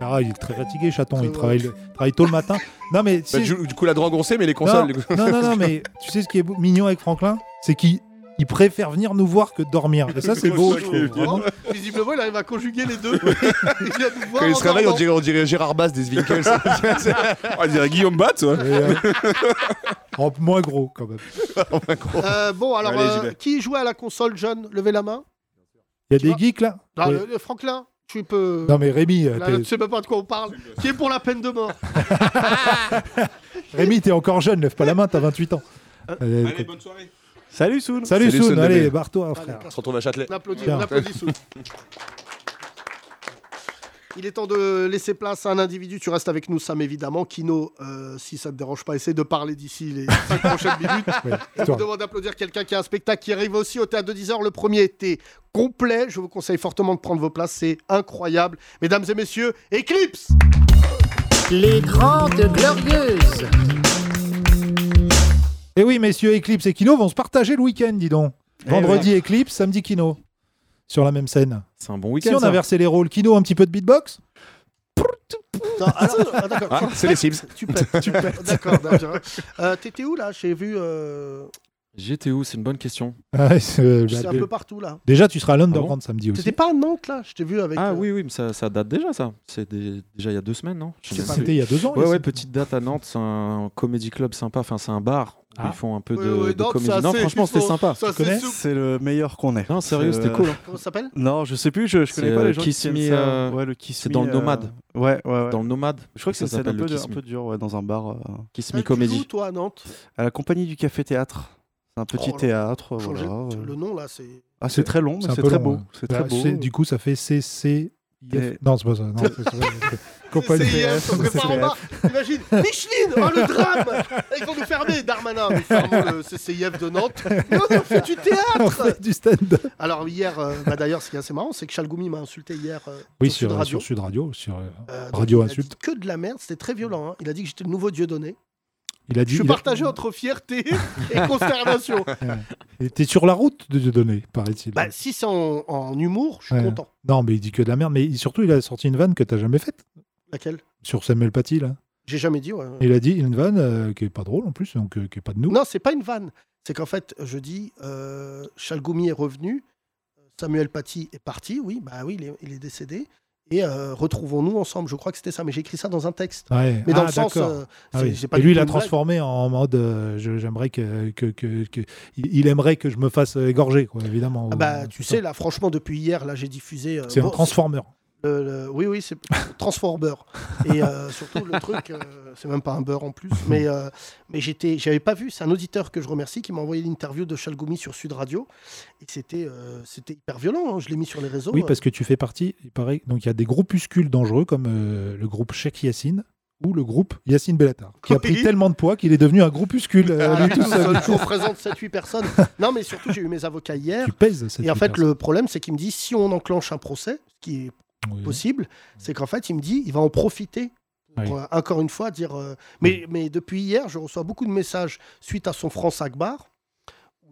Speaker 4: Ah, il est très fatigué, chaton.
Speaker 3: C'est
Speaker 4: Il
Speaker 3: vrai.
Speaker 4: travaille, le- travaille tôt le matin. Non, mais. si-
Speaker 7: Bah, Du du coup, la drogue, on sait, mais les
Speaker 4: non,
Speaker 7: consoles. du coup.
Speaker 4: non, non, non, mais tu sais ce qui est beau- mignon avec Franklin C'est qu'il il préfère venir nous voir que dormir. Et ça, c'est beau. je trouve, hein. vraiment.
Speaker 3: Oh, Visiblement, il arrive à conjuguer les deux. il vient nous voir
Speaker 7: Quand
Speaker 3: en
Speaker 7: ils se réveillent, on
Speaker 3: dormant.
Speaker 7: dirait, on dirait Gérard Bass des Zwinkels.
Speaker 6: On dirait Guillaume Batz. ouais.
Speaker 4: Et, euh, en moins gros, quand même.
Speaker 3: Euh, bon, alors,
Speaker 6: Allez, j'y
Speaker 3: euh,
Speaker 6: vais.
Speaker 3: qui jouait à la console jeune Levez la main.
Speaker 4: Il
Speaker 3: Tu
Speaker 4: y a
Speaker 3: vois
Speaker 4: des geeks, là
Speaker 3: Non,
Speaker 4: Oui.
Speaker 3: le- le Franklin, tu peux.
Speaker 4: Non, mais Rémi, euh,
Speaker 3: Là,
Speaker 4: t'es-
Speaker 3: tu sais même pas de quoi on parle. Qui est pour la peine de mort
Speaker 4: Rémi, t'es encore jeune, lève pas la main, t'as 28 ans. Euh,
Speaker 6: Allez, bonne soirée.
Speaker 5: Salut Soun.
Speaker 4: salut
Speaker 7: Salut,
Speaker 4: Soun,
Speaker 7: Soun
Speaker 4: allez,
Speaker 7: Demé.
Speaker 4: barre-toi,
Speaker 3: Allez,
Speaker 4: frère.
Speaker 7: On se retrouve à Châtelet.
Speaker 3: On applaudit,
Speaker 4: Bien.
Speaker 3: on applaudit sous. Il est temps de laisser place à un individu. Tu restes avec nous, Sam, évidemment. Kino, euh, si ça ne te dérange pas, essaie de parler d'ici les 5 prochaines minutes.
Speaker 4: Ouais,
Speaker 3: Je vous
Speaker 4: toi.
Speaker 3: demande d'applaudir quelqu'un qui a un spectacle qui arrive aussi au théâtre de 10h. Le premier était complet. Je vous conseille fortement de prendre vos places. C'est incroyable. Mesdames et messieurs, Eclipse
Speaker 1: Les Grandes Glorieuses.
Speaker 4: Et Eh oui, messieurs, Eclipse et Kino vont se partager le week-end, dis donc. Vendredi Eclipse, samedi Kino. Sur la même scène.
Speaker 8: C'est un bon
Speaker 4: Si
Speaker 8: week-end.
Speaker 4: on inversait les rôles, Kino un petit peu de beatbox
Speaker 3: Non, alors, ah, d'accord.
Speaker 7: Ah, c'est les Sims.
Speaker 3: Tu pètes. tu pètes. D'accord. d'accord. Euh, T'étais où là J'ai vu. euh,
Speaker 8: J'étais où C'est une bonne question.
Speaker 4: Ouais, c'est, euh,
Speaker 3: C'est
Speaker 4: bah,
Speaker 3: un
Speaker 4: dé-
Speaker 3: peu partout là.
Speaker 4: Déjà, tu seras à
Speaker 8: Ah
Speaker 4: l'Underground samedi aussi.
Speaker 3: T'étais pas à Nantes là Je t'ai vu avec.
Speaker 8: Ah
Speaker 3: euh,
Speaker 8: oui, oui, mais ça, ça date déjà, ça. C'est des- déjà il y a deux semaines, non Je sais
Speaker 4: C'était il y a deux ans.
Speaker 8: Ouais,
Speaker 4: les-
Speaker 8: ouais, petite date à Nantes, c'est un comédie club sympa, enfin c'est un bar où
Speaker 7: Ah.
Speaker 8: ils font un peu de,
Speaker 3: Ouais, ouais,
Speaker 8: de
Speaker 3: non,
Speaker 8: comédie.
Speaker 3: ça,
Speaker 8: Non,
Speaker 3: c'est-
Speaker 8: franchement, c'était
Speaker 3: ils sont-
Speaker 8: sympa.
Speaker 3: ça,
Speaker 5: Tu connais
Speaker 3: c'est sou-
Speaker 5: C'est le meilleur qu'on ait.
Speaker 8: Non, sérieux,
Speaker 5: C'est,
Speaker 8: c'était
Speaker 5: euh,
Speaker 8: cool. hein.
Speaker 3: Comment ça s'appelle
Speaker 5: Non, je sais plus, je, je connais
Speaker 8: C'est,
Speaker 5: pas
Speaker 8: euh,
Speaker 5: les gens
Speaker 8: Kiss
Speaker 5: qui aiment
Speaker 8: Me,
Speaker 5: ça.
Speaker 8: euh,
Speaker 5: Ouais, le Kiss
Speaker 8: c'est
Speaker 5: Me,
Speaker 8: dans le
Speaker 5: euh,
Speaker 8: Nomade.
Speaker 5: Ouais, ouais, ouais.
Speaker 8: Dans le Nomade.
Speaker 5: Je crois que c'est
Speaker 8: ça
Speaker 5: une scène
Speaker 8: s'appelle
Speaker 5: un peu,
Speaker 8: le
Speaker 5: de-
Speaker 8: Kiss
Speaker 5: un
Speaker 8: Me.
Speaker 5: peu dure, ouais, dans un bar. euh,
Speaker 8: Kiss
Speaker 3: Ah,
Speaker 8: Me
Speaker 3: tu joues,
Speaker 8: Comédie.
Speaker 3: toi, à Nantes
Speaker 5: à la compagnie du Café Théâtre. C'est un petit
Speaker 3: Oh là là.
Speaker 5: théâtre.
Speaker 3: Changer
Speaker 5: voilà,
Speaker 3: le-
Speaker 5: euh.
Speaker 3: le nom, là, c'est...
Speaker 5: Ah, c'est très long, mais
Speaker 4: un
Speaker 5: c'est
Speaker 4: peu
Speaker 5: très
Speaker 4: long,
Speaker 5: beau.
Speaker 4: hein.
Speaker 5: C'est
Speaker 4: Bah,
Speaker 5: très beau.
Speaker 4: c'est- Du coup, ça fait CC.
Speaker 5: Et-
Speaker 4: Non, c'est pas ça. Non, c'est- c'est pas ça. Compagnie-
Speaker 3: CIF, ça serait pas en bas. Imagine, Micheline, oh le drame Ils vont nous fermer, Darmanin, nous fermons le CCIF de Nantes. Non, on fait du
Speaker 4: On
Speaker 3: théâtre
Speaker 4: fait du stand-up.
Speaker 3: Alors hier, euh, bah, d'ailleurs, ce qui est assez marrant, c'est que Chalgoumi m'a insulté hier euh,
Speaker 4: Oui,
Speaker 3: sur Sud
Speaker 4: sur, euh,
Speaker 3: Radio.
Speaker 4: sur Sud Radio. Sur, euh,
Speaker 3: Euh, donc,
Speaker 4: Radio
Speaker 3: il a dit
Speaker 4: Insulte.
Speaker 3: Que de la merde, c'était très violent. hein. Il a dit que j'étais le nouveau dieu donné.
Speaker 4: il a dit.
Speaker 3: Je suis
Speaker 4: il a-
Speaker 3: partagé entre fierté et consternation.
Speaker 4: il était sur la route de Dieudonné, paraît-il.
Speaker 3: bah, si c'est en, en humour, je suis
Speaker 4: Ouais.
Speaker 3: content.
Speaker 4: Non, mais il dit que de la merde. Mais il- surtout, il a sorti une vanne que t'as jamais faite
Speaker 3: Laquelle
Speaker 4: sur Samuel Paty, là.
Speaker 3: J'ai jamais dit. ouais.
Speaker 4: Il a dit une vanne euh, qui est pas drôle en plus, donc euh, qui est pas de nous.
Speaker 3: Non, c'est pas une vanne. C'est qu'en fait, je dis, euh, Chalgoumi est revenu, Samuel Paty est parti, oui, bah oui, il est, il est décédé, et euh, retrouvons-nous ensemble. Je crois que c'était ça, mais j'ai écrit ça dans un texte.
Speaker 4: Ouais.
Speaker 3: Mais dans
Speaker 4: Ah,
Speaker 3: le sens,
Speaker 4: d'accord.
Speaker 3: euh,
Speaker 4: Ah
Speaker 3: c'est-
Speaker 4: oui.
Speaker 3: j'ai pas
Speaker 4: Et
Speaker 3: du
Speaker 4: lui,
Speaker 3: tout
Speaker 4: il l'a
Speaker 3: une blague.
Speaker 4: transformé en mode euh, je- j'aimerais que, que, que- que- Il il aimerait que je me fasse égorger, quoi, évidemment.
Speaker 3: Ah bah, tu
Speaker 4: C'est
Speaker 3: sais,
Speaker 4: ça.
Speaker 3: là, franchement, depuis hier, là, j'ai diffusé. euh,
Speaker 4: C'est
Speaker 3: bon,
Speaker 4: un transformer.
Speaker 3: le- le- oui, oui, c'est Transformer. et euh, surtout, le truc, euh, c'est même pas un beurre en plus, mais, euh, mais j'étais, j'avais pas vu. C'est un auditeur que je remercie qui m'a envoyé l'interview de Chalgoumi sur Sud Radio, et c'était, euh, c'était hyper violent. hein. Je l'ai mis sur les réseaux.
Speaker 4: Oui, parce que tu fais partie, il paraît. Donc, il y a des groupuscules dangereux comme euh, le groupe Cheikh Yassine ou le groupe Yassine Bellatar, qui a
Speaker 3: Oui.
Speaker 4: pris tellement de poids qu'il est devenu un groupuscule. euh,
Speaker 3: Ah,
Speaker 4: lui tout
Speaker 3: tout
Speaker 4: seul.
Speaker 3: seul, je représente 7-8 personnes. Non, mais surtout, j'ai eu mes avocats hier.
Speaker 4: Tu pèses cette
Speaker 3: Et en fait, le problème, c'est qu'il me dit si on enclenche un procès, ce qui est
Speaker 4: Mmh.
Speaker 3: possible, c'est qu'en fait, il me dit il va en profiter. Pour, euh, encore une fois, dire. euh, mais, mais depuis hier, je reçois beaucoup de messages suite à son France Akbar.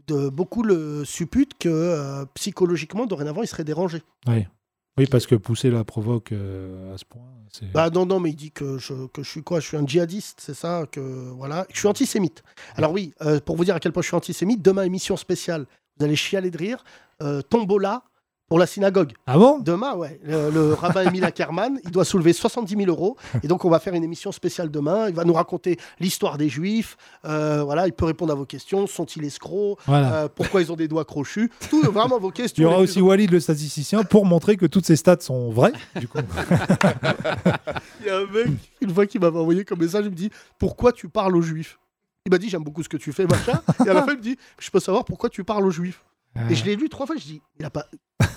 Speaker 3: De, beaucoup le supputent que euh, psychologiquement, dorénavant, il serait dérangé.
Speaker 4: Oui, parce que pousser la provoque euh, à ce point. c'est-
Speaker 3: Bah non, non, mais il dit que je, que je suis quoi Je suis un djihadiste, c'est ça que voilà. Je suis antisémite. Alors oui, euh, pour vous dire à quel point je suis antisémite, demain émission spéciale. Vous allez chialer de rire. Euh, tombola pour la synagogue.
Speaker 4: Ah bon
Speaker 3: Demain, ouais. Le, le rabbin Emile Ackerman, il doit soulever 70 000 euros. Et donc, on va faire une émission spéciale demain. Il va nous raconter l'histoire des Juifs. Euh, voilà, il peut répondre à vos questions. Sont-ils escrocs
Speaker 4: Voilà.
Speaker 3: Euh, Pourquoi ils ont des doigts crochus Tout, vraiment vos questions.
Speaker 4: Ah. Il y aura
Speaker 3: les
Speaker 4: aussi
Speaker 3: plus-
Speaker 4: Walid le statisticien pour montrer que toutes ces stats sont vraies. Bah, Du coup,
Speaker 3: Il y a un mec, une fois, qui m'avait envoyé comme message, il me dit Pourquoi tu parles aux juifs Il m'a dit J'aime beaucoup ce que tu fais, machin. Et à la fin, il me dit Je peux savoir pourquoi tu parles aux juifs. Et
Speaker 4: Ah.
Speaker 3: je l'ai lu trois fois, je dis Il a pas.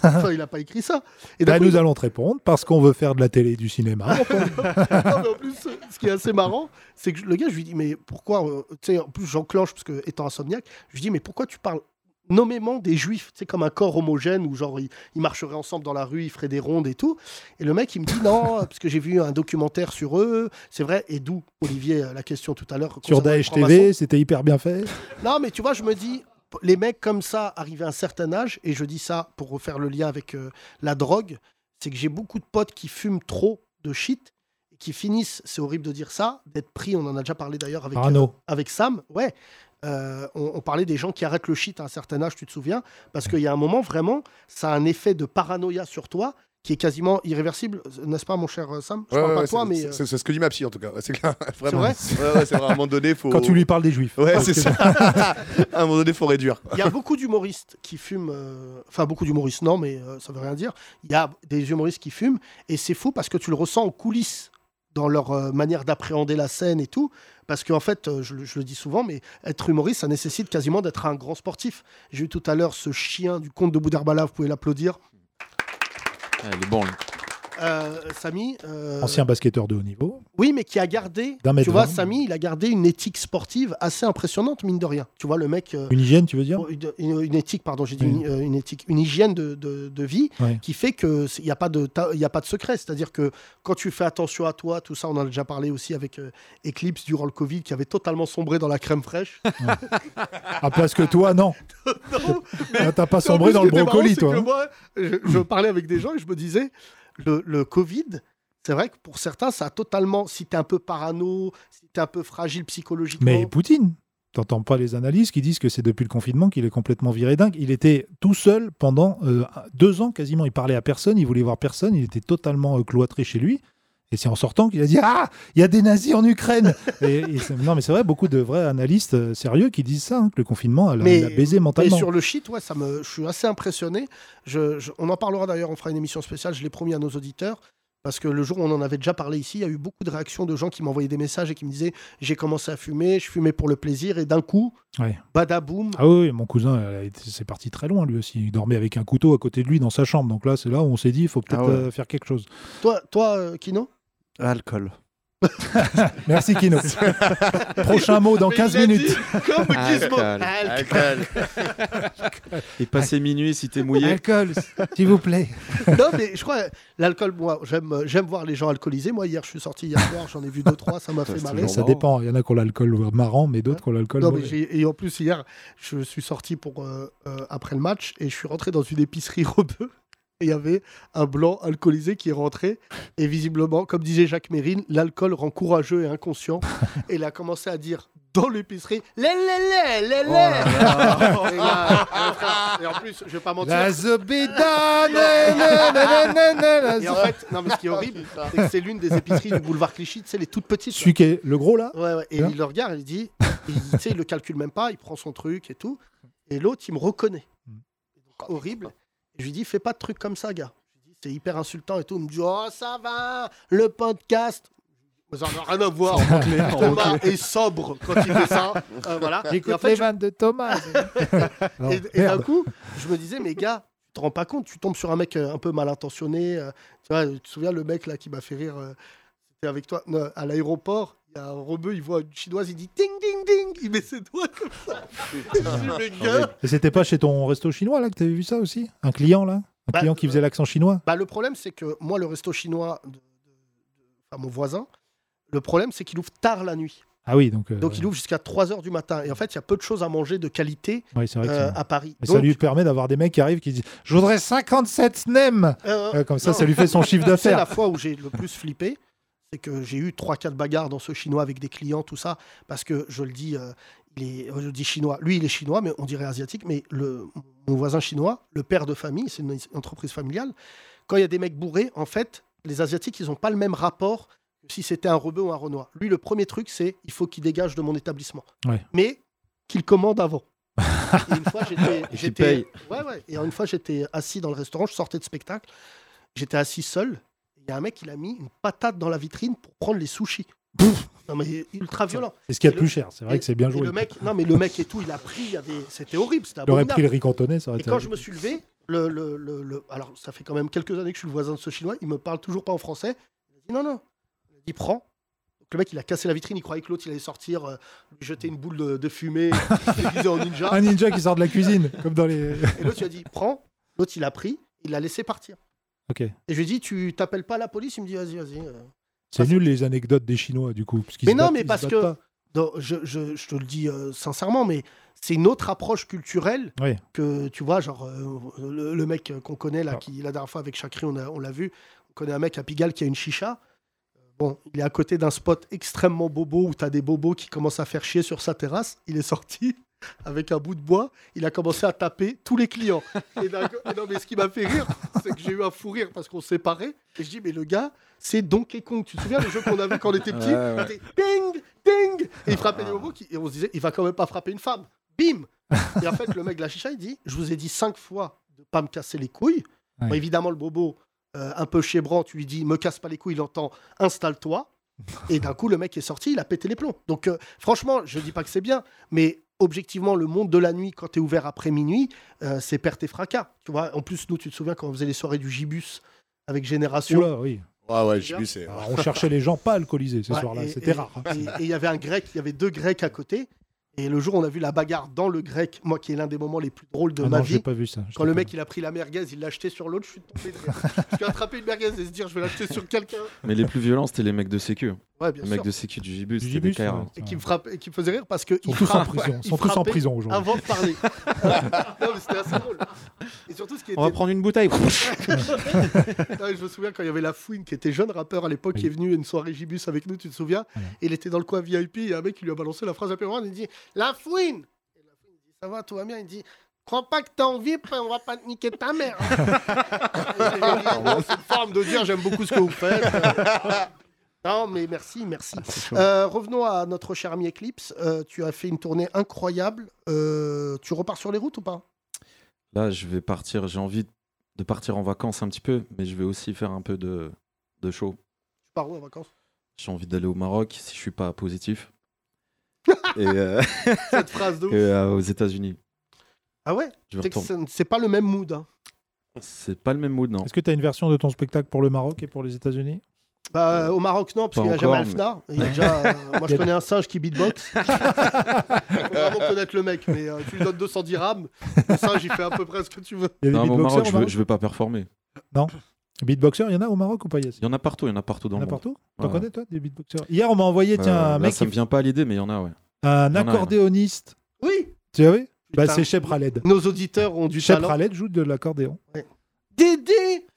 Speaker 3: Enfin, il a pas écrit ça. Et d'un
Speaker 4: Bah,
Speaker 3: coup,
Speaker 4: nous allons te répondre parce qu'on veut faire de la télé et du cinéma.
Speaker 3: Non, mais en plus, ce qui est assez marrant, c'est que je- le gars, je lui dis, mais pourquoi, euh, tu sais, en plus j'enclenche, parce que étant insomniaque, je lui dis, mais pourquoi tu parles nommément des juifs, tu sais, comme un corps homogène où genre ils, ils marcheraient ensemble dans la rue, ils feraient des rondes et tout. Et le mec, il me dit, non, parce que j'ai vu un documentaire sur eux, c'est vrai, et d'où, Olivier, euh, la question tout à l'heure.
Speaker 4: Sur
Speaker 3: concernant les
Speaker 4: Daesh
Speaker 3: francs-maçons.
Speaker 4: TV, c'était hyper bien fait.
Speaker 3: Non, mais tu vois, je me dis, p- les mecs comme ça, arrivés à un certain âge, et je dis ça pour refaire le lien avec euh, la drogue, c'est que j'ai beaucoup de potes qui fument trop de shit, et qui finissent, c'est horrible de dire ça, d'être pris, on en a déjà parlé d'ailleurs avec, euh,
Speaker 4: Arnaud.
Speaker 3: avec Sam, ouais. Euh, on, on parlait des gens qui arrêtent le shit à un certain âge, tu te souviens, parce qu'il y a un moment, vraiment, ça a un effet de paranoïa sur toi qui est quasiment irréversible, n'est-ce pas, mon cher euh, Sam Je
Speaker 7: Ouais,
Speaker 3: parle
Speaker 7: ouais,
Speaker 3: pas
Speaker 7: ouais,
Speaker 3: de toi,
Speaker 7: c'est-
Speaker 3: mais. euh,
Speaker 7: C'est c'est ce que dit ma psy, en tout cas. Ouais, C'est clair. Vraiment.
Speaker 3: vrai
Speaker 7: Ouais, ouais, c'est vrai. À un moment donné, faut.
Speaker 4: Quand tu lui parles des juifs.
Speaker 7: Ouais,
Speaker 4: Parce
Speaker 7: c'est
Speaker 4: que-
Speaker 7: ça. à un moment donné, faut réduire.
Speaker 3: Il y a beaucoup d'humoristes qui fument, euh, enfin beaucoup d'humoristes, non, mais euh, ça veut rien dire. Il y a des humoristes qui fument, et c'est fou parce que tu le ressens en coulisses, dans leur euh, manière d'appréhender la scène et tout. Parce qu'en fait, euh, je, le- je le dis souvent, mais être humoriste, ça nécessite quasiment d'être un grand sportif. J'ai eu tout à l'heure ce chien du comte de Boudarbala, vous pouvez l'applaudir.
Speaker 8: Ah, il est bon, lui.
Speaker 3: Euh, Samy. euh,
Speaker 4: Ancien basketteur de haut niveau.
Speaker 3: Oui, mais qui a gardé,
Speaker 4: D'un
Speaker 3: tu
Speaker 4: mètre
Speaker 3: vois,
Speaker 4: vingt.
Speaker 3: Samy, il a gardé une éthique sportive assez impressionnante, mine de rien. Tu vois, le mec. euh,
Speaker 4: Une hygiène, tu veux dire
Speaker 3: Bon, une, une- une éthique, pardon, j'ai dit
Speaker 4: Oui.
Speaker 3: une, euh, une éthique, une hygiène de, de- de vie
Speaker 4: Ouais.
Speaker 3: qui fait que il n'y a pas de ta- y a pas de secret. C'est-à-dire que quand tu fais attention à toi, tout ça, on en a déjà parlé aussi avec euh, Eclipse durant le Covid, qui avait totalement sombré dans la crème fraîche.
Speaker 4: Ah, parce que toi, non. Ah, T'as pas
Speaker 3: En plus,
Speaker 4: sombré dans le
Speaker 3: ce qui était marrant,
Speaker 4: brocoli,
Speaker 3: c'est
Speaker 4: toi.
Speaker 3: que
Speaker 4: hein.
Speaker 3: moi, je, je parlais avec des gens et je me disais, le, le Covid. C'est vrai que pour certains, ça a totalement. Si t'es un peu parano, si t'es un peu fragile psychologiquement.
Speaker 4: Mais Poutine, t'entends pas les analyses qui disent que c'est depuis le confinement qu'il est complètement viré dingue. Il était tout seul pendant euh, deux ans quasiment. Il parlait à personne, il voulait voir personne, il était totalement euh, cloîtré chez lui. Et c'est en sortant qu'il a dit Ah, il y a des nazis en Ukraine et, et c'est- Non, mais c'est vrai, beaucoup de vrais analystes euh, sérieux qui disent ça, hein, que le confinement elle a-
Speaker 3: Mais-
Speaker 4: l'a baisé
Speaker 3: Et
Speaker 4: mentalement.
Speaker 3: sur le shit, ouais, ça me, je suis assez impressionné. Je, je- on en parlera d'ailleurs, on fera une émission spéciale, je l'ai promis à nos auditeurs. Parce que le jour où on en avait déjà parlé ici, il y a eu beaucoup de réactions de gens qui m'envoyaient des messages et qui me disaient J'ai commencé à fumer, je fumais pour le plaisir, et d'un coup,
Speaker 4: Ouais.
Speaker 3: badaboum,
Speaker 4: Ah oui, oui, mon cousin, elle a été- c'est parti très loin lui aussi. Il dormait avec un couteau à côté de lui dans sa chambre. Donc là, c'est là où on s'est dit, il faut peut-être
Speaker 5: Ah ouais.
Speaker 4: euh, faire quelque chose.
Speaker 3: Toi, toi euh, Kino
Speaker 5: Alcool.
Speaker 4: Merci Kino. Prochain mot dans
Speaker 3: Mais
Speaker 4: 15
Speaker 3: il a dit,
Speaker 4: minutes.
Speaker 3: Comme
Speaker 7: Ah,
Speaker 3: Gizmo.
Speaker 8: Alcool.
Speaker 7: Alcool.
Speaker 8: Et passer minuit si t'es mouillé.
Speaker 4: Alcool, s'il vous plaît.
Speaker 3: Non, mais je crois, l'alcool, moi, j'aime euh, j'aime voir les gens alcoolisés. Moi, hier, je suis sorti hier soir, j'en ai vu deux, trois, ça m'a fait marrer.
Speaker 4: Ça dépend. Il y en a qui ont l'alcool marrant, mais d'autres qui ont l'alcool
Speaker 3: Non, mais
Speaker 4: mauvais.
Speaker 3: j'ai- et en plus, hier, je suis sorti pour, euh, euh, après le match et je suis rentré dans une épicerie rebeu. Et il y avait un blanc alcoolisé qui est rentré. Et visiblement, comme disait Jacques Mérine, l'alcool rend courageux et inconscient. et il a commencé à dire dans l'épicerie Lé, lé, lé, lé, lé. Et là, euh, frère, Et en plus, je vais pas mentir.
Speaker 4: La Zobéda, na, na, na, na, na, na,
Speaker 3: Et
Speaker 4: la
Speaker 3: en fait, non, mais ce qui est horrible, c'est que c'est l'une des épiceries du boulevard Clichy, c'est les toutes petites. là.
Speaker 4: Celui qui est le gros là
Speaker 3: Ouais, ouais. Et
Speaker 4: Hein
Speaker 3: il le regarde, il dit, il, tu sais, il le calcule même pas, il prend son truc et tout. Et l'autre, il me reconnaît.
Speaker 4: Mm.
Speaker 3: Donc, horrible. Je lui dis, fais pas de trucs comme ça, gars. Je lui dis, C'est hyper insultant et tout. Il me dit, oh, ça va, le podcast. Vous en avez rien à voir. Thomas est sobre quand il fait ça. Euh, voilà. Et, en fait, je-
Speaker 4: vannes de Thomas. Non,
Speaker 3: et- et d'un
Speaker 4: merde.
Speaker 3: coup, je me disais, mais gars, tu te rends pas compte, tu tombes sur un mec euh, un peu mal intentionné. euh, tu, vois, tu te souviens, le mec là qui m'a fait rire, euh, c'était avec toi non, à l'aéroport. Il y a un rebeu, il voit une chinoise, il dit ding ding ding, il met ses doigts comme ça. Je
Speaker 4: Ah,
Speaker 3: dis, mais gars.
Speaker 4: Et c'était pas chez ton resto chinois là que t'avais vu ça aussi Un client là Un
Speaker 3: Bah,
Speaker 4: client qui faisait l'accent chinois
Speaker 3: Bah, le problème, c'est que moi, le resto chinois de, de- de- enfin, mon voisin, le problème, c'est qu'il ouvre tard la nuit.
Speaker 4: Ah oui, donc. euh,
Speaker 3: Donc, il ouvre jusqu'à 3 h du matin. Et en fait, il y a peu de choses à manger de qualité
Speaker 4: ouais, c'est vrai que
Speaker 3: euh,
Speaker 4: c'est-
Speaker 3: à Paris.
Speaker 4: Mais ça
Speaker 3: Donc,
Speaker 4: lui permet d'avoir des mecs qui arrivent qui disent Je voudrais 57 snem
Speaker 3: euh,
Speaker 4: Euh, Comme ça,
Speaker 3: non.
Speaker 4: ça lui fait son chiffre
Speaker 3: C'est la
Speaker 4: d'affaires.
Speaker 3: fois où j'ai le plus flippé, c'est que j'ai eu 3-4 bagarres dans ce chinois avec des clients, tout ça, parce que je le dis, euh, il est- je dis chinois. Lui, il est chinois, mais on dirait asiatique, mais le, mon voisin chinois, le père de famille, c'est une is- entreprise familiale, quand il y a des mecs bourrés, en fait, les asiatiques, ils n'ont pas le même rapport que si c'était un rebeu ou un renoir. Lui, le premier truc, c'est il faut qu'il dégage de mon établissement.
Speaker 4: Ouais.
Speaker 3: Mais qu'il commande avant. Et une fois, j'étais-
Speaker 8: qu'il
Speaker 3: j'étais.
Speaker 8: paye.
Speaker 3: Ouais, ouais. Et une fois, j'étais assis dans le restaurant, je sortais de spectacle, j'étais assis seul. Il y a un mec, il a mis une patate dans la vitrine pour prendre les sushis. non, mais ultra violent.
Speaker 4: C'est ce qu'il y a de
Speaker 3: Et
Speaker 4: plus
Speaker 3: le-
Speaker 4: cher, c'est
Speaker 3: et-
Speaker 4: vrai que c'est bien
Speaker 3: et
Speaker 4: joué.
Speaker 3: le mec, non, mais le mec et tout, il a pris, il y avait, c'était horrible, c'était
Speaker 4: Il aurait
Speaker 3: abominable.
Speaker 4: pris le riz cantonais, ça aurait
Speaker 3: Et
Speaker 4: été.
Speaker 3: quand je me suis levé, le, le, le, le- alors ça fait quand même quelques années que je suis le voisin de ce chinois, il me parle toujours pas en français. Il a dit non, non. Il a dit prends. Donc le mec, il a cassé la vitrine, il croyait que l'autre, il allait sortir, euh, lui jeter une boule de, de fumée, se déguiser en ninja.
Speaker 4: Un ninja qui sort de la cuisine, comme dans les.
Speaker 3: Et l'autre, il a dit prends. L'autre, il a pris, il l'a laissé partir.
Speaker 4: Ok.
Speaker 3: Et je lui ai dit tu t'appelles pas la police Il me dit vas-y, vas-y. euh.
Speaker 4: C'est nul les anecdotes des Chinois, du coup. parce qu'ils
Speaker 3: Mais
Speaker 4: se
Speaker 3: non,
Speaker 4: battent-
Speaker 3: mais
Speaker 4: ils se
Speaker 3: parce
Speaker 4: battent
Speaker 3: que-
Speaker 4: pas.
Speaker 3: Non, je, je- je te le dis euh, sincèrement, mais c'est une autre approche culturelle
Speaker 4: Oui.
Speaker 3: que tu vois, genre euh, le, le mec qu'on connaît là,
Speaker 4: Ah.
Speaker 3: qui la dernière fois avec Chakri, on a- on l'a vu, on connaît un mec à Pigalle qui a une chicha. Euh, Bon, il est à côté d'un spot extrêmement bobo où t'as des bobos qui commencent à faire chier sur sa terrasse. Il est sorti avec un bout de bois, il a commencé à taper tous les clients. Et d'un coup- et non, mais ce qui m'a fait rire, c'est que j'ai eu un fou rire parce qu'on se séparait. Et je dis, mais le gars, c'est Donkey Kong. Tu te souviens le jeu qu'on avait quand on était petit
Speaker 6: Ouais, ouais.
Speaker 3: C'était ding, ding Et il frappait des bobos qui- et on se disait, il va quand même pas frapper une femme. Bim Et en fait, le mec de la chicha, il dit, je vous ai dit cinq fois de pas me casser les couilles.
Speaker 4: Ouais.
Speaker 3: Bon, évidemment, le bobo, euh, un peu chébrant, tu lui dis, me casse pas les couilles, il entend, installe-toi. Et d'un coup, le mec est sorti, il a pété les plombs. Donc, euh, franchement, je dis pas que c'est bien, mais objectivement, le monde de la nuit, quand t'es ouvert après minuit, euh, c'est perte et fracas. Tu vois, en plus, nous, tu te souviens quand on faisait les soirées du Gibus avec Génération
Speaker 4: Oula, oui.
Speaker 7: Ah ouais, j'ai vu, c'est.
Speaker 4: Alors, on cherchait les gens pas alcoolisés ce
Speaker 3: Ouais,
Speaker 4: soir-là,
Speaker 3: et-
Speaker 4: c'était
Speaker 3: et-
Speaker 4: rare. hein.
Speaker 3: Et et il y avait un grec, il y avait deux grecs à côté. Et le jour, on a vu la bagarre dans le grec, moi qui est l'un des moments les plus drôles de
Speaker 4: Ah
Speaker 3: ma
Speaker 4: non, j'ai
Speaker 3: vie.
Speaker 4: pas vu ça.
Speaker 3: Quand
Speaker 4: j'étais
Speaker 3: le
Speaker 4: pas
Speaker 3: mec il a pris la merguez, il l'a acheté sur l'autre, je suis tombé de rire. Je suis attrapé une merguez et se dire je vais l'acheter sur quelqu'un.
Speaker 8: Mais les plus violents, c'était les mecs de sécu.
Speaker 3: Ouais, bien
Speaker 8: Les mecs
Speaker 3: sûr.
Speaker 8: de sécu du Gibus, euh,
Speaker 4: Du
Speaker 8: c'était des
Speaker 4: Gibus,
Speaker 8: KR.
Speaker 4: ouais.
Speaker 3: Et qui me frappe et qui me faisait rire parce que
Speaker 4: Ils sont
Speaker 3: il
Speaker 4: tous en
Speaker 3: frappe
Speaker 4: prison, ils
Speaker 3: il
Speaker 4: sont tous en
Speaker 3: frappait
Speaker 4: prison aujourd'hui.
Speaker 3: avant de parler. non mais c'était assez drôle. Et surtout ce qui était
Speaker 8: On va prendre une bouteille.
Speaker 3: Ah, je me souviens quand il y avait la Fouine qui était jeune rappeur à l'époque
Speaker 4: Oui.
Speaker 3: qui est venu à une soirée Gibus avec nous, tu te souviens
Speaker 4: Ouais.
Speaker 3: Et Il était dans le coin VIP et un mec qui lui a balancé la phrase à Perron, il dit La Fouine Et la Fouine dit Ça va, tout va bien Il dit Crois pas que t'as envie, on va pas te niquer ta mère. c'est une forme de dire j'aime beaucoup ce que vous faites. Non, mais merci,
Speaker 8: Ah,
Speaker 3: merci. Euh, revenons à notre cher ami Eclipse. Euh, tu as fait une tournée incroyable. Euh, tu repars sur les routes ou pas
Speaker 8: Là, je vais partir. J'ai envie de partir en vacances un petit peu, mais je vais aussi faire un peu de, de show.
Speaker 3: Tu pars où en vacances
Speaker 8: J'ai envie d'aller au Maroc si je suis pas positif. et euh,
Speaker 3: Cette phrase de ouf.
Speaker 8: et, euh, aux États-Unis.
Speaker 3: Ah ouais
Speaker 8: Je vais
Speaker 3: C'est que
Speaker 8: retourner.
Speaker 3: c'est- C'est pas le même mood. hein.
Speaker 8: C'est pas le même mood, non.
Speaker 4: Est-ce que tu as une version de ton spectacle pour le Maroc et pour les États-Unis
Speaker 3: Bah, euh, au Maroc, non, parce
Speaker 8: Pas
Speaker 3: qu'il n'y a
Speaker 8: encore,
Speaker 3: jamais Alfna. Il y a déjà, euh, moi, je connais un singe qui beatbox. Il faut vraiment connaître le mec, mais euh, tu lui donnes 210 dirhams. Le singe, il fait à peu près ce que tu veux.
Speaker 4: Il y a des
Speaker 8: Non, mais au
Speaker 4: beatboxers
Speaker 8: Maroc,
Speaker 4: au
Speaker 8: je veux,
Speaker 4: Maroc
Speaker 8: je veux pas performer.
Speaker 4: Beatboxers, il y en a au Maroc ou pas Yassine
Speaker 8: Il y en a partout, il y en a partout dans
Speaker 4: Il
Speaker 8: le
Speaker 4: y en a
Speaker 8: monde.
Speaker 4: partout T'en
Speaker 8: Ouais.
Speaker 4: connais toi des beatboxers Hier on m'a envoyé tiens,
Speaker 8: Euh,
Speaker 4: un
Speaker 8: là,
Speaker 4: mec,
Speaker 8: ça me
Speaker 4: qui...
Speaker 8: vient pas à l'idée, mais il y en a, ouais.
Speaker 4: un
Speaker 8: y en a,
Speaker 4: accordéoniste.
Speaker 3: Oui
Speaker 4: Tu savais Bah
Speaker 3: Putain.
Speaker 4: c'est Shep Khaled.
Speaker 3: Nos auditeurs ont du
Speaker 4: Shep
Speaker 3: talent.
Speaker 4: Khaled joue de l'accordéon.
Speaker 3: Dédé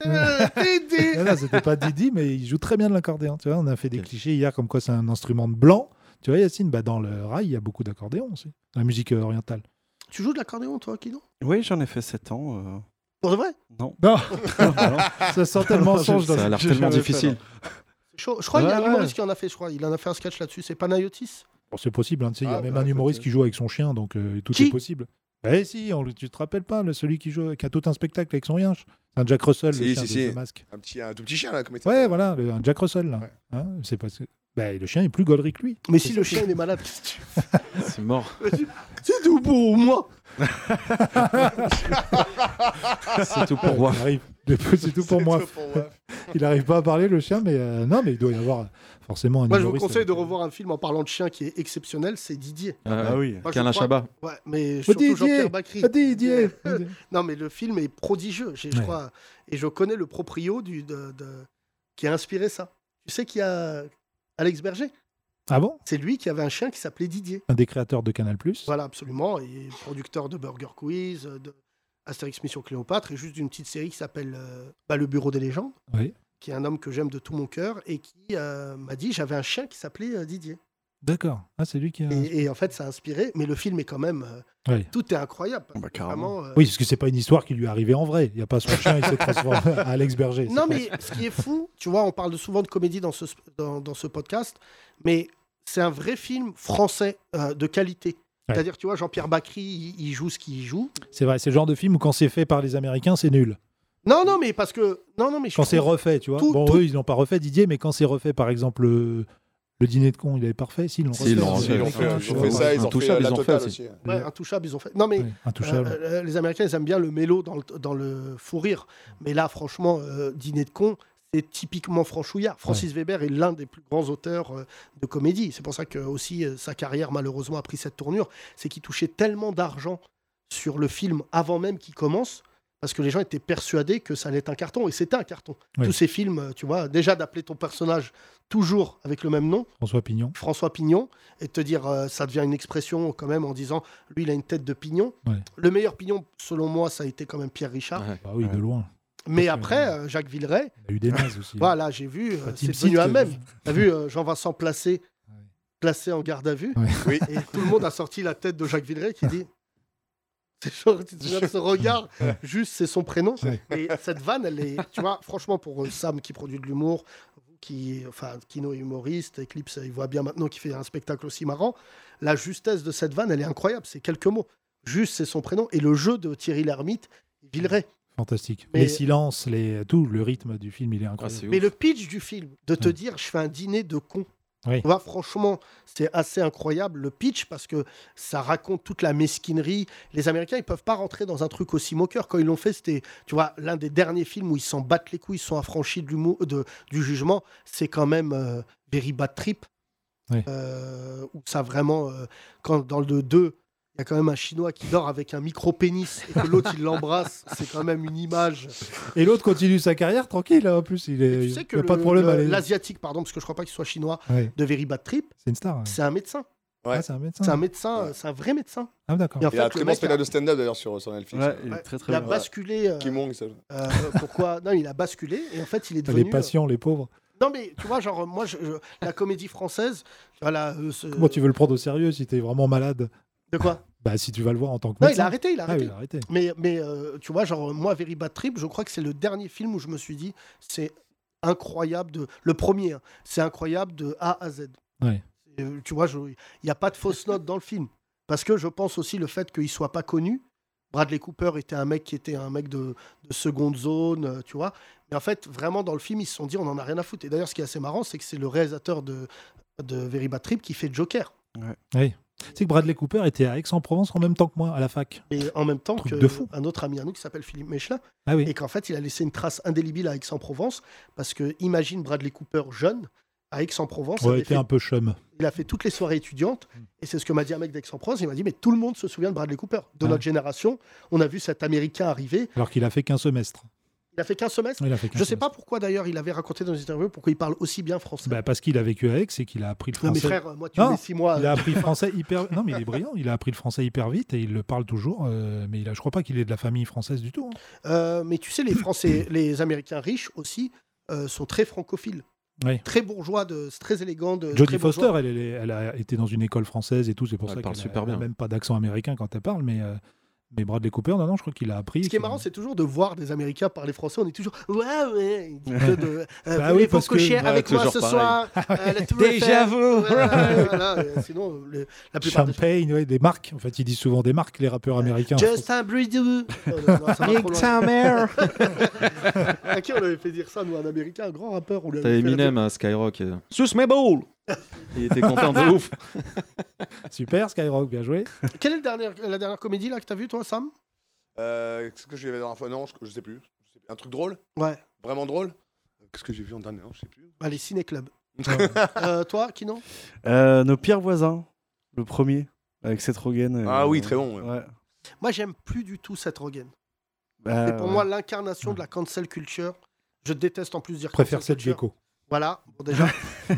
Speaker 3: euh, Dédé
Speaker 4: Non, non, c'était pas Didi, mais il joue très bien de l'accordéon. Tu vois, on a fait des clichés hier comme quoi c'est un instrument de blanc. Tu vois, Yacine, bah, dans le rail, il y a beaucoup d'accordéons aussi. Dans la musique euh, orientale.
Speaker 3: Tu joues de l'accordéon, toi, Kino
Speaker 5: Oui, j'en ai fait 7 ans. euh,
Speaker 3: Pour de vrai
Speaker 5: Non.
Speaker 4: Non, ça sentait le mensonge.
Speaker 8: Ça
Speaker 4: dans
Speaker 8: a l'air
Speaker 5: j'ai
Speaker 8: tellement
Speaker 5: jamais fait,
Speaker 8: difficile.
Speaker 3: Je, je crois qu'il y a
Speaker 5: Ouais,
Speaker 3: un humoriste
Speaker 5: ouais.
Speaker 3: qui en a fait, je crois. Il en a fait un sketch là-dessus. C'est Panayotis
Speaker 4: Bon, c'est possible, hein, tu sais, il y a
Speaker 7: Ah,
Speaker 4: même
Speaker 7: bah,
Speaker 4: un humoriste
Speaker 7: ok.
Speaker 4: qui joue avec son chien, donc euh, tout
Speaker 3: Qui
Speaker 4: est possible. Eh si, on, le- tu te rappelles pas, le- celui qui joue, qui a tout un spectacle avec son rien un Jack Russell, le
Speaker 7: Si,
Speaker 4: chien
Speaker 7: si,
Speaker 4: de
Speaker 7: si.
Speaker 4: The Mask.
Speaker 7: Un, petit, un tout petit chien, là, comme il
Speaker 4: Ouais,
Speaker 7: s'appelle.
Speaker 4: voilà, le- un Jack Russell, là. Hein, c'est parce que... bah, le chien est plus gaulerie que lui.
Speaker 3: Mais si le chien, il est malade.
Speaker 8: C'est mort.
Speaker 3: C'est tout pour moi
Speaker 8: C'est tout pour moi.
Speaker 4: Il arrive. C'est tout pour
Speaker 7: C'est
Speaker 4: moi.
Speaker 7: tout pour moi.
Speaker 4: Il n'arrive pas à parler, le chien, mais euh, non, mais il doit y avoir forcément un
Speaker 3: Moi, je vous
Speaker 4: humoriste
Speaker 3: conseille de
Speaker 4: avec- euh,
Speaker 3: revoir un film en parlant de chien qui est exceptionnel, c'est Didier.
Speaker 5: Ah oui.
Speaker 3: Moi, je
Speaker 8: Qu'un
Speaker 3: crois-
Speaker 8: Chabat.
Speaker 3: Ouais, mais
Speaker 4: Oh,
Speaker 3: surtout
Speaker 4: Didier
Speaker 3: Jean-Pierre Bacri.
Speaker 4: Oh, Didier
Speaker 3: Non, mais le film est prodigieux, j'ai- je
Speaker 4: Ouais.
Speaker 3: crois. Et je connais le proprio du, de, de- qui a inspiré ça. Tu sais qu'il y a Alex Berger
Speaker 4: Ah bon
Speaker 3: C'est lui qui avait un chien qui s'appelait Didier.
Speaker 4: Un des créateurs de Canal+.
Speaker 3: Voilà, absolument. Et producteur de Burger Quiz, euh, de Astérix Mission Cléopâtre, et juste d'une petite série qui s'appelle euh, bah, Le Bureau des légendes,
Speaker 4: Oui.
Speaker 3: qui est un homme que j'aime de tout mon cœur et qui euh, m'a dit j'avais un chien qui s'appelait euh, Didier.
Speaker 4: D'accord. Ah, c'est lui qui a...
Speaker 3: Et, et en fait, ça a inspiré. Mais le film est quand même. euh,
Speaker 4: Ouais.
Speaker 3: Tout est incroyable.
Speaker 5: Bah, carrément.
Speaker 3: Vraiment. euh,
Speaker 4: Oui, parce que c'est pas une histoire qui lui est arrivée en vrai. Il n'y a pas son chien, il s'est transformé à Alex Berger.
Speaker 3: Non,
Speaker 4: C'est pas-
Speaker 3: mais ce qui est fou, tu vois, on parle souvent de comédie dans ce, dans, dans ce podcast, mais c'est un vrai film français euh, de qualité.
Speaker 4: Ouais.
Speaker 3: C'est-à-dire, tu vois, Jean-Pierre Bacry, il, il joue ce qu'il joue.
Speaker 4: C'est vrai, c'est le genre de film où quand c'est fait par les Américains, c'est nul.
Speaker 3: Non, non, mais parce que. Non, non, mais je
Speaker 4: Quand c'est
Speaker 3: trouve-
Speaker 4: refait, tu vois.
Speaker 3: Tout-
Speaker 4: bon,
Speaker 3: tout-
Speaker 4: eux, ils l'ont pas refait, Didier, mais quand c'est refait, par exemple, le, le dîner de con, il avait parfait. Si, ils l'ont
Speaker 8: Si,
Speaker 4: refait.
Speaker 8: ils l'ont
Speaker 7: Si,
Speaker 8: refait.
Speaker 7: Ils ont fait,
Speaker 4: Ouais,
Speaker 7: ils ont
Speaker 4: ouais,
Speaker 7: fait
Speaker 4: ouais.
Speaker 7: ça, ils ont fait euh,
Speaker 8: Intouchables,
Speaker 7: la
Speaker 8: ils ont fait
Speaker 7: totale
Speaker 8: aussi.
Speaker 7: aussi.
Speaker 3: Ouais, Intouchables, ils ont fait. Non, mais.
Speaker 4: Ouais, intouchable.
Speaker 3: euh, euh, les Américains, ils aiment bien le mélo dans le, dans le fou rire. Mais là, franchement, euh, Dîner de con, c'est typiquement franchouillard. Francis Weber est l'un des plus grands auteurs euh, de comédie. C'est pour ça que aussi euh, sa carrière, malheureusement, a pris cette tournure. C'est qu'il touchait tellement d'argent sur le film avant même qu'il commence, parce que les gens étaient persuadés que ça allait être un carton. Et c'était un carton.
Speaker 4: Oui.
Speaker 3: Tous ces films, euh, tu vois, déjà d'appeler ton personnage toujours avec le même nom.
Speaker 4: François Pignon.
Speaker 3: François Pignon et te dire euh, ça devient une expression quand même en disant lui il a une tête de pignon.
Speaker 4: Ouais.
Speaker 3: Le meilleur pignon selon moi ça a été quand même Pierre Richard.
Speaker 8: Ouais.
Speaker 4: Bah oui, de loin.
Speaker 3: Mais
Speaker 4: Ouais.
Speaker 3: après euh, Jacques Villeray,
Speaker 4: Il a eu des nazes aussi.
Speaker 3: voilà j'ai vu euh,
Speaker 4: Enfin, Team
Speaker 3: c'est devenu
Speaker 4: Site,
Speaker 3: un même.
Speaker 4: euh,
Speaker 3: T'as vu euh, Jean-Vincent placé
Speaker 4: Ouais.
Speaker 3: placé en garde à vue
Speaker 4: Ouais.
Speaker 7: Oui.
Speaker 3: et tout le monde a sorti la tête de Jacques Villeray qui dit c'est genre, tu te souviens de ce regard, juste c'est son prénom.
Speaker 4: Ouais.
Speaker 3: Et cette vanne, elle est, tu vois, franchement, pour euh, Sam qui produit de l'humour, qui, enfin, Kino est humoriste, Eclipse, il voit bien maintenant qu'il fait un spectacle aussi marrant. La justesse de cette vanne, elle est incroyable. C'est quelques mots. Juste, c'est son prénom. Et le jeu de Thierry Lhermitte, Villeray.
Speaker 4: Fantastique.
Speaker 3: Mais-
Speaker 4: Les silences, les... tout, le rythme du film, il est
Speaker 8: Ah,
Speaker 4: incroyable.
Speaker 8: c'est
Speaker 3: Mais
Speaker 8: ouf.
Speaker 3: le pitch du film, de te
Speaker 4: Ouais.
Speaker 3: dire je fais un dîner de cons.
Speaker 4: Oui.
Speaker 3: Tu vois, franchement, c'est assez incroyable le pitch parce que ça raconte toute la mesquinerie. Les Américains, ils peuvent pas rentrer dans un truc aussi moqueur. Quand ils l'ont fait, c'était, tu vois, l'un des derniers films où ils s'en battent les couilles, ils sont affranchis de l'humour, de, du jugement. C'est quand même euh, Very Bad Trip.
Speaker 4: Oui.
Speaker 3: Euh, où ça vraiment, euh, quand dans le 2, il y a quand même un Chinois qui dort avec un micro-pénis et que l'autre, il l'embrasse. C'est quand même une image.
Speaker 4: Et l'autre continue sa carrière tranquille, hein, en plus. Il
Speaker 3: Et
Speaker 4: est...
Speaker 3: tu
Speaker 4: il
Speaker 3: sais
Speaker 4: y
Speaker 3: que
Speaker 4: a pas
Speaker 3: le-
Speaker 4: de problème.
Speaker 3: le-
Speaker 4: à les-
Speaker 3: l'asiatique, pardon, parce que je crois pas qu'il soit chinois,
Speaker 4: Ouais,
Speaker 3: de Very Bad Trip,
Speaker 4: C'est une star. ouais.
Speaker 3: c'est un médecin.
Speaker 7: Ouais.
Speaker 4: Ah, c'est un médecin.
Speaker 3: C'est un médecin,
Speaker 7: Ouais.
Speaker 3: euh, c'est un vrai médecin.
Speaker 4: Ah, d'accord.
Speaker 3: Et en
Speaker 7: Il y a
Speaker 3: fait,
Speaker 7: un
Speaker 3: le
Speaker 7: très bon
Speaker 3: mec a,
Speaker 7: spectacle de stand-up d'ailleurs sur, sur Netflix.
Speaker 5: Ouais, il
Speaker 3: Ouais.
Speaker 5: est très
Speaker 3: il
Speaker 5: très
Speaker 3: a
Speaker 5: bon.
Speaker 3: basculé. euh,
Speaker 7: Kimong, ça.
Speaker 3: euh, pourquoi Non, il a basculé et en fait, il est devenu. euh,
Speaker 4: Les patients, les pauvres.
Speaker 3: Non, mais tu vois, genre, moi, je- je- la comédie française, voilà. euh, ce-
Speaker 4: Comment tu veux le prendre au sérieux si t'es vraiment malade
Speaker 3: De quoi
Speaker 4: Bah, si tu vas le voir en tant que
Speaker 3: Non,
Speaker 4: médecin.
Speaker 3: il a arrêté, il a
Speaker 4: Ah oui,
Speaker 3: arrêté.
Speaker 4: il a arrêté.
Speaker 3: Mais, mais euh, tu vois, genre, moi, Very Bad Trip, je crois que c'est le dernier film où je me suis dit, c'est incroyable de. Le premier, hein, c'est incroyable de A à Z.
Speaker 4: Ouais.
Speaker 3: Euh, tu vois, je- il n'y a pas de fausse note dans le film. Parce que je pense aussi le fait qu'il ne soit pas connu. Bradley Cooper était un mec qui était un mec de, de seconde zone, euh, tu vois. Mais en fait, vraiment, dans le film, ils se sont dit, on n'en a rien à foutre. Et d'ailleurs, ce qui est assez marrant, c'est que c'est le réalisateur de, de Very Bad Trip qui fait Joker.
Speaker 4: Tu sais que Bradley Cooper était à Aix-en-Provence en même temps que moi, à la fac.
Speaker 3: Et en même temps
Speaker 4: Truc de fou.
Speaker 3: qu'un autre ami à nous qui s'appelle Philippe Mechelin.
Speaker 4: Ah oui.
Speaker 3: et qu'en fait, il a laissé une trace indélébile à Aix-en-Provence, parce que imagine Bradley Cooper jeune à Aix-en-Provence,
Speaker 4: Ouais, Mm.
Speaker 3: avait
Speaker 4: était
Speaker 3: fait-
Speaker 4: un peu chum.
Speaker 3: il a fait toutes les soirées étudiantes, et c'est ce que m'a dit un mec d'Aix-en-Provence, il m'a dit, mais tout le monde se souvient de Bradley Cooper. De
Speaker 4: Ouais.
Speaker 3: notre génération, on a vu cet Américain arriver,
Speaker 4: Alors qu'il a fait qu'un semestre.
Speaker 3: il a fait qu'un semestre.
Speaker 4: Il a fait qu'un
Speaker 3: Je sais
Speaker 4: semestre.
Speaker 3: pas pourquoi d'ailleurs il avait raconté dans une interview pourquoi il parle aussi bien français.
Speaker 4: Bah, parce qu'il a vécu à Aix et qu'il a appris le
Speaker 3: non mais
Speaker 4: français.
Speaker 3: frère, moi tu
Speaker 4: Non,
Speaker 3: mets six mois.
Speaker 4: il a appris le français hyper. Non, mais il est brillant. Il a appris le français hyper vite et il le parle toujours. euh, mais il a... je crois pas qu'il est de la famille française du tout. hein.
Speaker 3: Euh, mais tu sais, les Français, les Américains riches aussi euh, sont très francophiles,
Speaker 4: Oui.
Speaker 3: très bourgeois, de, très élégants. de- Euh, très
Speaker 4: Jodie
Speaker 3: bourgeois.
Speaker 4: Foster, elle, elle est- elle a été dans une école française et tout. C'est pour
Speaker 8: Elle
Speaker 4: ça
Speaker 8: parle
Speaker 4: qu'elle a-
Speaker 8: super
Speaker 4: elle a
Speaker 8: bien.
Speaker 4: même pas d'accent américain quand elle parle. Mais, euh, mais Bradley Cooper, non, non, je crois qu'il a appris.
Speaker 3: Ce qui est
Speaker 4: que-
Speaker 3: marrant, c'est toujours de voir des Américains parler français. On est toujours ouais, ouais. que de, euh,
Speaker 4: Bah
Speaker 3: voulez-vous
Speaker 4: oui, parce que-
Speaker 3: cocher
Speaker 4: ouais,
Speaker 3: avec moi
Speaker 8: toujours
Speaker 3: ce
Speaker 8: pareil.
Speaker 3: soir
Speaker 4: Ah
Speaker 3: Euh, la Tour
Speaker 8: Déjà
Speaker 3: Eiffel.
Speaker 8: vu.
Speaker 3: Voilà, voilà, euh, Sinon, euh, le- la plupart des Euh, gens,
Speaker 4: Champagne, ouais, des marques. En fait, ils disent souvent des marques, les rappeurs américains.
Speaker 3: Justin Bridou. Oh, non, non, ça va trop loin. À qui on avait fait dire ça, nous, un Américain, un grand rappeur on lui avait
Speaker 8: T'as
Speaker 3: fait la-
Speaker 8: Eminem à Skyrock. euh, Suce mes balles Il était content de ouf.
Speaker 4: Super, Skyrock, bien joué.
Speaker 3: Quelle est le dernier- la dernière comédie là que t'as vue, toi, Sam
Speaker 7: Euh, Qu'est-ce que j'ai vu la dernière fois Non, je, je sais plus. Je sais plus. Un truc drôle
Speaker 3: Ouais.
Speaker 7: Vraiment drôle Qu'est-ce que j'ai vu en dernier Non, je sais plus.
Speaker 3: Bah, Les Ciné Club. Euh, toi, qui non
Speaker 5: Euh, nos pires voisins, le premier, avec Seth Rogen. et-
Speaker 7: Ah oui, très bon, ouais.
Speaker 5: Ouais.
Speaker 3: Moi, j'aime plus du tout cette Rogen.
Speaker 5: Bah,
Speaker 4: Ah
Speaker 3: C'est pour
Speaker 5: ouais.
Speaker 3: moi l'incarnation de la cancel culture. Je déteste en plus dire
Speaker 4: Je préfère
Speaker 3: cancel
Speaker 4: cette
Speaker 3: culture.
Speaker 4: gecko.
Speaker 3: Voilà, bon, déjà.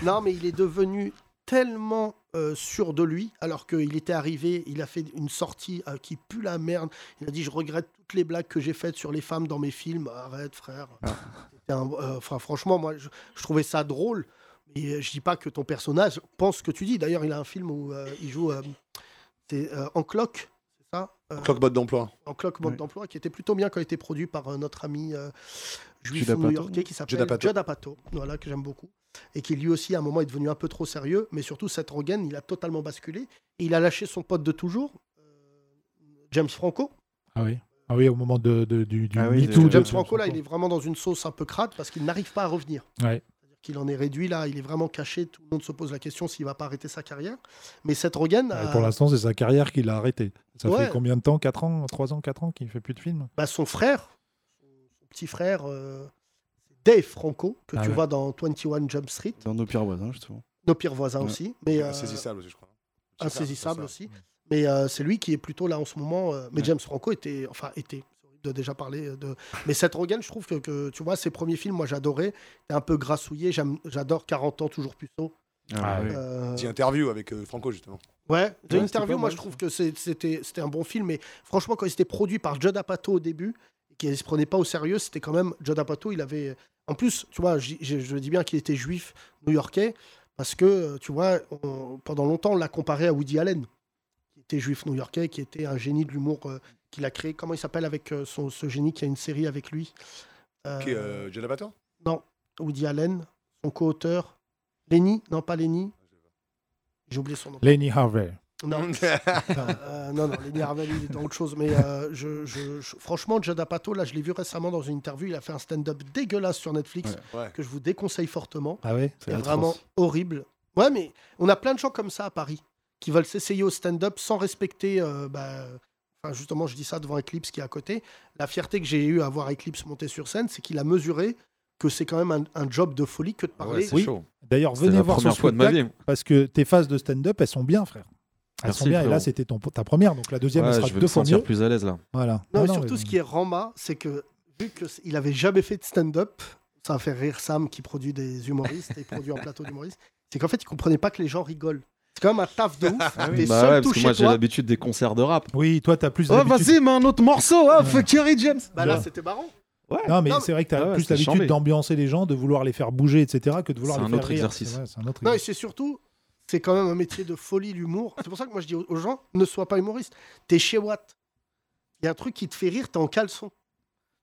Speaker 3: non, mais il est devenu tellement euh, sûr de lui, alors qu'il était arrivé, il a fait une sortie euh, qui pue la merde. Il a dit Je regrette toutes les blagues que j'ai faites sur les femmes dans mes films. Arrête, frère. C'était un- euh, Enfin, franchement, moi, je, je trouvais ça drôle. Et euh, je dis pas que ton personnage pense ce que tu dis. D'ailleurs, il a un film où euh, il joue euh, c'est, euh, en cloque, c'est ça Euh,
Speaker 7: Clock mode d'emploi.
Speaker 3: En cloque mode
Speaker 5: Oui.
Speaker 3: d'emploi, qui était plutôt bien, qui a été produit par euh, notre ami euh, juif
Speaker 5: Judd Apatow,
Speaker 3: new-yorkais qui s'appelle
Speaker 7: Judd Apatow.
Speaker 3: Judd Apatow, voilà, que j'aime beaucoup, et qui lui aussi, à un moment, est devenu un peu trop sérieux, mais surtout, Seth Rogen, il a totalement basculé, et il a lâché son pote de toujours, euh, James Franco.
Speaker 4: Ah oui. Ah oui, au moment de, de- du, du
Speaker 5: Ah oui,
Speaker 4: Me
Speaker 5: de-
Speaker 4: Too de
Speaker 3: James Franco, là, il est vraiment dans une sauce un peu crade, parce qu'il n'arrive pas à revenir.
Speaker 4: Ouais.
Speaker 3: C'est-à-dire qu'il en est réduit, là, il est vraiment caché, tout le monde se pose la question s'il va pas arrêter sa carrière, mais Seth Rogen...
Speaker 4: Ouais,
Speaker 3: a-
Speaker 4: Pour l'instant, c'est sa carrière qu'il a arrêtée. Ça
Speaker 3: Ouais.
Speaker 4: fait combien de temps 4 ans 3 ans 4 ans qu'il fait plus de films
Speaker 3: bah, son frère, son, son petit frère, euh, Dave Franco, que
Speaker 4: Ah
Speaker 3: tu
Speaker 4: ouais.
Speaker 3: vois dans 21 Jump Street,
Speaker 5: Dans nos pires voisins, justement.
Speaker 3: nos pires voisins
Speaker 5: Ouais.
Speaker 3: aussi, mais euh,
Speaker 7: Insaisissable aussi, je crois. C'est ça,
Speaker 3: insaisissable
Speaker 7: c'est ça.
Speaker 3: aussi. Mais euh, c'est lui qui est plutôt là en ce moment. euh, mais James Franco était, enfin était, c'est horrible de déjà parler euh, de. Mais Seth Rogen, je trouve que, que, tu vois ses premiers films, moi j'adorais, était un peu grassouillé. j'aime- J'adore 40 ans toujours plus tôt.
Speaker 5: Ah, oui.
Speaker 3: Euh,
Speaker 7: Petit interview avec euh, Franco, justement.
Speaker 3: Ouais, The
Speaker 5: Ouais, c'était
Speaker 3: Interview,
Speaker 5: pas
Speaker 3: moi
Speaker 5: mal,
Speaker 3: je trouve que c'est- c'était c'était un bon film, mais franchement, quand il s'était produit par Judd Apatow au début, et qu'il se prenait pas au sérieux, c'était quand même. Judd Apatow, il avait. En plus, tu vois, j'y- je, je dis bien qu'il était juif new-yorkais, parce que, euh, tu vois, on- pendant longtemps, on l'a comparé à Woody Allen, qui était juif new-yorkais, qui était un génie de l'humour euh, qu'il a créé. Comment il s'appelle avec euh, son, ce génie qui a une série avec lui Euh,
Speaker 7: Qui est euh, John Apatow
Speaker 3: Woody Allen, son co-auteur. Lenny Non, pas Lenny. J'ai oublié son nom.
Speaker 4: Lenny Harvey.
Speaker 3: Non. Euh, non, non, Lenny Harvey, lui, il est dans autre chose. Mais euh, je, je- je- franchement, Judd Apatow, là, je l'ai vu récemment dans une interview. Il a fait un stand-up dégueulasse sur Netflix
Speaker 7: Ouais.
Speaker 3: que je vous déconseille fortement.
Speaker 4: Ah ouais
Speaker 3: C'est vraiment horrible. Ouais, mais on a plein de gens comme ça à Paris qui veulent s'essayer au stand-up sans respecter. euh, bah, Enfin, justement, je dis ça devant Eclipse qui est à côté. La fierté que j'ai eue à voir Eclipse monter sur scène, c'est qu'il a mesuré que c'est quand même un, un job de folie que de
Speaker 8: Ah ouais,
Speaker 3: parler.
Speaker 8: c'est
Speaker 4: Oui.
Speaker 8: chaud.
Speaker 4: D'ailleurs,
Speaker 8: C'est
Speaker 4: venez
Speaker 8: la
Speaker 4: voir son
Speaker 8: première fois de ma
Speaker 4: spectacle
Speaker 8: vie.
Speaker 4: parce que tes phases de stand-up, elles sont bien, frère. Elles
Speaker 8: Merci,
Speaker 4: sont bien. Et là,
Speaker 8: frérot.
Speaker 4: c'était ton, ta première. Donc la deuxième, elle
Speaker 8: Ouais,
Speaker 4: sera
Speaker 8: je vais
Speaker 4: deux
Speaker 8: me
Speaker 4: fois
Speaker 8: sentir
Speaker 4: mieux.
Speaker 8: plus à l'aise là.
Speaker 4: Voilà.
Speaker 3: Non, mais surtout, ce qui est Rama, c'est que vu qu'il avait jamais fait de stand-up, ça fait rire Sam qui produit des humoristes et produit un plateau d'humoristes, c'est qu'en fait, il comprenait pas que les gens rigolent. C'est quand même un taf de ouf. T'es
Speaker 8: Bah
Speaker 3: seul
Speaker 8: ouais,
Speaker 3: tout
Speaker 8: parce que
Speaker 3: chez
Speaker 8: moi j'ai
Speaker 3: toi.
Speaker 8: l'habitude des concerts de rap.
Speaker 4: Oui, toi, t'as plus
Speaker 8: Oh,
Speaker 4: d'habitude.
Speaker 8: vas-y, mets un autre morceau, ah,
Speaker 4: Ouais.
Speaker 8: fuck Kerry James.
Speaker 3: Bah là, c'était marrant.
Speaker 4: Non, mais
Speaker 3: Non,
Speaker 4: c'est vrai que t'as
Speaker 8: Ah ouais,
Speaker 4: plus
Speaker 8: c'était
Speaker 4: l'habitude
Speaker 8: chambé.
Speaker 4: d'ambiancer les gens, de vouloir les faire bouger, etc., que de vouloir
Speaker 8: C'est
Speaker 4: les
Speaker 8: un
Speaker 4: faire
Speaker 8: autre
Speaker 4: rire.
Speaker 8: exercice.
Speaker 4: C'est vrai, c'est un autre
Speaker 3: Non, et
Speaker 4: exercice.
Speaker 3: c'est surtout, c'est quand même un métier de folie, l'humour. C'est pour ça que moi je dis aux aux gens, ne sois pas humoriste. T'es chez Watt. Il y a un truc qui te fait rire, t'es en caleçon.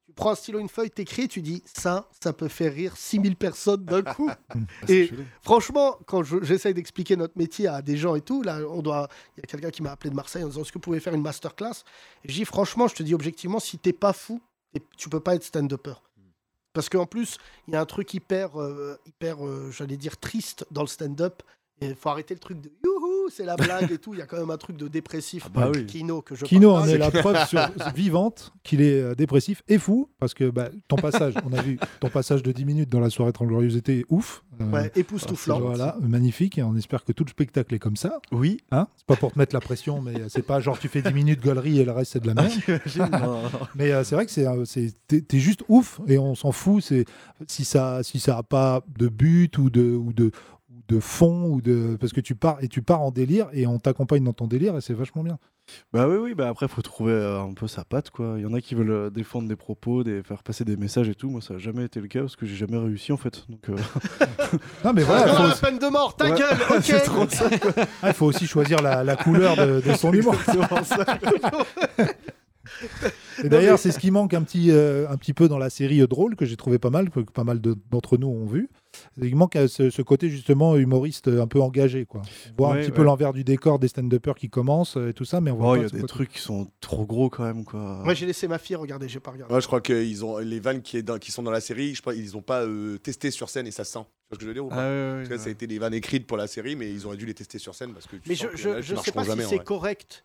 Speaker 3: Tu prends un stylo, une feuille, t'écris, tu dis ça, ça peut faire rire 6000 personnes d'un coup. Et- Franchement, quand je- j'essaye d'expliquer notre métier à des gens et tout, là, on doit. Il y a quelqu'un qui m'a appelé de Marseille en disant Est-ce que vous pouvez faire une masterclass Et J'ai dit Franchement, je te dis objectivement, si t'es pas fou, t'es- tu peux pas être stand-upper. Parce qu'en plus, il y a un truc hyper, euh, hyper euh, j'allais dire, triste dans le stand-up. Il faut arrêter le truc de youhou, c'est la blague et tout. Il y a quand même un truc de dépressif.
Speaker 5: bah oui.
Speaker 3: Kino, que je
Speaker 4: Kino en
Speaker 3: partage.
Speaker 4: est la preuve sur- vivante qu'il est euh, dépressif et fou, parce que bah, ton passage, on a vu ton passage de 10 minutes dans la soirée 30 Glorieuses était ouf. Euh,
Speaker 3: Ouais, époustouflant.
Speaker 4: Voilà, magnifique, et on espère que tout le spectacle est comme ça.
Speaker 5: Oui.
Speaker 4: Hein c'est pas pour te mettre la pression, mais euh, c'est pas genre tu fais 10 minutes galerie et le reste c'est de la merde. Mais euh, c'est vrai que c'est, euh, c'est, t'es, t'es juste ouf et on s'en fout. C'est, si ça si ça a pas de but ou de, ou de, ou de fond, ou de, parce que tu pars, et tu pars en délire et on t'accompagne dans ton délire et c'est vachement bien.
Speaker 5: Bah oui, oui, bah après, faut trouver euh, un peu sa patte, quoi. Il y en a qui veulent euh, défendre des propos, des... faire passer des messages et tout. Moi, ça n'a jamais été le cas parce que j'ai jamais réussi, en fait. Donc, euh,
Speaker 4: Non, mais
Speaker 3: Ah,
Speaker 4: voilà,
Speaker 3: non,
Speaker 4: faut,
Speaker 3: la peine de mort, ta
Speaker 5: Ouais.
Speaker 3: gueule, ok.
Speaker 5: c'est trop ça.
Speaker 4: ah, il faut aussi choisir la, la couleur de, de son humour.
Speaker 5: C'est vraiment ça.
Speaker 4: Et d'ailleurs, c'est ce qui manque un petit, euh, un petit peu dans la série euh, drôle que j'ai trouvé pas mal, que pas mal de- d'entre nous ont vu. Il manque euh, ce, ce côté justement humoriste euh, un peu engagé, quoi. On voit un
Speaker 5: Ouais,
Speaker 4: petit
Speaker 5: ouais.
Speaker 4: peu l'envers du décor des stand-uppers qui commencent euh, et tout ça, mais on voit
Speaker 5: Oh,
Speaker 4: pas
Speaker 5: il y a
Speaker 4: ce
Speaker 5: des
Speaker 4: côté.
Speaker 5: trucs qui sont trop gros quand même, quoi.
Speaker 3: Moi, j'ai laissé ma fille regarder, j'ai pas regardé.
Speaker 7: Moi, je crois que ils ont, les vannes qui, est dans- qui sont dans la série, je crois, ils ont pas euh, testé sur scène et ça se sent. Tu vois ce que je veux dire ou pas
Speaker 5: Ah, ouais, ouais,
Speaker 7: Parce que ça a
Speaker 5: ouais.
Speaker 7: été des vannes écrites pour la série, mais ils auraient dû les tester sur scène parce que tu
Speaker 3: Mais je,
Speaker 7: sens qu'il y en
Speaker 3: je,
Speaker 7: a qui
Speaker 3: je sais pas
Speaker 7: marcheront jamais,
Speaker 3: si
Speaker 7: en
Speaker 3: c'est
Speaker 7: vrai.
Speaker 3: correct.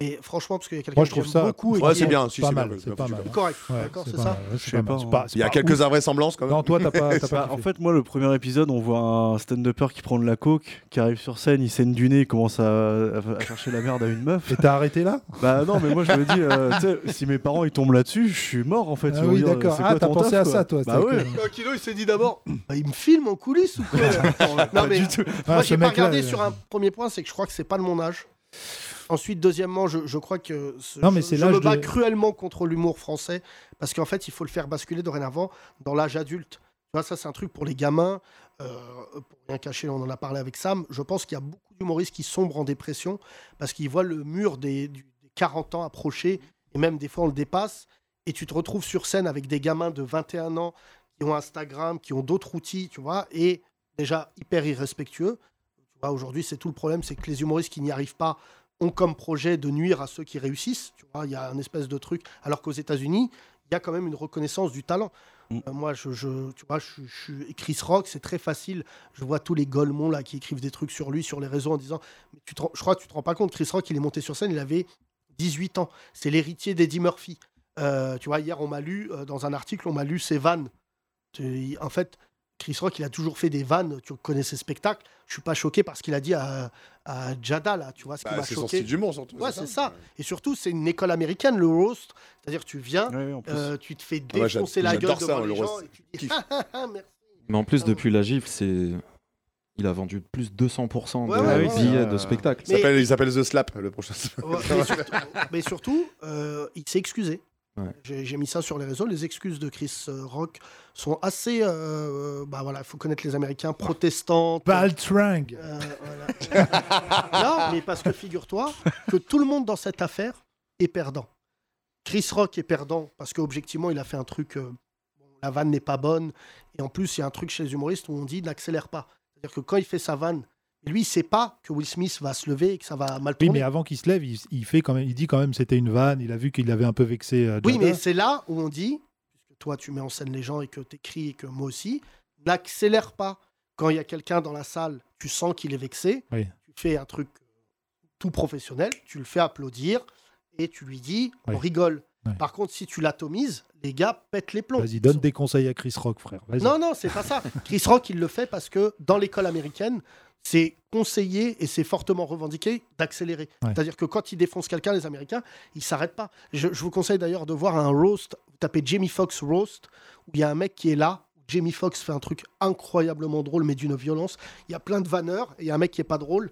Speaker 3: Et franchement, parce qu'il y a quelqu'un
Speaker 4: Moi, je
Speaker 3: que
Speaker 4: trouve
Speaker 3: j'aime
Speaker 4: ça.
Speaker 3: beaucoup. et
Speaker 7: Ouais,
Speaker 3: qui
Speaker 7: c'est
Speaker 3: est
Speaker 7: bien, si,
Speaker 4: pas
Speaker 7: c'est
Speaker 4: mal,
Speaker 7: bien,
Speaker 4: c'est
Speaker 7: c'est
Speaker 4: pas
Speaker 7: pas
Speaker 4: mal.
Speaker 3: Correct,
Speaker 4: Ouais,
Speaker 3: d'accord,
Speaker 4: c'est
Speaker 3: c'est
Speaker 4: pas
Speaker 3: ça.
Speaker 4: mal, ouais, c'est
Speaker 5: Je
Speaker 4: pas
Speaker 5: sais
Speaker 4: mal.
Speaker 5: pas,
Speaker 4: C'est
Speaker 5: hein.
Speaker 4: pas- c'est
Speaker 7: Il y a
Speaker 4: pas
Speaker 7: quelques
Speaker 4: ouf.
Speaker 7: invraisemblances quand même.
Speaker 4: Non, toi, t'as pas. Ah, t'as
Speaker 5: Bah,
Speaker 4: pas
Speaker 5: en
Speaker 4: kiffé.
Speaker 5: fait, moi, le premier épisode, on voit un stand-upper qui prend de la coke, qui arrive sur scène, il saigne du nez, il commence à, à- à chercher la merde à une meuf.
Speaker 4: Et t'as arrêté là
Speaker 5: bah non, mais moi, je me dis, euh, tu sais, si mes parents ils tombent là-dessus, je suis mort en fait.
Speaker 4: Ah
Speaker 5: Ils vont
Speaker 4: oui,
Speaker 5: dire,
Speaker 4: d'accord.
Speaker 5: c'est
Speaker 4: Ah,
Speaker 5: quoi
Speaker 4: t'as
Speaker 5: ton
Speaker 4: pensé
Speaker 5: taf,
Speaker 4: à
Speaker 5: quoi
Speaker 4: ça, toi,
Speaker 5: Bah
Speaker 4: c'est
Speaker 5: ouais.
Speaker 4: que-
Speaker 3: Bah, Kilo, il s'est dit d'abord, bah, il me filme en coulisses ou quoi Non,
Speaker 5: Pas
Speaker 3: mais
Speaker 5: du tout.
Speaker 4: Ah,
Speaker 3: moi,
Speaker 4: ce
Speaker 3: j'ai pas
Speaker 4: mec-là,
Speaker 3: regardé
Speaker 4: euh,
Speaker 3: sur un premier point, c'est que je crois que c'est pas de mon âge. Ensuite, deuxièmement, je, je crois que ce-
Speaker 4: Non, mais
Speaker 3: je,
Speaker 4: c'est
Speaker 3: je
Speaker 4: l'âge
Speaker 3: me bats
Speaker 4: de-
Speaker 3: cruellement contre l'humour français parce qu'en fait, il faut le faire basculer dorénavant dans l'âge adulte. Tu vois, ça, c'est un truc pour les gamins. Euh, pour rien cacher, on en a parlé avec Sam. Je pense qu'il y a beaucoup d'humoristes qui sombrent en dépression parce qu'ils voient le mur des, du- des 40 ans approcher et même des fois on le dépasse. Et tu te retrouves sur scène avec des gamins de 21 ans qui ont Instagram, qui ont d'autres outils, tu vois, et déjà hyper irrespectueux. Tu vois, aujourd'hui, c'est tout le problème, c'est que les humoristes qui n'y arrivent pas ont comme projet de nuire à ceux qui réussissent. Tu vois, il y a un espèce de truc. Alors qu'aux États-Unis, il y a quand même une reconnaissance du talent.
Speaker 5: Mm.
Speaker 3: Euh, moi, je, je- tu vois, je, je- Chris Rock, c'est très facile. Je vois tous les golemons là qui écrivent des trucs sur lui sur les réseaux en disant, mais tu te rends- je crois que tu te rends pas compte, Chris Rock, il est monté sur scène, il avait 18 ans. C'est l'héritier d'Eddie Murphy. Euh, tu vois, hier, on m'a lu, euh, dans un article, on m'a lu ses vannes. Tu- En fait, Chris Rock, il a toujours fait des vannes. Tu connais ses spectacles. Je suis pas choqué par ce qu'il a dit à, à Jada, là. Tu vois, ce qui
Speaker 7: Bah,
Speaker 3: m'a
Speaker 7: c'est son
Speaker 3: choqué.
Speaker 7: style d'humour surtout.
Speaker 3: Ouais, c'est ça. Et surtout, c'est une école américaine, le roast. C'est-à-dire, tu viens,
Speaker 5: Ouais, ouais, en plus.
Speaker 3: euh, tu te fais
Speaker 7: Ah ouais, j'a-
Speaker 3: défoncer la gueule
Speaker 7: j'adore ça,
Speaker 3: devant
Speaker 7: le
Speaker 3: les gens.
Speaker 7: roast.
Speaker 3: Et tu dis,
Speaker 7: Kiffe.
Speaker 3: ah, ah, ah, merci.
Speaker 8: Mais en plus,
Speaker 3: Pardon.
Speaker 8: depuis la gifle, c'est. Il a vendu plus de 200% de
Speaker 3: Ouais, ouais,
Speaker 5: ouais,
Speaker 8: billets
Speaker 5: ouais.
Speaker 7: Euh,
Speaker 8: de spectacle.
Speaker 7: Il s'appelle- Il s'appelle The Slap, le prochain.
Speaker 3: Ouais, mais surtout, mais surtout, euh, il s'est excusé.
Speaker 8: Ouais.
Speaker 3: J'ai j'ai mis ça sur les réseaux. Les excuses de Chris euh, Rock sont assez. euh, bah voilà, il faut connaître les Américains
Speaker 5: Bah,
Speaker 3: protestants.
Speaker 4: Baltringue
Speaker 3: Euh, voilà. non, mais parce que figure-toi que tout le monde dans cette affaire est perdant. Chris Rock est perdant parce qu'objectivement, il a fait un truc. euh, bon, la vanne n'est pas bonne. Et en plus, il y a un truc chez les humoristes où on dit n'accélère pas. C'est-à-dire que quand il fait sa vanne, lui, il sait pas que Will Smith va se lever et que ça va mal
Speaker 4: Oui,
Speaker 3: tourner.
Speaker 4: mais avant qu'il se lève, il, il fait quand même, il dit quand même c'était une vanne. Il a vu qu'il avait un peu vexé. euh,
Speaker 3: Oui,
Speaker 4: Jada.
Speaker 3: mais c'est là où on dit, puisque toi tu mets en scène les gens et que tu écris et que moi aussi, n'accélère pas. Quand il y a quelqu'un dans la salle, tu sens qu'il est vexé,
Speaker 4: Oui.
Speaker 3: tu fais un truc tout professionnel, tu le fais applaudir et tu lui dis,
Speaker 4: Oui.
Speaker 3: on rigole.
Speaker 4: Oui.
Speaker 3: Par contre, si tu l'atomises, les gars pètent les plombs.
Speaker 4: Vas-y, donne des conseils à Chris Rock, frère. Vas-y.
Speaker 3: Non, non, c'est pas ça. Chris Rock, il le fait parce que dans l'école américaine, c'est conseillé et c'est fortement revendiqué d'accélérer.
Speaker 4: Ouais.
Speaker 3: C'est-à-dire que quand ils défoncent quelqu'un, les Américains, ils s'arrêtent pas. Je, je vous conseille d'ailleurs de voir un roast. Vous tapez Jamie Foxx roast, où il y a un mec qui est là. Jamie Foxx fait un truc incroyablement drôle, mais d'une violence. Il y a plein de vanneurs et il y a un mec qui est pas drôle.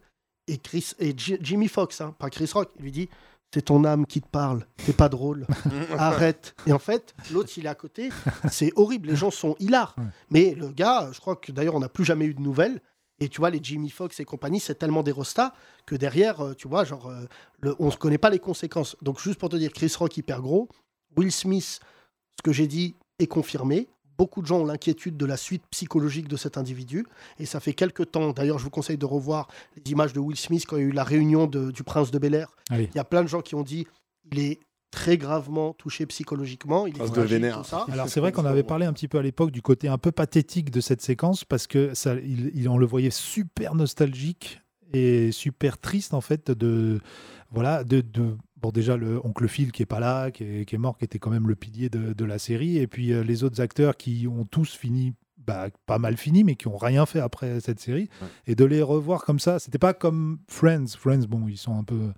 Speaker 3: Et, Chris, et J- Jimmy Foxx, hein, pas Chris Rock, il lui dit C'est ton âme qui te parle, t'es pas drôle, arrête. Et en fait, l'autre, il est à côté, c'est horrible, les gens sont hilars. Mais le gars, je crois que d'ailleurs, on n'a plus jamais eu de nouvelles. Et tu vois, les Jimmy Fox et compagnie, c'est tellement des rostas que derrière, euh, tu vois, genre, euh, le- on ne connaît pas les conséquences. Donc, juste pour te dire, Chris Rock hyper gros, Will Smith, ce que j'ai dit est confirmé. Beaucoup de gens ont l'inquiétude de la suite psychologique de cet individu. Et ça fait quelques temps, d'ailleurs, je vous conseille de revoir les images de Will Smith quand il y a eu la réunion de- du prince de Bel Air.
Speaker 4: Ah oui.
Speaker 3: Il y a plein de gens qui ont dit il est très gravement touché psychologiquement. Il est
Speaker 7: Prince de
Speaker 3: fragile,
Speaker 7: Vénère.
Speaker 3: tout ça.
Speaker 4: Alors c'est vrai qu'on avait parlé un petit peu à l'époque du côté un peu pathétique de cette séquence parce que ça, il, il- on le voyait super nostalgique et super triste en fait de voilà de, de- bon déjà le oncle Phil qui est pas là qui est, qui est mort qui était quand même le pilier de, de la série et puis euh, les autres acteurs qui ont tous fini bah, pas mal fini mais qui ont rien fait après cette série
Speaker 8: Ouais.
Speaker 4: et de les revoir comme ça c'était pas comme Friends Friends bon ils sont un peu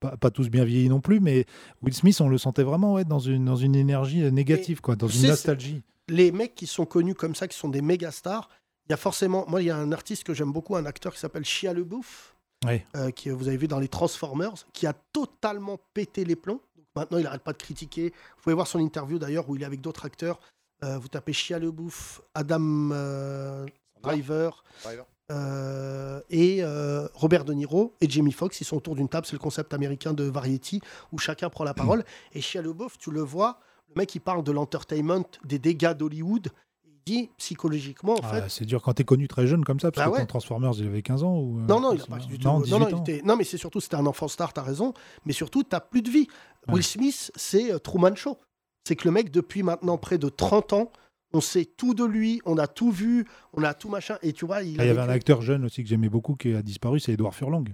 Speaker 4: pas, pas tous bien vieillis non plus mais Will Smith on le sentait vraiment ouais, dans une dans une énergie euh, négative quoi dans
Speaker 3: tu
Speaker 4: une
Speaker 3: sais,
Speaker 4: nostalgie
Speaker 3: les mecs qui sont connus comme ça, qui sont des méga stars, il y a forcément. Moi, il y a un artiste que j'aime beaucoup, un acteur qui s'appelle Shia LeBouf,
Speaker 4: Ouais.
Speaker 3: euh, qui vous avez vu dans les Transformers, qui a totalement pété les plombs. Donc, maintenant, il n'arrête pas de critiquer. Vous pouvez voir son interview d'ailleurs où il est avec d'autres acteurs. Euh, vous tapez Shia LeBouf, Adam euh, Driver.
Speaker 7: Driver.
Speaker 3: euh, et euh, Robert De Niro et Jamie Foxx, ils sont autour d'une table, c'est le concept américain de Variety, où chacun prend la parole. Et Shia LeBouf, tu le vois, le mec, il parle de l'entertainment, des dégâts d'Hollywood. Il dit psychologiquement, en
Speaker 4: Ah,
Speaker 3: fait.
Speaker 4: c'est dur quand t'es connu très jeune comme ça, parce
Speaker 3: Bah
Speaker 4: que
Speaker 3: ouais.
Speaker 4: quand Transformers, il avait 15 ans ou... euh,
Speaker 3: Non, non, il a pas du tout.
Speaker 4: Non,
Speaker 3: non,
Speaker 4: 18
Speaker 3: non, il
Speaker 4: ans.
Speaker 3: était- non, mais c'est surtout, c'était un enfant star, t'as raison. Mais surtout, t'as plus de vie.
Speaker 4: Ouais.
Speaker 3: Will Smith, c'est euh, Truman Show. C'est que le mec, depuis maintenant près de 30 ans, on sait tout de lui, on a tout vu, on a tout machin. Et tu vois, il,
Speaker 4: Ah, il y
Speaker 3: a
Speaker 4: avait un
Speaker 3: vécu-
Speaker 4: acteur jeune aussi que j'aimais beaucoup qui a disparu, c'est Edouard Furlong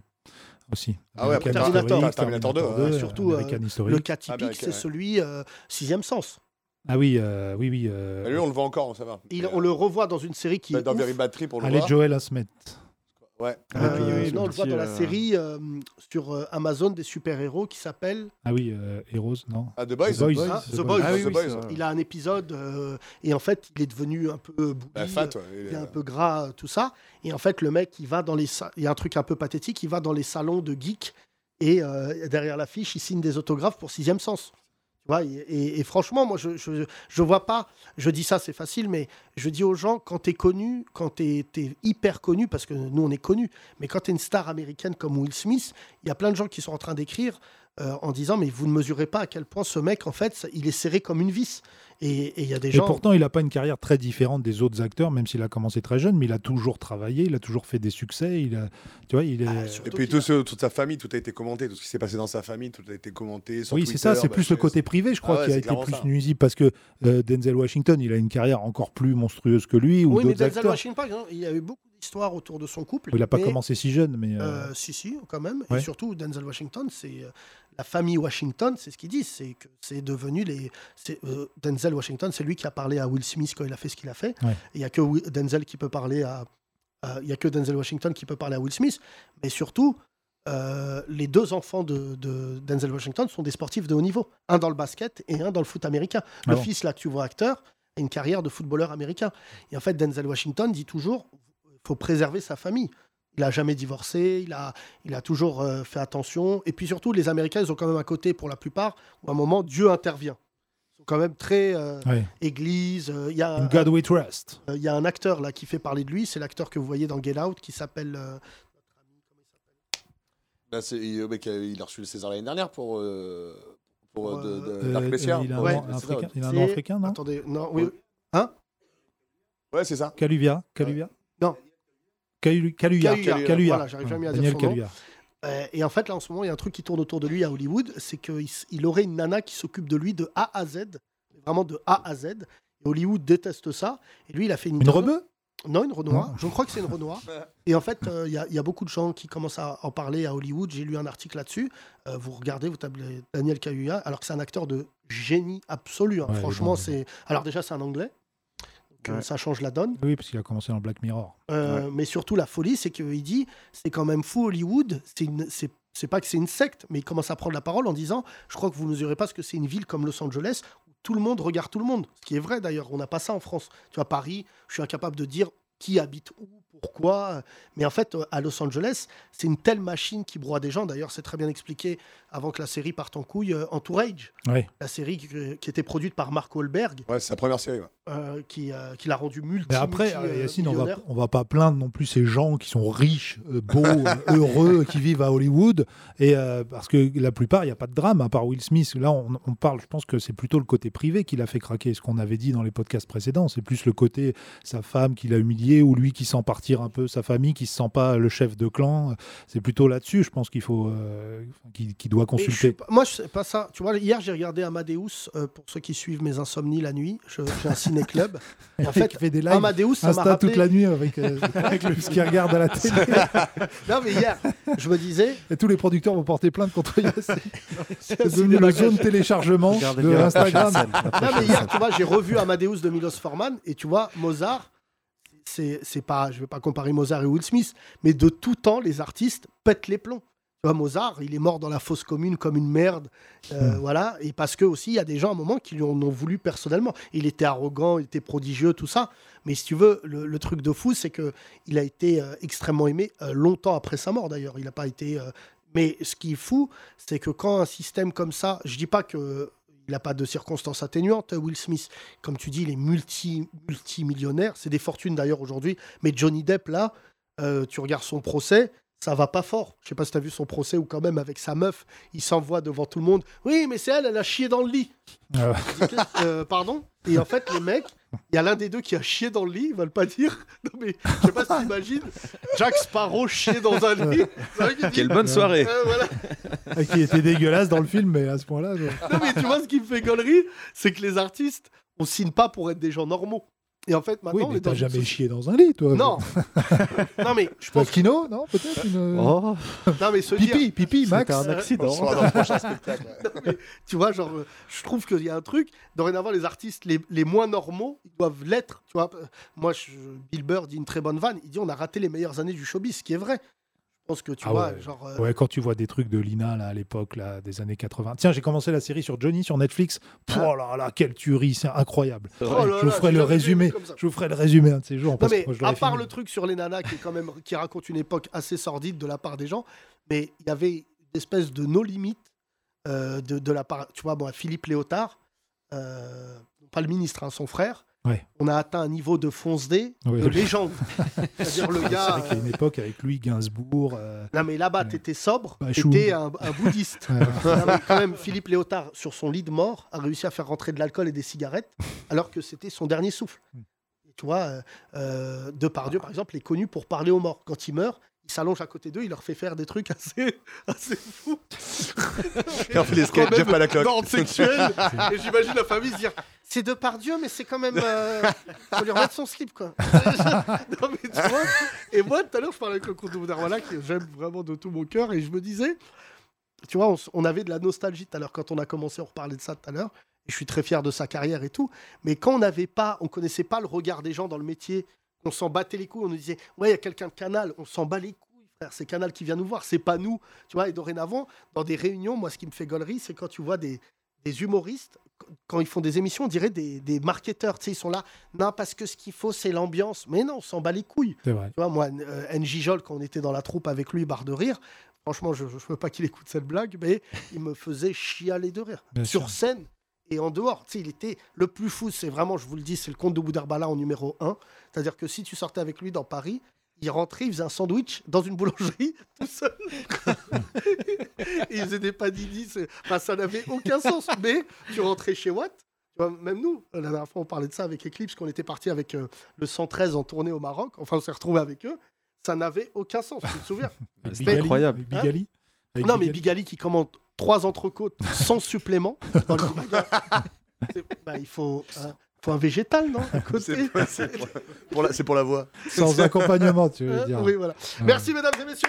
Speaker 4: aussi.
Speaker 7: Ah ouais,
Speaker 4: American
Speaker 7: après Terminator,
Speaker 4: History,
Speaker 7: Terminator deux,
Speaker 4: deux,
Speaker 3: ouais, hein, surtout, euh,
Speaker 4: American History.
Speaker 3: le cas typique,
Speaker 7: avec,
Speaker 3: c'est
Speaker 7: ouais.
Speaker 3: celui euh, sixième sens.
Speaker 4: Ah oui, euh, oui, oui. euh,
Speaker 7: Lui, on le voit encore, ça va.
Speaker 3: Il- on le revoit dans une série qui.
Speaker 7: Bah,
Speaker 3: est
Speaker 7: euh, dans
Speaker 3: ouf.
Speaker 7: Very Bad Trip, on le
Speaker 4: Allez,
Speaker 7: voit.
Speaker 4: Joel Asmet.
Speaker 7: Ouais.
Speaker 3: Euh,
Speaker 4: Ah oui,
Speaker 7: hein,
Speaker 4: oui,
Speaker 3: non, on le voit
Speaker 5: petit,
Speaker 3: dans la
Speaker 5: euh,
Speaker 3: série euh, sur euh, Amazon des super-héros qui s'appelle
Speaker 4: Ah oui, euh, Heroes, non
Speaker 7: Ah, The Boys.
Speaker 4: The Boys.
Speaker 3: Ah,
Speaker 4: The
Speaker 3: The
Speaker 4: Boys.
Speaker 3: Boys.
Speaker 5: Ah oui,
Speaker 7: The
Speaker 5: oui,
Speaker 7: Boys.
Speaker 5: c'est vrai.
Speaker 3: Il a un épisode euh, et en fait, il est devenu un peu bouli,
Speaker 7: Bah, fat, ouais.
Speaker 3: euh,
Speaker 7: il
Speaker 3: il est
Speaker 7: est-
Speaker 3: un peu gras, euh, tout ça. Et en fait, le mec, il va dans les. sa- Il y a un truc un peu pathétique, il va dans les salons de geeks et euh, derrière l'affiche, il signe des autographes pour Sixième Sens. Tu vois, et, et- et franchement, moi, je, je, je vois pas. Je dis ça, c'est facile, mais je dis aux gens, quand t'es connu, quand t'es es hyper connu, parce que nous, on est connu, mais quand t'es une star américaine comme Will Smith, il y a plein de gens qui sont en train d'écrire euh, en disant, mais vous ne mesurez pas à quel point ce mec, en fait, ça- il est serré comme une vis. Et et il y a des
Speaker 4: Et
Speaker 3: gens.
Speaker 4: pourtant, il n'a pas une carrière très différente des autres acteurs, même s'il a commencé très jeune, mais il a toujours travaillé, il a toujours fait des succès. Il a, tu vois, il est...
Speaker 3: Ah, surtout
Speaker 7: Et puis
Speaker 3: qu'il
Speaker 7: tout ce- toute sa famille, tout a été commenté, tout ce qui s'est passé dans sa famille, tout a été commenté. sur
Speaker 4: Oui, c'est ça,
Speaker 7: Twitter,
Speaker 4: c'est
Speaker 7: bah,
Speaker 4: plus le
Speaker 7: c'est-
Speaker 4: côté privé, je crois,
Speaker 7: Ah ouais,
Speaker 4: qui a
Speaker 7: c'est
Speaker 4: été
Speaker 7: clairement
Speaker 4: plus
Speaker 7: ça.
Speaker 4: nuisible parce que euh, Denzel Washington, il a une carrière encore plus monstrueuse que lui ou
Speaker 3: oui, mais
Speaker 4: d'autres
Speaker 3: Denzel
Speaker 4: acteurs.
Speaker 3: Washington, par exemple, il y a eu beaucoup d'histoires autour de son couple.
Speaker 4: Il n'a pas
Speaker 3: mais,
Speaker 4: commencé si jeune, mais euh,
Speaker 3: euh, si, si, quand même.
Speaker 4: Ouais.
Speaker 3: Et surtout, Denzel Washington, c'est euh, la famille Washington, c'est ce qu'ils disent, c'est que c'est devenu les. c'est, euh, Denzel Washington, c'est lui qui a parlé à Will Smith quand il a fait ce qu'il a fait.
Speaker 4: Ouais.
Speaker 3: Il y a que Wi- Denzel qui peut parler à. à- Il y a que Denzel Washington qui peut parler à Will Smith, mais surtout. euh, les deux enfants de, de Denzel Washington sont des sportifs de haut niveau, un dans le basket et un dans le foot américain.
Speaker 4: Ah
Speaker 3: le
Speaker 4: bon
Speaker 3: fils là que tu vois acteur a une carrière de footballeur américain. Et en fait, Denzel Washington dit toujours, faut préserver sa famille. Il a jamais divorcé, il a, il a toujours euh, fait attention. Et puis surtout, les Américains, ils ont quand même un côté, pour la plupart, où à un moment, Dieu intervient. Ils sont quand même très euh,
Speaker 4: ouais.
Speaker 3: église. euh, Il y, a
Speaker 4: In
Speaker 3: un-
Speaker 4: God We Trust.
Speaker 3: euh, il y a un acteur là qui fait parler de lui, c'est l'acteur que vous voyez dans Get Out, qui s'appelle... euh,
Speaker 7: Là, bah, c'est- il, le mec, il a reçu le César l'année dernière pour, euh, pour,
Speaker 3: Pour,
Speaker 7: euh, de- de-
Speaker 4: Euh,
Speaker 7: Dark Messiah.
Speaker 4: euh, il a un
Speaker 7: Ouais,
Speaker 4: nom
Speaker 7: c'est ça,
Speaker 4: africain,
Speaker 7: ouais.
Speaker 4: il a un
Speaker 3: c'est-
Speaker 4: nom africain, non
Speaker 3: Attendez, non, oui,
Speaker 7: Ouais, c'est ça.
Speaker 4: Caluvia Caluvia
Speaker 3: Euh, Non.
Speaker 4: Calu- Caluya.
Speaker 3: Caluya,
Speaker 4: Caluya.
Speaker 3: voilà, j'arrive jamais à dire
Speaker 4: Daniel
Speaker 3: son nom.
Speaker 4: Caluya.
Speaker 3: Euh, et en fait, là, en ce moment, il y a un truc qui tourne autour de lui à Hollywood, c'est qu'il s- il aurait une nana qui s'occupe de lui de A à Z, vraiment de A à Z. Et Hollywood déteste ça. Et lui, il a fait une...
Speaker 4: Une
Speaker 3: interview-
Speaker 4: rebeu
Speaker 3: Non, une Renoir. Je crois que c'est une Renoir. Et en fait, euh, il y, a- il y a beaucoup de gens qui commencent à en parler à Hollywood. J'ai lu un article là-dessus. Euh, vous regardez, vous tablez Daniel Kaluuya, alors que c'est un acteur de génie absolu. hein.
Speaker 4: Ouais, il est
Speaker 3: Franchement,
Speaker 4: bon.
Speaker 3: c'est. Alors déjà, c'est un Anglais. Donc, euh,
Speaker 5: Ouais.
Speaker 3: Ça change la donne.
Speaker 4: Oui, parce qu'il a commencé dans Black Mirror.
Speaker 3: Euh, Mais surtout, la folie, c'est qu'il dit c'est quand même fou Hollywood. C'est une- c'est- c'est pas que c'est une secte, mais il commence à prendre la parole en disant je crois que vous ne mesurez pas ce que c'est une ville comme Los Angeles où tout le monde regarde tout le monde. Ce qui est vrai d'ailleurs, on n'a pas ça en France. Tu vois, Paris, je suis incapable de dire qui habite où, pourquoi. Mais en fait, euh, à Los Angeles, c'est une telle machine qui broie des gens. D'ailleurs, c'est très bien expliqué avant que la série parte en couille, euh, Entourage,
Speaker 4: Ouais.
Speaker 3: la série euh, qui, qui était produite par Mark Wahlberg.
Speaker 7: Ouais, c'est sa première série. ouais.
Speaker 3: euh, qui, euh, qui l'a rendu multi.
Speaker 4: Mais après,
Speaker 3: multi, euh,
Speaker 4: Yacine, on va,
Speaker 3: millionnaire.
Speaker 4: on va pas plaindre non plus ces gens qui sont riches, euh, beaux, euh, heureux, qui vivent à Hollywood. Et euh, parce que la plupart, il n'y a pas de drame, à part Will Smith. Là, on, on parle, je pense que c'est plutôt le côté privé qui l'a fait craquer. Ce qu'on avait dit dans les podcasts précédents, c'est plus le côté sa femme qui l'a humilié ou lui qui sent partir un peu sa famille, qui se sent pas le chef de clan. C'est plutôt là-dessus, je pense qu'il faut, euh, qu'il qu'il doit
Speaker 3: Mais je suis
Speaker 4: consulter.
Speaker 3: pas- Moi, je sais pas ça. Tu vois, hier, j'ai regardé Amadeus, euh, pour ceux qui suivent mes insomnies la nuit. Je- J'ai un ciné-club. Et en
Speaker 4: Le mec
Speaker 3: fait,
Speaker 4: qui fait des lives
Speaker 3: Amadeus, ça m'a
Speaker 4: Insta
Speaker 3: rappelé...
Speaker 4: toute la nuit avec, euh, avec le- ce qu'il regarde à la télé.
Speaker 3: Non, mais hier, je me disais...
Speaker 4: Et tous les producteurs vont porter plainte contre Yacine.
Speaker 3: c'est un
Speaker 4: C'est devenu la
Speaker 3: ciné-club.
Speaker 4: zone téléchargement
Speaker 5: Regardez
Speaker 4: de
Speaker 5: bien la prochaine
Speaker 4: Instagram.
Speaker 5: scène, la
Speaker 3: Non,
Speaker 5: prochaine
Speaker 3: mais hier,
Speaker 5: scène.
Speaker 3: tu vois, j'ai revu Amadeus de Milos Forman, et tu vois, Mozart, c'est c'est pas... Je vais pas comparer Mozart et Will Smith, mais de tout temps, les artistes pètent les plombs. Tu vois, Mozart, il est mort dans la fosse commune comme une merde. euh, Voilà. Et parce que aussi, il y a des gens à un moment qui lui en ont voulu personnellement. Il était arrogant, il était prodigieux, tout ça. Mais si tu veux, le, le truc de fou, c'est que il a été euh, extrêmement aimé euh, longtemps après sa mort d'ailleurs. Il n'a pas été. euh, Mais ce qui est fou, c'est que quand un système comme ça, je dis pas que il n'a pas de circonstances atténuantes, Will Smith. Comme tu dis, il est multi, multimillionnaire. C'est des fortunes d'ailleurs aujourd'hui. Mais Johnny Depp, là, euh, tu regardes son procès, ça va pas fort. Je sais pas si tu as vu son procès ou quand même avec sa meuf, il s'envoie devant tout le monde. Oui, mais c'est elle, elle a chié dans le lit.
Speaker 4: Euh.
Speaker 3: Je dis, Qu'est-ce- euh, pardon Et en fait, les mecs, il y a l'un des deux qui a chié dans le lit, ils veulent pas dire. Non, mais je sais pas si t'imagines, Jack Sparrow chier dans un lit. C'est vrai qu'il dit,
Speaker 8: Quelle bonne soirée
Speaker 3: euh, voilà.
Speaker 4: Ah, qui était dégueulasse dans le film, mais à ce point-là. je-
Speaker 3: Non, mais tu vois, ce qui me fait gaulerie, c'est que les artistes, on signe pas pour être des gens normaux. Et en fait,
Speaker 4: Oui,
Speaker 3: maintenant, on
Speaker 4: mais
Speaker 3: est dans
Speaker 4: t'as
Speaker 3: une
Speaker 4: jamais
Speaker 3: société-
Speaker 4: chié dans un lit, toi.
Speaker 3: Non Non, mais je
Speaker 4: Pas
Speaker 3: pense.
Speaker 4: Kino, non Peut-être une... euh,
Speaker 5: Oh,
Speaker 3: Non, mais se dire.
Speaker 4: Pipi, pipi, Max. euh,
Speaker 5: c'était un accident.
Speaker 7: Bonsoir dans le prochain spectacle.
Speaker 3: Tu vois, genre, euh, je trouve qu'il y a un truc. Dorénavant, les artistes les, les moins normaux, ils doivent l'être. Tu vois, Euh, moi, je, Bill Burr dit une très bonne vanne. Il dit on a raté les meilleures années du showbiz, ce qui est vrai. Je pense que tu
Speaker 4: Ah
Speaker 3: vois,
Speaker 4: ouais.
Speaker 3: genre. euh,
Speaker 4: Ouais, quand tu vois des trucs de Lina là, à l'époque là, des années 80. Tiens, j'ai commencé la série sur Johnny sur Netflix. Pouh,
Speaker 3: Ah.
Speaker 4: Oh là là, quelle tuerie, c'est incroyable.
Speaker 3: oh là
Speaker 4: je vous
Speaker 3: là,
Speaker 4: ferai
Speaker 3: j'ai jamais
Speaker 4: le
Speaker 3: vu un
Speaker 4: résumé.
Speaker 3: truc comme ça.
Speaker 4: Je vous ferai le résumé un de ces jours.
Speaker 3: Non
Speaker 4: parce que
Speaker 3: mais
Speaker 4: moi, je
Speaker 3: à
Speaker 4: l'aurais
Speaker 3: part
Speaker 4: fini.
Speaker 3: le truc sur les nanas qui est quand même qui raconte une époque assez sordide de la part des gens, mais il y avait une espèce de no limite euh, de, de la part, tu vois, bon, Philippe Léotard, euh, pas le ministre, hein, son frère,
Speaker 4: Ouais.
Speaker 3: on a atteint un niveau de fonce D
Speaker 4: Ouais.
Speaker 3: de euh, légende. C'est-à-dire le
Speaker 4: C'est
Speaker 3: gars,
Speaker 4: vrai qu'il y a une époque avec lui, Gainsbourg. euh,
Speaker 3: non mais là-bas,
Speaker 4: Ouais. Bah,
Speaker 3: t'étais sobre,
Speaker 4: Bachung.
Speaker 3: t'étais un, un bouddhiste.
Speaker 4: ouais.
Speaker 3: Non, mais quand même, Philippe Léotard, sur son lit de mort, a réussi à faire rentrer de l'alcool et des cigarettes, alors que c'était son dernier souffle. Et tu vois, euh, euh, Depardieu, par exemple, est connu pour parler aux morts. Quand il meurt, il s'allonge à côté d'eux, il leur fait faire des trucs assez, assez fous.
Speaker 7: Il fait les sketchs,
Speaker 3: Quand même,
Speaker 7: Jeff Palaclock.
Speaker 3: d'ordre sexuel. Et j'imagine la famille se dire c'est Depardieu, mais c'est quand même. euh, faut lui remettre son slip, quoi. Non, mais tu vois, et moi, tout à l'heure, je parlais avec le comte de Boudin-Wallach, que j'aime vraiment de tout mon cœur, et je me disais, tu vois, on, s- on avait de la nostalgie tout à l'heure quand on a commencé, on reparlait de ça tout à l'heure. et Je suis très fier de sa carrière et tout, mais quand on n'avait pas, on connaissait pas le regard des gens dans le métier, on s'en battait les couilles, on nous disait, ouais, il y a quelqu'un de Canal, on s'en bat les couilles, frère, c'est Canal qui vient nous voir, c'est pas nous, tu vois. Et dorénavant, dans des réunions, moi, ce qui me fait gaulerie, c'est quand tu vois des, des humoristes, qu- quand ils font des émissions, on dirait des, des marketeurs, tu sais, ils sont là, non, parce que ce qu'il faut, c'est l'ambiance, mais non, on s'en bat les couilles.
Speaker 4: C'est vrai.
Speaker 3: Tu vois, moi, euh, NJ Jol, quand on était dans la troupe avec lui, barre de rire, franchement, je ne veux pas qu'il écoute cette blague, mais il me faisait chialer de rire.
Speaker 4: Bien
Speaker 3: Sur
Speaker 4: sûr.
Speaker 3: scène et en dehors, tu sais, il était le plus fou, c'est vraiment, je vous le dis, c'est le comte de Boudarbala en numéro 1. C'est-à-dire que si tu sortais avec lui dans Paris, il rentrait, il faisait un sandwich dans une boulangerie tout seul. Et il faisait des panini, c'est- enfin, ça n'avait aucun sens. Mais tu rentrais chez Watt, tu vois, même nous, la dernière fois on parlait de ça avec Eclipse, qu'on était parti avec euh, le 113 en tournée au Maroc, enfin on s'est retrouvé avec eux, ça n'avait aucun sens, tu te souviens
Speaker 8: C'était
Speaker 4: Bigali,
Speaker 8: incroyable.
Speaker 4: avec Bigali. Avec
Speaker 3: Hein Non mais
Speaker 4: Bigali.
Speaker 3: Bigali qui commande trois entrecôtes sans supplément dans le Bigali. C'est- bah, il faut, un- faut un végétal, non à côté
Speaker 7: Pour la- C'est pour la voix.
Speaker 4: Sans accompagnement, tu veux
Speaker 3: Hein
Speaker 4: dire.
Speaker 3: Oui, voilà.
Speaker 4: Ouais.
Speaker 3: Merci, mesdames et messieurs.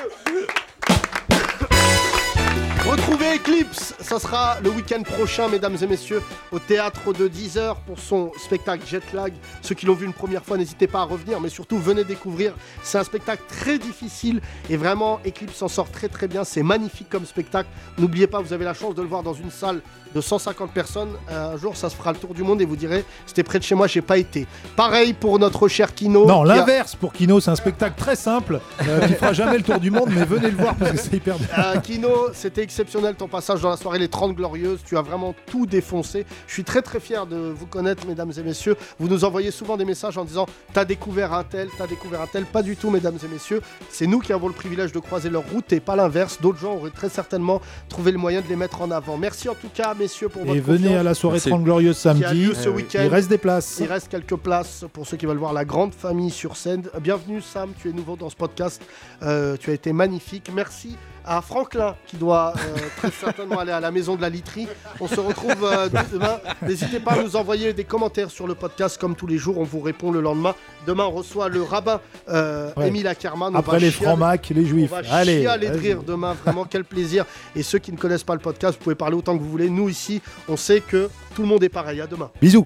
Speaker 3: Retrouvez Eclipse, ça sera le week-end prochain, mesdames et messieurs, au théâtre de 10h pour son spectacle Jetlag. Ceux qui l'ont vu une première fois, n'hésitez pas à revenir, mais surtout venez découvrir. C'est un spectacle très difficile et vraiment Eclipse s'en sort très très bien. C'est magnifique comme spectacle. N'oubliez pas, vous avez la chance de le voir dans une salle de 150 personnes. Euh, Un jour, ça se fera le tour du monde et vous direz, c'était près de chez moi, j'ai pas été. Pareil pour notre cher Kino.
Speaker 4: Non,
Speaker 3: qui a-
Speaker 4: l'inverse pour Kino, c'est un spectacle très simple euh, qui fera jamais le tour du monde, mais venez le voir parce que c'est hyper bien.
Speaker 3: Euh, Kino, c'était exceptionnel ton passage dans la soirée Les 30 Glorieuses. Tu as vraiment tout défoncé. Je suis très très fier de vous connaître, mesdames et messieurs. Vous nous envoyez souvent des messages en disant T'as découvert un tel, t'as découvert un tel. Pas du tout, mesdames et messieurs. C'est nous qui avons le privilège de croiser leur route et pas l'inverse. D'autres gens auraient très certainement trouvé le moyen de les mettre en avant. Merci en tout cas, messieurs, pour votre
Speaker 4: Et venez
Speaker 3: confiance.
Speaker 4: à la soirée
Speaker 8: Merci.
Speaker 4: 30 Glorieuses
Speaker 3: Qui a
Speaker 4: samedi.
Speaker 3: lieu ce
Speaker 8: Euh, oui.
Speaker 3: week-end.
Speaker 4: Il reste des places.
Speaker 3: Il reste quelques places pour ceux qui veulent voir la grande famille sur scène. Bienvenue Sam, tu es nouveau dans ce podcast. Euh, tu as été magnifique. Merci à Franklin qui doit euh, très certainement aller à la maison de la literie. On se retrouve euh, demain. N'hésitez pas à nous envoyer des commentaires sur le podcast comme tous les jours. On vous répond le lendemain. Demain, on reçoit le rabbin euh,
Speaker 4: Ouais.
Speaker 3: Émile Ackerman. On va
Speaker 4: Après les
Speaker 3: chialer-
Speaker 4: francs-macs, les
Speaker 3: on
Speaker 4: juifs.
Speaker 3: va
Speaker 4: Allez,
Speaker 3: chialer de
Speaker 4: vas-y.
Speaker 3: rire demain, vraiment quel plaisir. Et ceux qui ne connaissent pas le podcast, vous pouvez parler autant que vous voulez. Nous ici, on sait que tout le monde est pareil. À demain.
Speaker 4: bisous.